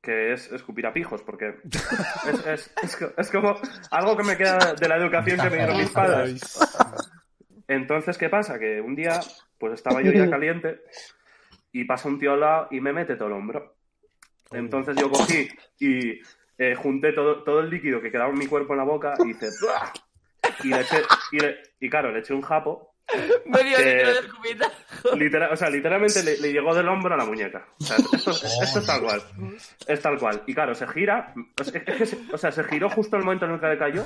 E: que es escupir a pijos, porque es, es- es co- es como algo que me queda de la educación que me dieron mis padres. Entonces, ¿qué pasa? Que un día, pues estaba yo ya caliente y pasa un tío al lado y me mete todo el hombro. Entonces yo cogí y eh, junté todo, todo el líquido que quedaba en mi cuerpo en la boca y hice... ¡buah! Y, le eché- y le- y claro, le eché un japo.
I: Medio
E: que-
I: litro de escupitajo.
E: *laughs* Literal- o sea, literalmente le, le llegó del hombro a la muñeca. O sea, *laughs* esto, esto es tal cual. Es tal cual. Y claro, se gira. O sea, es que se, o sea, se giró justo el momento en el que le cayó.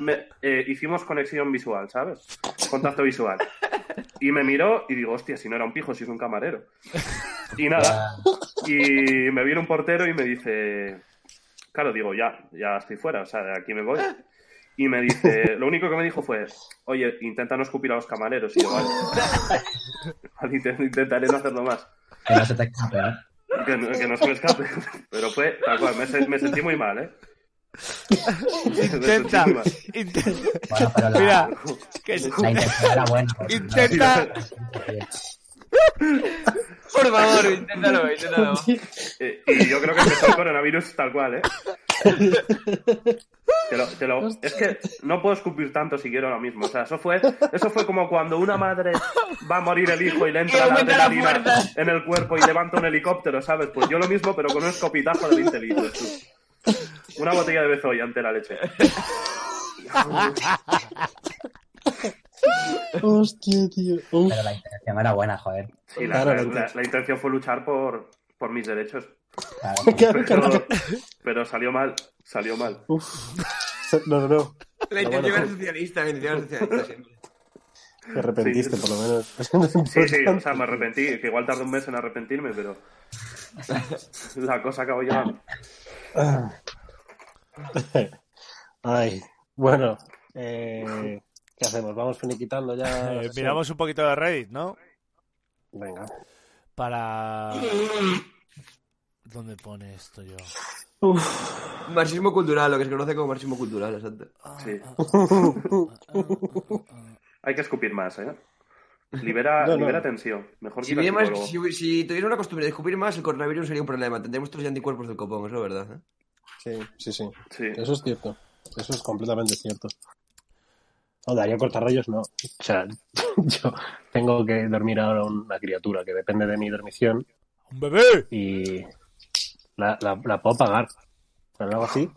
E: Me- eh, hicimos conexión visual, ¿sabes? Contacto visual. Y me miró y digo, hostia, si no era un pijo, si es un camarero. Y nada. Y me viene un portero y me dice. Claro, digo, ya, ya estoy fuera, o sea, de aquí me voy. Y me dice, lo único que me dijo fue, oye, intenta no escupir a los camareros. Y yo, vale. *laughs* Vale, intent- intentaré no hacerlo más.
F: Que no se te escape, ¿eh?
E: Que no, que no se me escape. *laughs* Pero fue tal cual, me, se- me sentí muy mal, ¿eh? Me sentí
A: Intenta.
E: muy mal.
A: Intenta.
E: pero la-
A: Mira. Que...
E: La intención era buena.
A: Intenta.
I: Por favor, inténtalo, inténtalo. *laughs*
E: Eh, y yo creo que empezó el coronavirus tal cual, ¿eh? Te lo- te lo- es que no puedo escupir tanto si quiero ahora mismo. O sea, eso fue, eso fue como cuando una madre va a morir el hijo y le entra
I: Y
E: la
I: aumenta la
E: adrenalina en el cuerpo y levanta un helicóptero, ¿sabes? Pues yo lo mismo, pero con un escopitajo de 20 litros. tú. Una botella de bezoya ante la leche.
F: Hostia, tío. Pero la intención era buena, joder.
E: Sí, la, la- la- la intención fue luchar por, por mis derechos.
G: Claro, claro,
E: Pero, pero salió mal, salió mal.
G: Uf. No, no, no.
I: La
G: Pero
I: intención era
G: bueno,
I: socialista, la intención era socialista siempre.
G: te arrepentiste,
E: Sí.
G: por lo menos. Eso no es
E: Sí,
G: *laughs*
E: sí, o
G: importante.
E: sea, me arrepentí, que igual tardé un mes en arrepentirme, pero la cosa acabó llevando.
G: Ay,
E: *laughs*
G: bueno. eh, ¿Qué hacemos? Vamos finiquitando ya. la
A: Eh,
G: sesión.
A: miramos un poquito de Reddit, ¿no?
G: Venga.
A: Para. ¿Dónde pone esto yo?
I: Uf, marxismo cultural, lo que se conoce como marxismo cultural, exacto.
E: Sí. Hay que escupir más, ¿eh? Libera,
I: No, no.
E: libera tensión. Mejor
I: Si,
E: quita el
I: hubiéramos-
E: psicólogo.
I: si- si tuviera una costumbre de escupir más, el coronavirus no sería un problema. Tendríamos todos los anticuerpos del copón, eso es verdad. ¿eh? *laughs*
G: Sí, sí, sí,
E: sí.
G: Eso es cierto. Eso es completamente cierto. No, Darío Cortarrayos no. O sea, *laughs* yo tengo que dormir ahora una criatura que depende de mi dormición.
A: ¡Un bebé!
G: Y la, la, la puedo pagar. Pero algo así.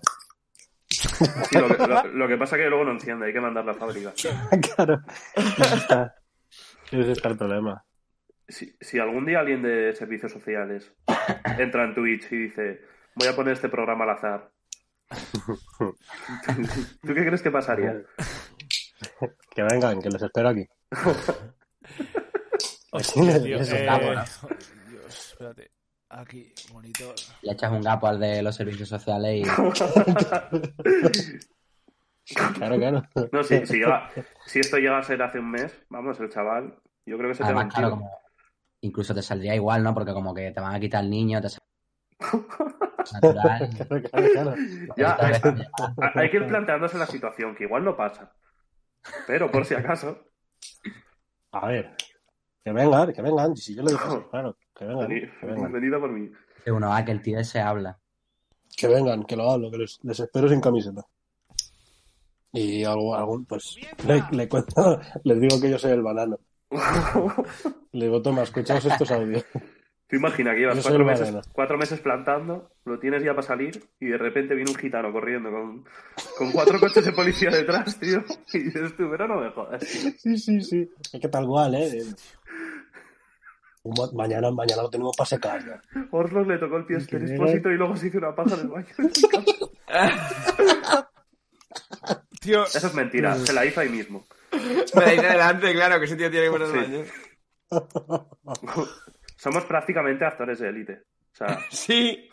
E: Sí, lo, que, lo- lo que pasa es que luego no enciende, hay que mandar a la fábrica.
G: *laughs* claro. Ese está, ese está el problema.
E: Si, si algún día alguien de servicios sociales entra en Twitch y dice voy a poner este programa al azar, ¿tú qué crees que pasaría?
G: Que vengan, que les espero *laughs* aquí.
A: Hostia, tío.
G: Eso
A: eh,
G: está bueno.
A: Dios, espérate. Aquí, monitor.
F: Le echas un gapo al de los
E: *laughs*
F: servicios sociales
G: Claro, claro. *laughs*
E: No, si, si, llega- si esto llega a ser hace un mes, vamos, el chaval, yo creo que
F: y
E: se te va
F: además,
E: un
F: claro,
E: tiro.
F: como incluso te saldría igual, ¿no? Porque como que te van a quitar el niño, te sal- natural.
E: *laughs* Ya, eh. hay, hay- hay que ir planteándose la situación, que igual no pasa. Pero por si acaso,
G: A ver. Que vengan, que vengan. Si yo lo digo, claro. Que vengan. Que vengan.
E: venido por mí.
F: Que uno va, que el tío se habla.
G: Que vengan, que lo hablo, que les, les espero sin camiseta. Y algo, algún, pues le, le cuento, *laughs* les digo que yo soy el banano. *laughs* Le digo, toma, escuchaos estos audios.
E: tú imagina que llevas
G: Yo soy el
E: cuatro meses,
G: banano.
E: cuatro meses plantando, lo tienes ya para salir y de repente viene un gitano corriendo con, con cuatro coches de policía detrás, tío. Y dices tú, pero no me jodas. tío".
G: *laughs* Sí, sí, sí. Es que tal cual, ¿eh? Un ma- Mañana, mañana lo tenemos para secar. ya.
E: Orlos le tocó el pie a este
G: Que llega-
E: expósito y luego se hizo una paja en el baño.
A: Tío.
E: Eso es mentira, se la hizo ahí mismo.
I: Me la hice adelante, claro, que ese tío tiene que poner
E: Sí.
I: baño.
E: Somos prácticamente actores de élite. O
I: *laughs*
E: sea,
I: Sí,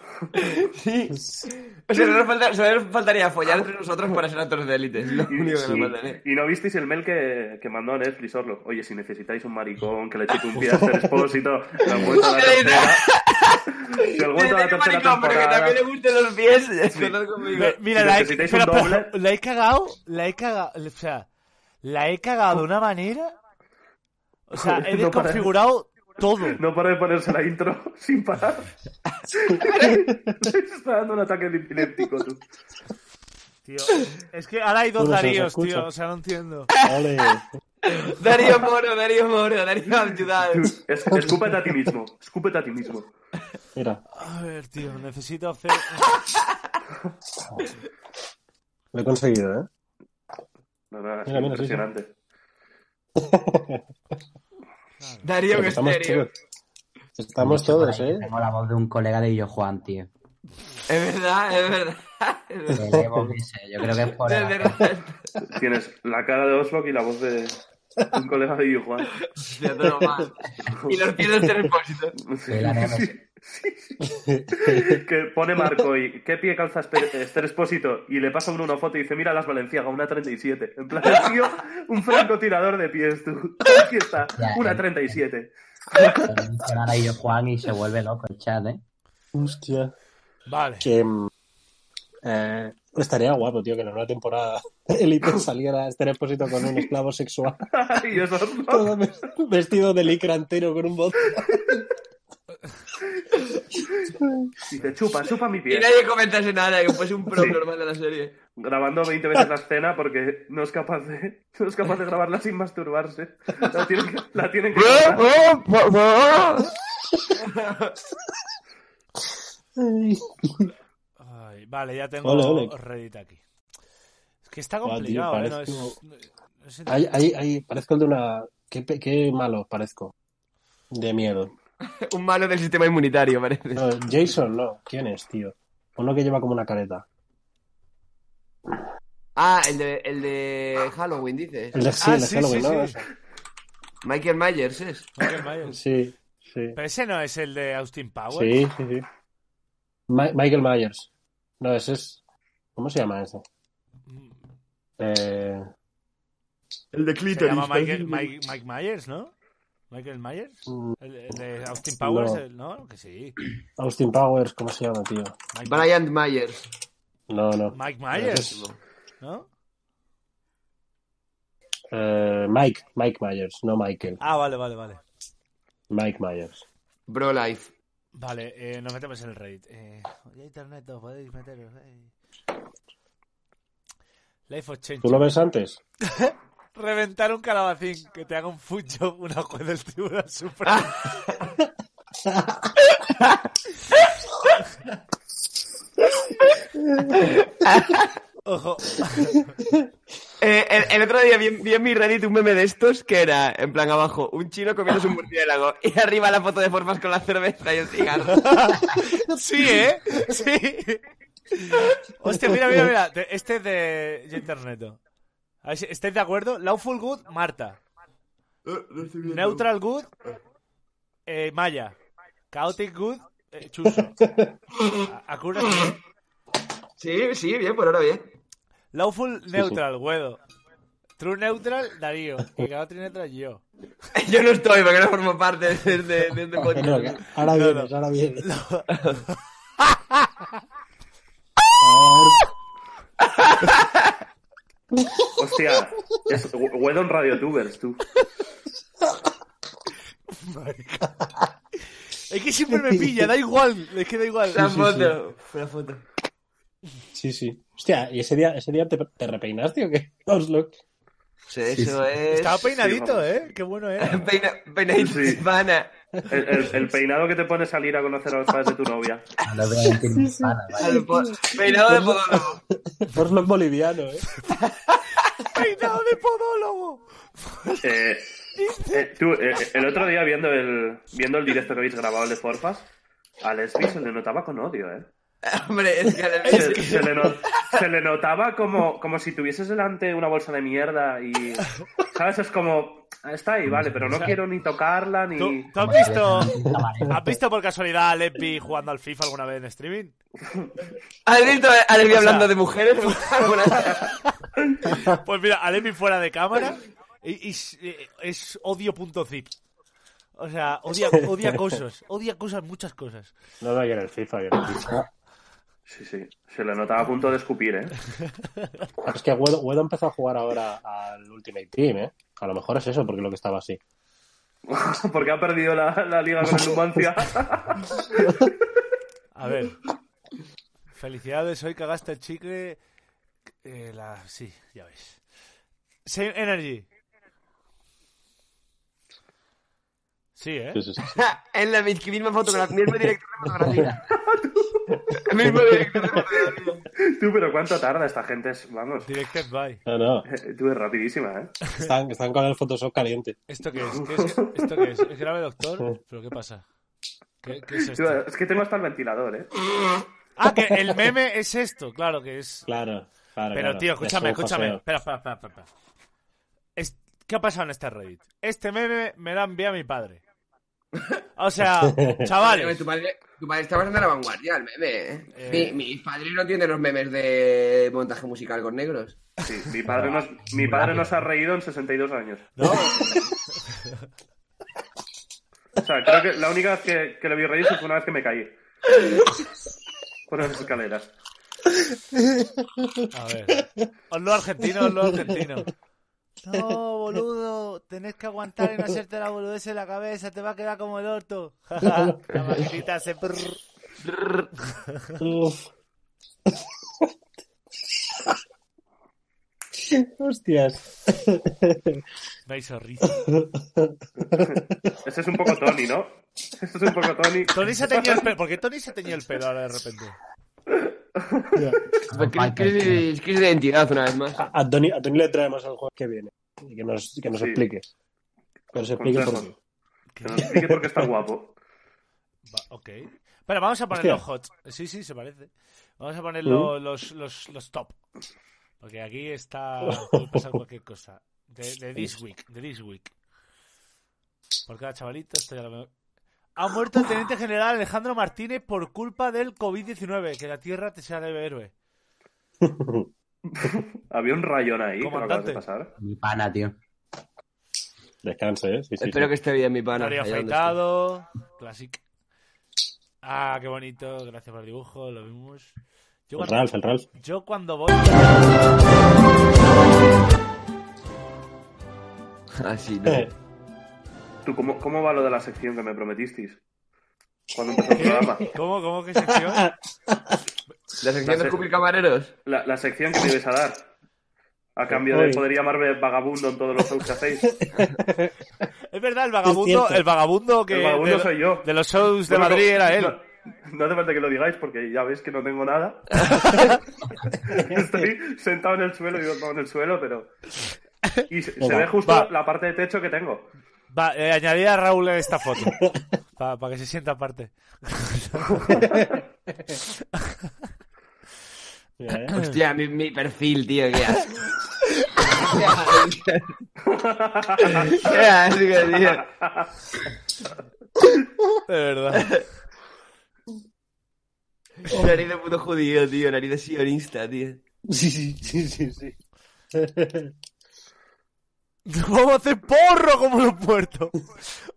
I: sí. O sea, solo nos, falta- solo nos faltaría follar entre nosotros para ser actores de élite. Es lo único que ¿eh? nos faltaría.
E: Y, y no visteis el mail que, que mandó Netflix Orlo. Oye, si necesitáis un maricón que le chupe un pie a este
I: *laughs*
E: expósito, que al vuelto a la *laughs* tercera. Que al vuelto a la tercera
I: maricón, pero que
E: temporada.
I: también le gusten los pies.
E: Sí.
I: contad conmigo.
A: Me- mira,
E: Si
A: la he,
E: necesitáis
A: espera,
E: un
A: espera,
E: doble.
A: la he cagado, la he cagado, o sea, la he cagado de una manera. O sea, he
E: No para.
A: desconfigurado todo.
E: No para de ponerse la intro *laughs* sin
I: *laughs*
E: parar. Está dando un ataque epiléptico, tú.
A: Tío, es que ahora hay dos
E: Bueno, se os
A: Daríos,
E: escucha.
A: tío. O sea, no entiendo.
I: Darío Moro, Darío Moro, Darío ayudad.
E: Es- escúpete a ti mismo. Escúpete a ti mismo.
G: Mira,
A: A ver, tío, necesito hacer.
G: lo he conseguido, ¿eh?
E: No, no, es
G: Mira, mira, sí, sí.
E: impresionante.
I: Darío
G: Pero estamos
I: Estéreo.
G: todos- Estamos todos, ¿eh?
F: Tengo la voz de un colega de Illo Juan, tío.
I: Es verdad, es verdad. es
F: El
I: verdad.
F: Evo ese, yo creo que es por...
I: Es verdad.
E: Tienes la cara de Oslo y la voz de un colega de Yu Juan.
I: Hostia, *laughs* todo mal. Y los pies del Terepósito.
E: Sí, que pone Marco y ¿qué pie calza este este Espósito? Y le pasa uno una foto y dice, mira las Valenciaga, una 37. En plan, tío, un francotirador de pies, tú. Aquí está, una 37.
F: mencionar a Illo Juan y se vuelve loco el chat, ¿eh?
G: Hostia.
A: Vale.
G: Que. mm, eh, estaría guapo, tío, que en la nueva temporada *laughs* Elite saliera este repósito con un esclavo *laughs* sexual.
E: *laughs* y eso
G: Todo ve- vestido de licra entero con un bot.
E: Y te chupa, chupa mi
I: Y
E: pie.
I: nadie comentase nada, que fuese un pro
E: Sí.
I: normal de la serie.
E: Grabando 20 veces la escena porque no es capaz de, no es capaz de grabarla sin masturbarse. La tienen que... La tienen que
A: Ay, vale, ya tengo
G: Ole, ole.
A: Reddit aquí. Es que está
G: Buah, tío, Ah,
A: complicado, ¿eh? No
G: parezco-
A: es- no- no es-
G: Ahí, ahí, ahí, parezco el de una. Qué, pe- qué malo parezco. De miedo.
I: Un malo del sistema inmunitario, parece.
G: No, Jason, no. ¿Quién es, tío? Uno que lleva como una careta.
I: Ah, el de, el de Eh, Halloween, dices.
G: El de- sí, Ah, el de sí, Halloween, sí, ¿no? sí.
I: Michael Myers es.
A: Michael Myers.
G: Sí, sí.
A: Pero ese no es el de Austin Powers.
G: Sí, sí, sí. Ma- Michael Myers. No, ese es. ¿Cómo se llama ese? Eh,
I: El de
A: Se llama Michael, Mike, Mike Myers, ¿no? Michael Myers.
G: Mm.
A: El, el de Austin Powers,
G: No.
A: el- ¿no? Que sí.
G: Austin Powers, ¿cómo se llama, tío?
I: Brian Myers.
G: No, no.
A: Mike
G: Ese
A: Myers.
G: es,
A: ¿No?
G: eh, Mike, Mike Myers, no Michael.
A: Ah, vale, vale, vale.
G: Mike Myers.
I: Bro Life.
A: Vale, eh, nos metemos en el Reddit. Eh, oye, internet, os podéis meteros. eh. Life of Change.
G: ¿Tú lo ves antes?
A: Reventar un calabacín, que te haga un fucho, *laughs* una juez del
G: *laughs*
A: Tribunal Supremo. Ojo.
I: Eh, el, el otro día vi, en- vi en mi Reddit un meme de estos que era, en plan abajo, un chino comiéndose un murciélago y arriba la foto de formas con la cerveza y el cigarro.
A: Sí, ¿eh? Sí. Hostia, mira, mira, mira. Te- Este es de Interneto. A ver si estáis de acuerdo. Lawful Good, Marta. Neutral Good, eh, Maya. Chaotic Good, eh, Chuso. A- ¿eh? Acura,
I: Sí, sí, bien, por ahora bien.
A: Lawful Neutral, Guedo. True Neutral, Darío. Y Chaotic Neutral, yo.
I: *laughs* Yo no estoy porque no formo parte de, de- de este podcast.
G: No, Ah, que ahora
I: No, no.
G: vienes, ahora vienes.
E: Hostia, es Wedon Radiotubers, tú.
A: Es que siempre me pilla, da igual. Es que da igual.
G: La Sí, sí, foto,
I: la foto.
G: Sí, sí. Hostia, ¿y ese día, ese día te, te repeinaste o qué? Oslo.
I: Sí, eso es.
A: Estaba peinadito, ¿eh? Qué bueno era.
I: *laughs*
A: *laughs*
I: Peina- peinadito
E: Sí.
I: hispana.
E: El, el- el peinado que te pone salir a conocer a los padres de tu novia.
I: Al po- Peinado de podólogo.
G: Oslo boliviano, ¿eh?
A: Peinado de podólogo.
E: Eh, eh, tú, eh, el otro día viendo el, viendo el directo que habéis grabado el de Forfas, a Lesbi se le notaba con odio, ¿eh?
I: Hombre, es que a la
E: Se, se le, no- se le notaba como, como si tuvieses delante una bolsa de mierda y... ¿Sabes? Es como... Está ahí, vale, pero no quiero ni tocarla ni...
A: ¿Tú, tú has visto, has visto por casualidad a Lepi jugando al FIFA alguna vez en streaming?
I: ¿Has visto a Lesbi
A: O sea-
I: hablando de mujeres? *laughs* Alguna-
A: Pues mira, a Lepi fuera de cámara y- y es, eh, es odio.zip. O sea, odia, odia cosas. Odia cosas, muchas cosas.
G: No, no, que era el FIFA, que era el FIFA.
E: Sí, sí. Se le notaba a punto de escupir, ¿eh? *laughs*
G: Ah, Es que Guedo, Guedo empezó a jugar ahora al Ultimate Team, ¿eh? A lo mejor es eso, porque lo que estaba así.
E: Porque ha perdido la, la liga con el Numancia. *laughs*
A: A ver. Felicidades, hoy cagaste el chicle. Eh, la... Sí, ya ves. Same Energy. Sí, ¿eh?
I: en la misma fotografía, mismo director de fotografía. mismo director de fotografía.
E: Tú, pero ¿cuánto tarda esta gente? Es- Vamos.
A: Directed by.
G: No, no.
E: Tú es rapidísima, ¿eh?
G: *laughs* Están, están con el Photoshop caliente.
A: ¿Esto
G: *laughs*
A: qué es? ¿Qué es? ¿Esto qué es? ¿Es grave, doctor? ¿Pero qué pasa? ¿Qué, qué es
E: Tío,
A: esto?
G: eh,
E: es que tengo hasta el ventilador, ¿eh?
A: Ah, que el meme es esto, claro que es.
G: Claro, claro.
A: Pero
G: claro.
A: tío,
G: Es
A: escúchame,
G: un
A: escúchame.
G: paseo.
A: Espera, espera, espera, espera, espera. Es- ¿Qué ha pasado en este Reddit? Este meme me lo envía mi padre.
G: *laughs*
A: O sea, chavales.
I: Tu padre, tu padre está bastante a la vanguardia, el meme. ¿eh?
A: Eh.
I: Mi, mi padre no tiene los memes de montaje musical con negros.
E: Sí, mi padre nos, mi padre nos ha reído en 62 años. O sea, creo que la única vez que, que le vi reírse fue una vez que me caí. Por las escaleras.
G: pues.
A: A ver. Os lo argentino, os lo argentino.
N: No,
A: boludo, tenés que aguantar y no hacerte la boludez en la cabeza, te va a quedar como el orto. La maquinita hace prrr.
G: Uf. *laughs* Hostias.
A: Me hizo risa.
E: Ese es un poco Tony, ¿no? Ese es un poco Tony.
A: Tony se teñía el pelo. ¿Por qué Tony se teñía el pelo ahora de repente?
E: Pues
I: Pues Cri- Crisis crisis de identidad, una vez más.
G: A a Tony, a Tony le trae más al juego que viene. Y que nos, que nos
I: Sí.
G: explique. Que nos explique por
E: Consejos. Que
G: qué.
E: nos explique por qué está guapo.
A: Va, ok. Pero vamos a ponerlo
G: Hostia.
A: hot. Sí, sí, se parece. Vamos a ponerlo los, los, los top. Porque aquí está. Puede pasar cualquier cosa. De, de this week. De this week. Por cada chavalito, esto ya lo veo. Ha muerto el teniente general Alejandro Martínez por culpa del COVID-19. Que la tierra te sea de héroe.
E: Había un rayón ahí que no acabas
A: Comandante.
E: de pasar.
F: Mi pana, tío.
G: Descanse, ¿eh? Sí, sí,
I: Espero
G: sí.
I: que esté bien, mi pana.
A: Mario
I: allá donde
A: afeitado. Classic. Ah, qué bonito. Gracias por el dibujo. Lo vimos. Yo
G: El Ralph, el Ralph.
A: Yo cuando voy.
I: Así, Ah, ¿no?
E: ¿Tú cómo, cómo va lo de la sección que me prometisteis? Cuando empezó el programa.
A: ¿Cómo, cómo, qué sección?
I: La sección de
E: se-
I: Scooby Camareros.
E: La, la sección que me ibas a dar. A cambio de
A: Uy.
E: poder llamarme vagabundo en todos los shows que hacéis.
A: *laughs* Es verdad, el
E: Es
A: vagabundo,
E: cierto.
A: el vagabundo que.
E: El vagabundo
A: de,
E: soy yo.
A: De los shows Este de
E: Bueno,
A: Madrid
E: no-
A: era él.
E: No, no hace falta que lo digáis porque ya veis que no tengo
A: *laughs*
E: nada. Estoy sentado en el suelo, yo no en el suelo, pero. Y se, se
A: Venga,
E: ve justo
A: va.
E: la parte de techo que tengo.
A: Va, eh, añadí a Raúl en esta foto. Para que se sienta aparte.
I: Hostia, mi, mi perfil, tío, qué asco. qué asco, tío.
A: De verdad.
I: Nariz de puto judío, tío. Nariz de sionista, tío.
G: Sí, sí, sí, sí, sí.
A: *laughs* Vamos a hacer porro como los muertos.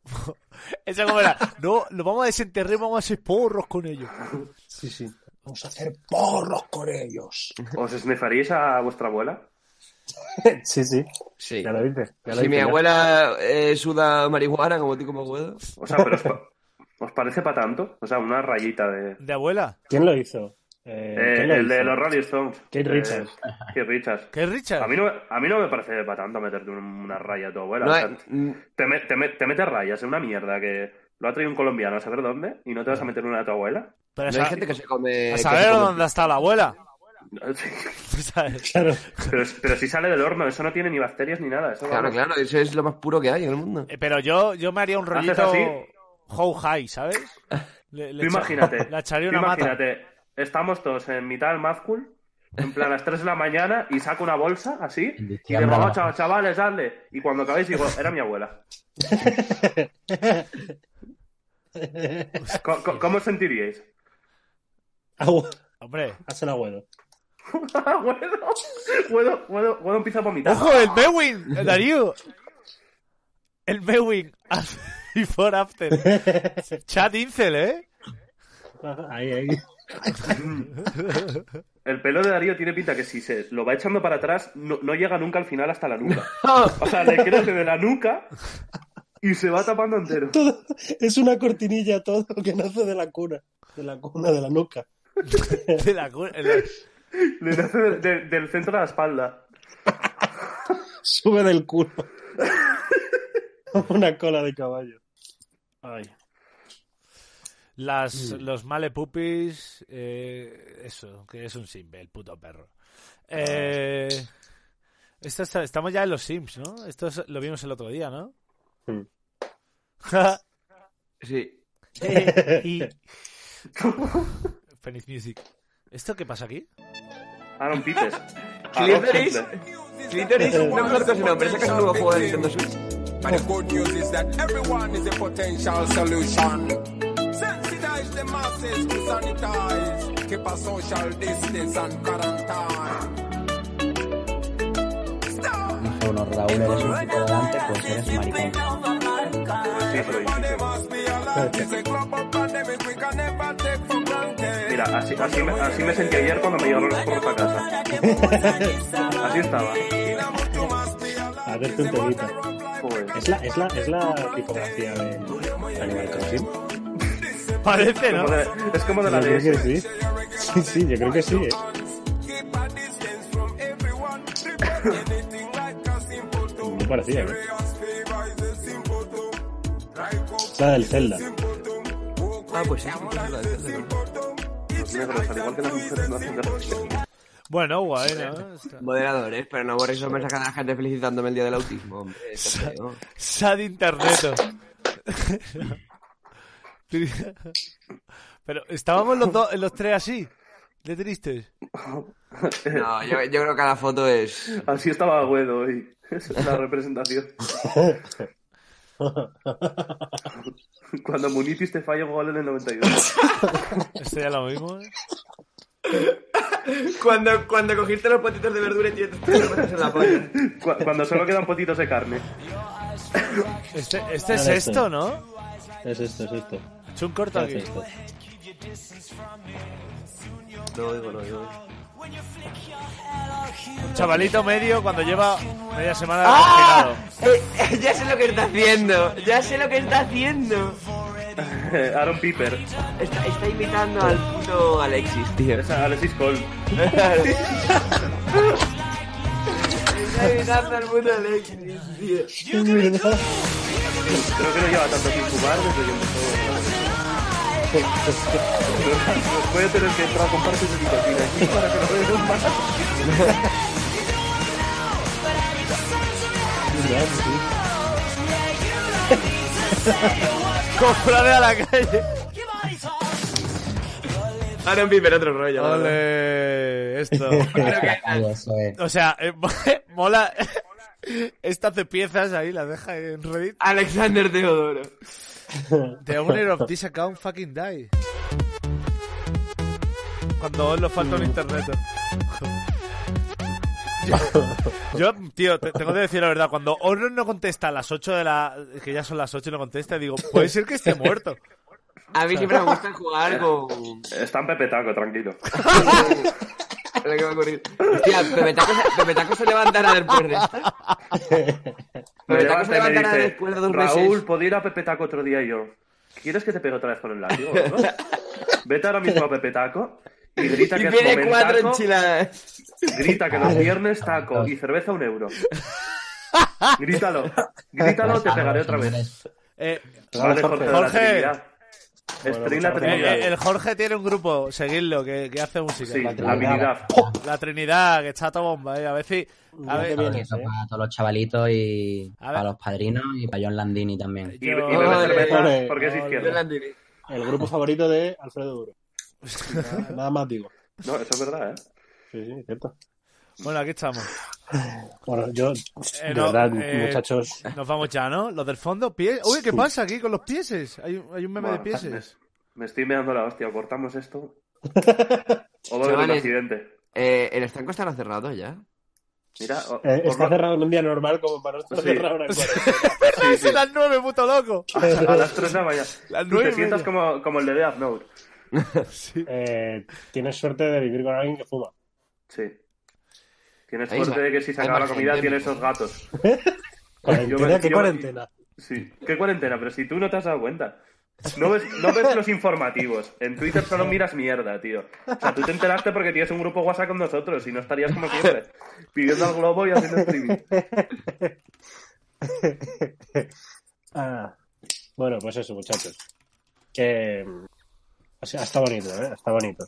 A: *laughs* Esa como era. No, lo vamos a desenterrar y vamos a hacer porros con ellos.
G: Sí, sí. Vamos a hacer porros con ellos.
E: ¿Os esnefaríais a vuestra abuela?
G: Sí, sí.
I: Sí.
G: Ya lo dices. ya lo
I: Si mi
G: dices, ya.
I: abuela eh, suda marihuana, como tú como puedo.
E: O sea, pero os, pa-
A: *laughs*
E: ¿os parece para tanto? O sea, una rayita de.
A: ¿De abuela?
G: ¿Quién lo hizo?
E: Eh,
G: ¿quién lo
E: el de
G: hizo?
E: los Rolling Stones.
G: Keith
E: Eh,
G: Richards.
E: Keith Richards.
A: Richards?
E: A mí, no, a mí no me parece para tanto meterte un- una raya a tu abuela.
I: No,
E: O sea,
I: eh,
E: te, me- te me- te metes rayas, es una mierda que lo ha traído un colombiano a saber dónde y no te vas a meter una a tu abuela.
A: Pero
I: No hay gente que se come.
A: A
I: que se
A: saber
I: come-
A: dónde está la abuela. *laughs* Pues,
E: Pero, pero si sale del horno, eso no tiene ni bacterias ni nada. Eso
I: Claro,
E: vamos.
I: claro, eso es lo más puro que hay en el mundo.
A: Eh, Pero yo, yo me haría un
E: ¿Haces
A: rollito
E: así?
A: how high, ¿sabes? Le,
E: Tú
A: le echa-
E: imagínate.
A: *laughs* Le echaría
E: tú
A: una mata.
E: imagínate, estamos todos en mitad del Mazcool, en plan a las 3 de la mañana, y saco una bolsa así, y digo,
A: diciembre,
E: vamos,
A: ¿no?
E: chav- chavales, dale. Y cuando acabéis digo, era mi abuela. Co- co- ¿Cómo, os sentiríais? *laughs*
A: Hombre.
G: Haz el abuelo.
E: bueno, bueno, bueno, bueno, empieza a vomitar.
A: ¡Ojo, el Mewin! el ¡Darío! El *laughs* Mewin. Before after. Chad Incel, ¿eh?
G: Ahí, ahí.
E: El pelo de Darío tiene pinta que si se lo va echando para atrás, no, no llega nunca al final hasta la nuca. O sea, le crece de la nuca Y se va tapando entero.
G: Todo- es una cortinilla todo *laughs* que nace de la cuna. De la cuna, de la nuca.
A: de la cuna.
E: Le nace de- de- del centro de la espalda.
G: Sube del culo. *laughs* Como una cola de caballo.
A: Las, Los male pupis. eh, eso, que es un simple, el puto perro. Eh, esto está- estamos ya en los sims, ¿no? Esto es- lo vimos el otro día, ¿no?
I: sí.
A: Fenix Music. ¿Esto qué pasa aquí?
E: Aaron Pipes.
I: Clitoris. Clitoris. No me acuerdo ese nombre. Sacas un nuevo juego de Nintendo Switch.
U: But the good news is that everyone is a potential solution. Sensitize the masses to sanitize. Keep a social distance and quarantine.
F: Dice uno, Raúl, eres un tipo delante, pues eres maricón.
E: *laughs* Mira, así, así, me, así me sentí ayer cuando me llegaron los porros a casa. Así estaba.
G: A ver, tu telita. Es la, es la, es la tipografía de Animal Crossing.
A: Parece,
E: ¿no? Es como de la
G: Yo creo
E: DS.
G: que sí. Sí, sí, yo creo que sí. eh. Me parecía, ¿eh? La del Zelda.
I: Ah, pues sí. Los
E: negros, al igual que las mujeres, no hacen gracia.
A: Bueno, guay, ¿no? Está-
I: Moderadores, pero no borréis los mensajes de la gente felicitándome el día del autismo, hombre. Eso es feo.
A: Sad interneto. Pero estábamos los dos, los tres así, de tristes.
I: No, yo, yo creo que la foto es.
E: Así estaba Agüedo hoy. Esa es *laughs* la
I: *laughs*
E: representación. Cuando Munitis te falla un gol en el 92.
A: Esto Este ya lo ¿eh? vimos.
I: Cuando, cuando cogiste los potitos de verdura y tienes en la polla.
E: Cu- Cuando solo quedan potitos de carne. *laughs*
A: Este, este es
G: Ahora
A: esto, ¿no?
G: Es esto, es esto.
A: Es un corto aquí.
I: No digo, no digo.
A: Un chavalito medio cuando lleva media semana
I: ¡Ah!
A: confinado.
I: *laughs* Eh, eh, ya sé lo que está haciendo. Ya sé lo que está haciendo.
E: Aaron Piper.
I: Está, está imitando al puto Alexis, tío.
E: Es Alexis Cole.
I: está imitando al puto Alexis, tío.
E: Creo que no lleva tanto sin jugar desde que empezó.
I: *laughs*
E: Los voy a tener que entrar a compartir su nicotina aquí para que lo vean más.
A: Cofrade a la calle.
I: Aaron Piper, otro rollo. la verdad.
A: Ole, esto. O sea, eh, *laughs* mola. Esta hace piezas ahí, las deja en Reddit.
I: Alexander Teodoro.
A: The owner of this account fucking die. Cuando os lo falta un internet. Yo, tío, te- tengo que decir la verdad. Cuando Orlon no contesta a las 8 de la. que ya son las 8 y no contesta, digo, puede ser que esté muerto.
I: A mí siempre me gusta jugar con.
E: Está en pepetaco, tranquilo.
I: Lo que va a ocurrir. Hostia, Pepe Taco se- Pepe Taco se levantará después de esto.
E: Me
I: Pepe Taco
E: levanta
I: se
E: y me
I: levantará
E: dice,
I: después de dos
E: Raúl,
I: meses.
E: ¿podría ir a Pepetaco otro día? Y yo, ¿quieres que te pegue otra vez con el látigo?
I: *laughs*
E: no? Vete ahora mismo a Pepetaco y grita
I: Y
E: que es
I: pide
E: momentaco,
I: cuatro enchiladas.
E: Grita que los viernes taco y cerveza un euro. Grítalo, grítalo, te pegaré otra vez.
A: Eh,
E: Vale, Jorge, de la
A: Jorge.
E: Trinidad. Stream la
A: Eh,
E: Trinidad.
A: eh, el Jorge tiene un grupo, seguidlo, que, que hace música.
E: Sí, La la Trinidad.
A: La Trinidad, que está todo bomba, eh. A ver si. A ver,
F: Para todos los chavalitos y para los padrinos y para John Landini también.
E: Y, y
G: Yo-
E: bebe
G: Ole,
E: cerveza
G: ole,
E: porque es
G: ole.
E: izquierda.
G: El grupo favorito de Alfredo *laughs* Duro. Nada, nada más digo.
E: No, eso es verdad, ¿eh?
G: Sí, sí, es cierto.
A: Bueno, aquí estamos.
G: Bueno, yo,
A: Eh,
G: de
A: no,
G: verdad,
A: eh,
G: muchachos.
A: Nos vamos ya, ¿no? Los del fondo, pies. Uy, ¿qué pasa aquí con los pieses? Hay, un- hay un meme
E: Bueno,
A: de pieses. *laughs*
E: Me estoy meando la hostia, cortamos esto.
G: *laughs*
E: O va a haber un
I: Chavales,
E: accidente.
I: eh, el estanco estará cerrado ya.
E: Mira, o-
G: Eh,
E: os
G: está
E: va-
G: cerrado en un día normal como para nosotros
E: Sí.
G: cerrar una cuarentena.
A: *laughs*
G: *laughs*
A: Es las nueve, puto loco.
E: *laughs* A las 3 de la mañana.
A: Las
E: Tú
A: nueve
E: te
A: y
E: sientas
A: media.
E: como, como el de Death Note.
G: Eh, tienes suerte de vivir con alguien que fuma.
E: Sí. Tienes
G: Ahí
E: suerte
G: va.
E: de que si se
G: Hay
E: acaba la
G: margen,
E: comida
G: bien.
E: tiene esos gatos.
G: Cuarentena,
E: Yo me-
G: ¿qué
E: yo-
G: cuarentena?
E: Sí, qué cuarentena, pero si tú no te has dado cuenta. No ves, no ves los informativos. En Twitter
G: *laughs*
E: solo miras mierda, tío. O sea, tú te enteraste porque tienes un grupo WhatsApp con nosotros y no estarías como siempre,
G: *laughs*
E: pidiendo al globo y haciendo streaming.
G: Ah, bueno, pues eso, muchachos. Que. O sea, está bonito, ¿eh? Está bonito.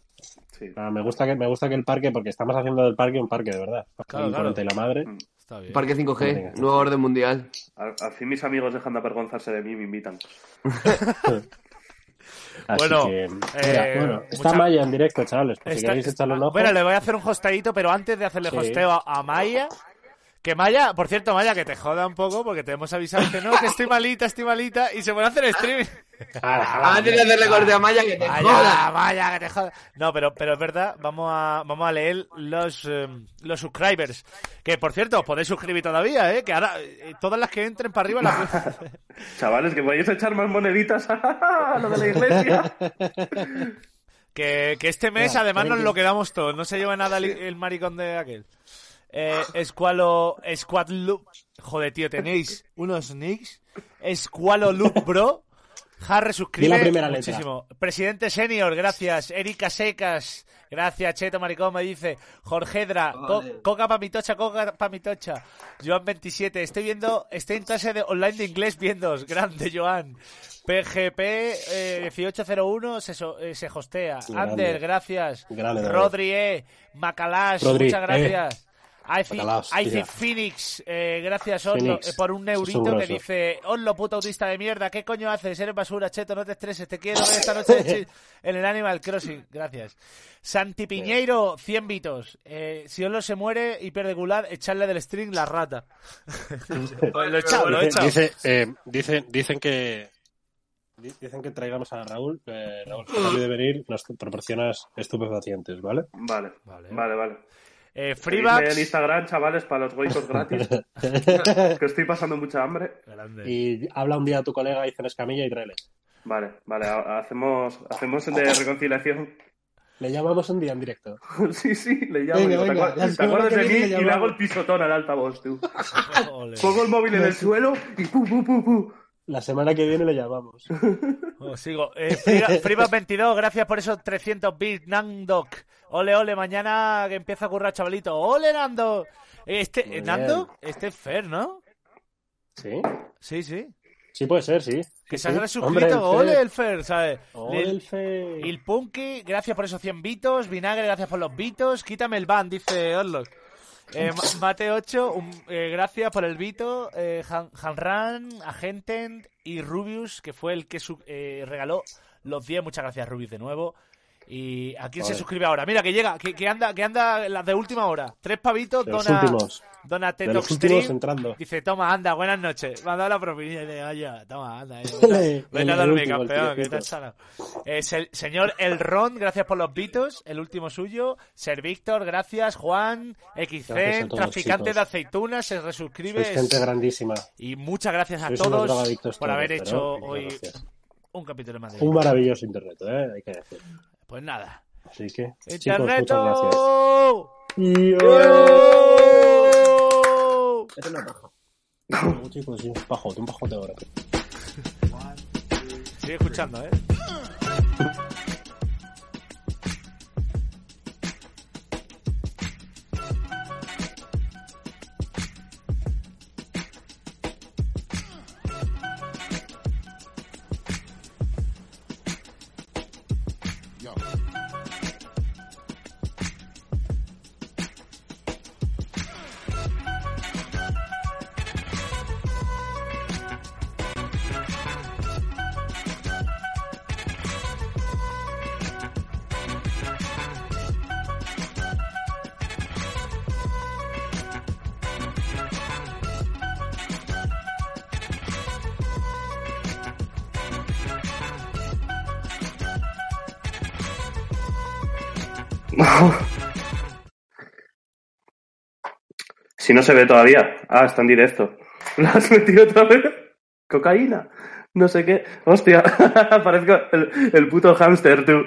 G: Ah, me, gusta que, me gusta que el parque, porque estamos haciendo del parque un parque de verdad.
E: Claro,
G: Un
E: claro.
G: puente y la madre.
A: Está bien.
B: Parque 5G, nuevo orden mundial.
E: Al, al fin mis amigos dejan de avergonzarse de mí y me invitan.
G: Así
A: Bueno,
G: que,
A: eh,
G: mira, bueno, está
A: mucha-
G: Maya en directo, chavales. Por pues si
A: Está- Ah,
G: queréis echarle un ojo.
A: Bueno, le voy a hacer un hosteadito, pero antes de hacerle
G: Sí.
A: hosteo a, a Maya. Que Maya, por cierto, Maya, que te joda un poco porque te hemos avisado que no, que estoy malita, estoy malita, y se pone a hacer streaming.
I: Antes de hacerle corte a Maya, que te
A: Vaya,
I: joda.
A: vaya, que te joda. No, pero, pero es verdad, vamos a, vamos a leer los, eh, los subscribers. Que por cierto, os podéis suscribir todavía, ¿eh? Que ahora eh, todas las que entren para
G: *laughs*
A: arriba las.
E: Chavales, que podéis echar más moneditas *laughs* a lo de la iglesia.
A: Que, que este mes
E: Ya,
A: además nos
E: también
A: lo
E: que-
A: quedamos todos. No se lleva nada el, el maricón de aquel. Eh, Squalo, Squadloop. Joder, tío, tenéis unos nicks. Squalo Loop Bro. Harry suscribe
G: Di la primera letra.
A: muchísimo. Presidente Senior, gracias. Erika Secas, gracias. Cheto Maricón me dice. Jorgedra, co-
G: Vale.
A: coca pa' mi tocha, coca pa' mi tocha. Joan 27, estoy viendo, estoy en clase de online de inglés viendo. Grande, Joan. PGP eh, 1801 se, so- eh, se hostea.
G: Grande.
A: Ander, gracias.
G: Grande, Ander.
A: Rodri, eh. Macalash,
G: Rodri,
A: muchas gracias. IC
G: Macalash,
A: IC
G: tía.
A: Phoenix, eh, gracias Oslo,
G: Phoenix,
A: eh, por un
G: eso es un
A: neurito que
G: grosso.
A: dice Oslo, puto autista de mierda, ¿qué coño haces? Eres basura, cheto, no te estreses, te quiero ver esta noche
G: *laughs*
A: en chi- en el Animal Crossing, gracias. Santi Piñeiro, 100 vitos. Eh, si Oslo se muere y pierde gular, echarle del string la rata. lo he echado, lo he
G: Dice-
A: echado.
G: dice, eh, dicen, dicen que di- dicen que traigamos a Raúl. Eh, Raúl, a cambio de venir, nos proporcionas estupefacientes, ¿vale?
E: Vale, vale, vale.
A: Eh,
G: Freebags.
E: en Instagram, chavales, para los goicos
G: *laughs*
E: gratis. que estoy pasando mucha hambre.
G: Y habla un día a tu colega, Izan Escamilla y tráele.
E: Vale, vale, ha- hacemos, hacemos de reconciliación. *laughs*
G: Le llamamos un día en directo.
E: sí, sí, le llamo.
G: Venga,
E: digo, ¿Te,
G: venga,
E: acuer-
G: la
E: te
G: semana
E: acuerdas
G: que
E: de mí?
G: viene le
E: Y le hago
G: llamamos.
E: el pisotón al altavoz,
G: *laughs*
E: tú. Pongo el móvil en el suelo y pu, pu, pu, pu.
G: La semana que viene le llamamos.
A: Os sigo. Eh, Friba-
G: *laughs*
A: Fribas22, gracias por esos 300 bits, Nandoc. Ole, ole, mañana que empieza a currar, chavalito. Ole, Nando. Este,
G: Muy
A: eh, ¿Nando? Este es Fer, ¿no?
G: ¿Sí?
A: Sí, sí.
G: Sí, puede ser, sí.
A: Que
G: Sí,
A: se ha
G: sí.
A: suscrito.
G: Hombre, el
A: ole,
G: Fer.
A: el Fer, ¿sabes?
G: Ole, el
A: Y el Punky, gracias por esos 100 bitos. Vinagre, gracias por los bitos. Quítame el ban, dice Orlok.
G: *laughs*
A: Eh, Ma- Mate 8, un- eh, gracias por el Vito, eh, Han- Hanran, Agenten y Rubius, que fue el que su- eh, regaló los 10. Muchas gracias, Rubius, de nuevo. ¿Y a quién se
G: Joder.
A: suscribe ahora? Mira, que llega, que, que anda que anda las de última hora. Tres pavitos,
G: De los
A: dona,
G: últimos.
A: dona
G: De los
A: Tetox
G: últimos
A: Stream.
G: entrando.
A: Dice, toma, anda, buenas noches. Me ha dado la propina y le digo, "Oye, toma,
G: *laughs*
A: anda. eh,
G: El-
A: Vete a
G: el
A: dormir,
G: último, el
A: campeón, que
G: tiempito.
A: estás sano. Eh, se- señor El Ron, gracias por los bitos, el último suyo. Ser Víctor, gracias. Juan,
G: Gracias a
A: XC,
G: todos,
A: traficante
G: chicos.
A: de aceitunas, se resuscribe.
G: Sois gente grandísima.
A: Y muchas gracias a
G: Sois unos
A: todos por
G: drogadictos todos,
A: haber
G: pero
A: hecho
G: muchas
A: hoy
G: gracias.
A: un capítulo más de
G: Un maravilloso internet, ¿eh? Hay que decir.
A: Pues nada. ¡oh!
G: Así que, chicos, muchas
A: ¡Interneto!
G: gracias. Eh.
A: Eres una paja.
G: Luego, chicos, sí, un pajote, un pajote ahora.
A: Sigue escuchando, ¿eh?
H: Yo.
E: Si no se ve todavía. Ah, está en directo. *laughs* ¿Lo has metido otra vez? Cocaína. No sé qué. Hostia, *laughs* parezco el, el puto hámster, tú.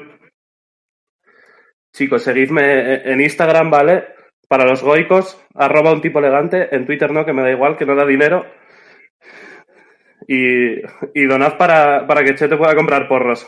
E: Chicos, seguidme en Instagram, ¿vale? Para los goicos, arroba un tipo elegante. En Twitter no, que me da igual, que no da dinero. Y, y donad para, para que Chete pueda comprar porros.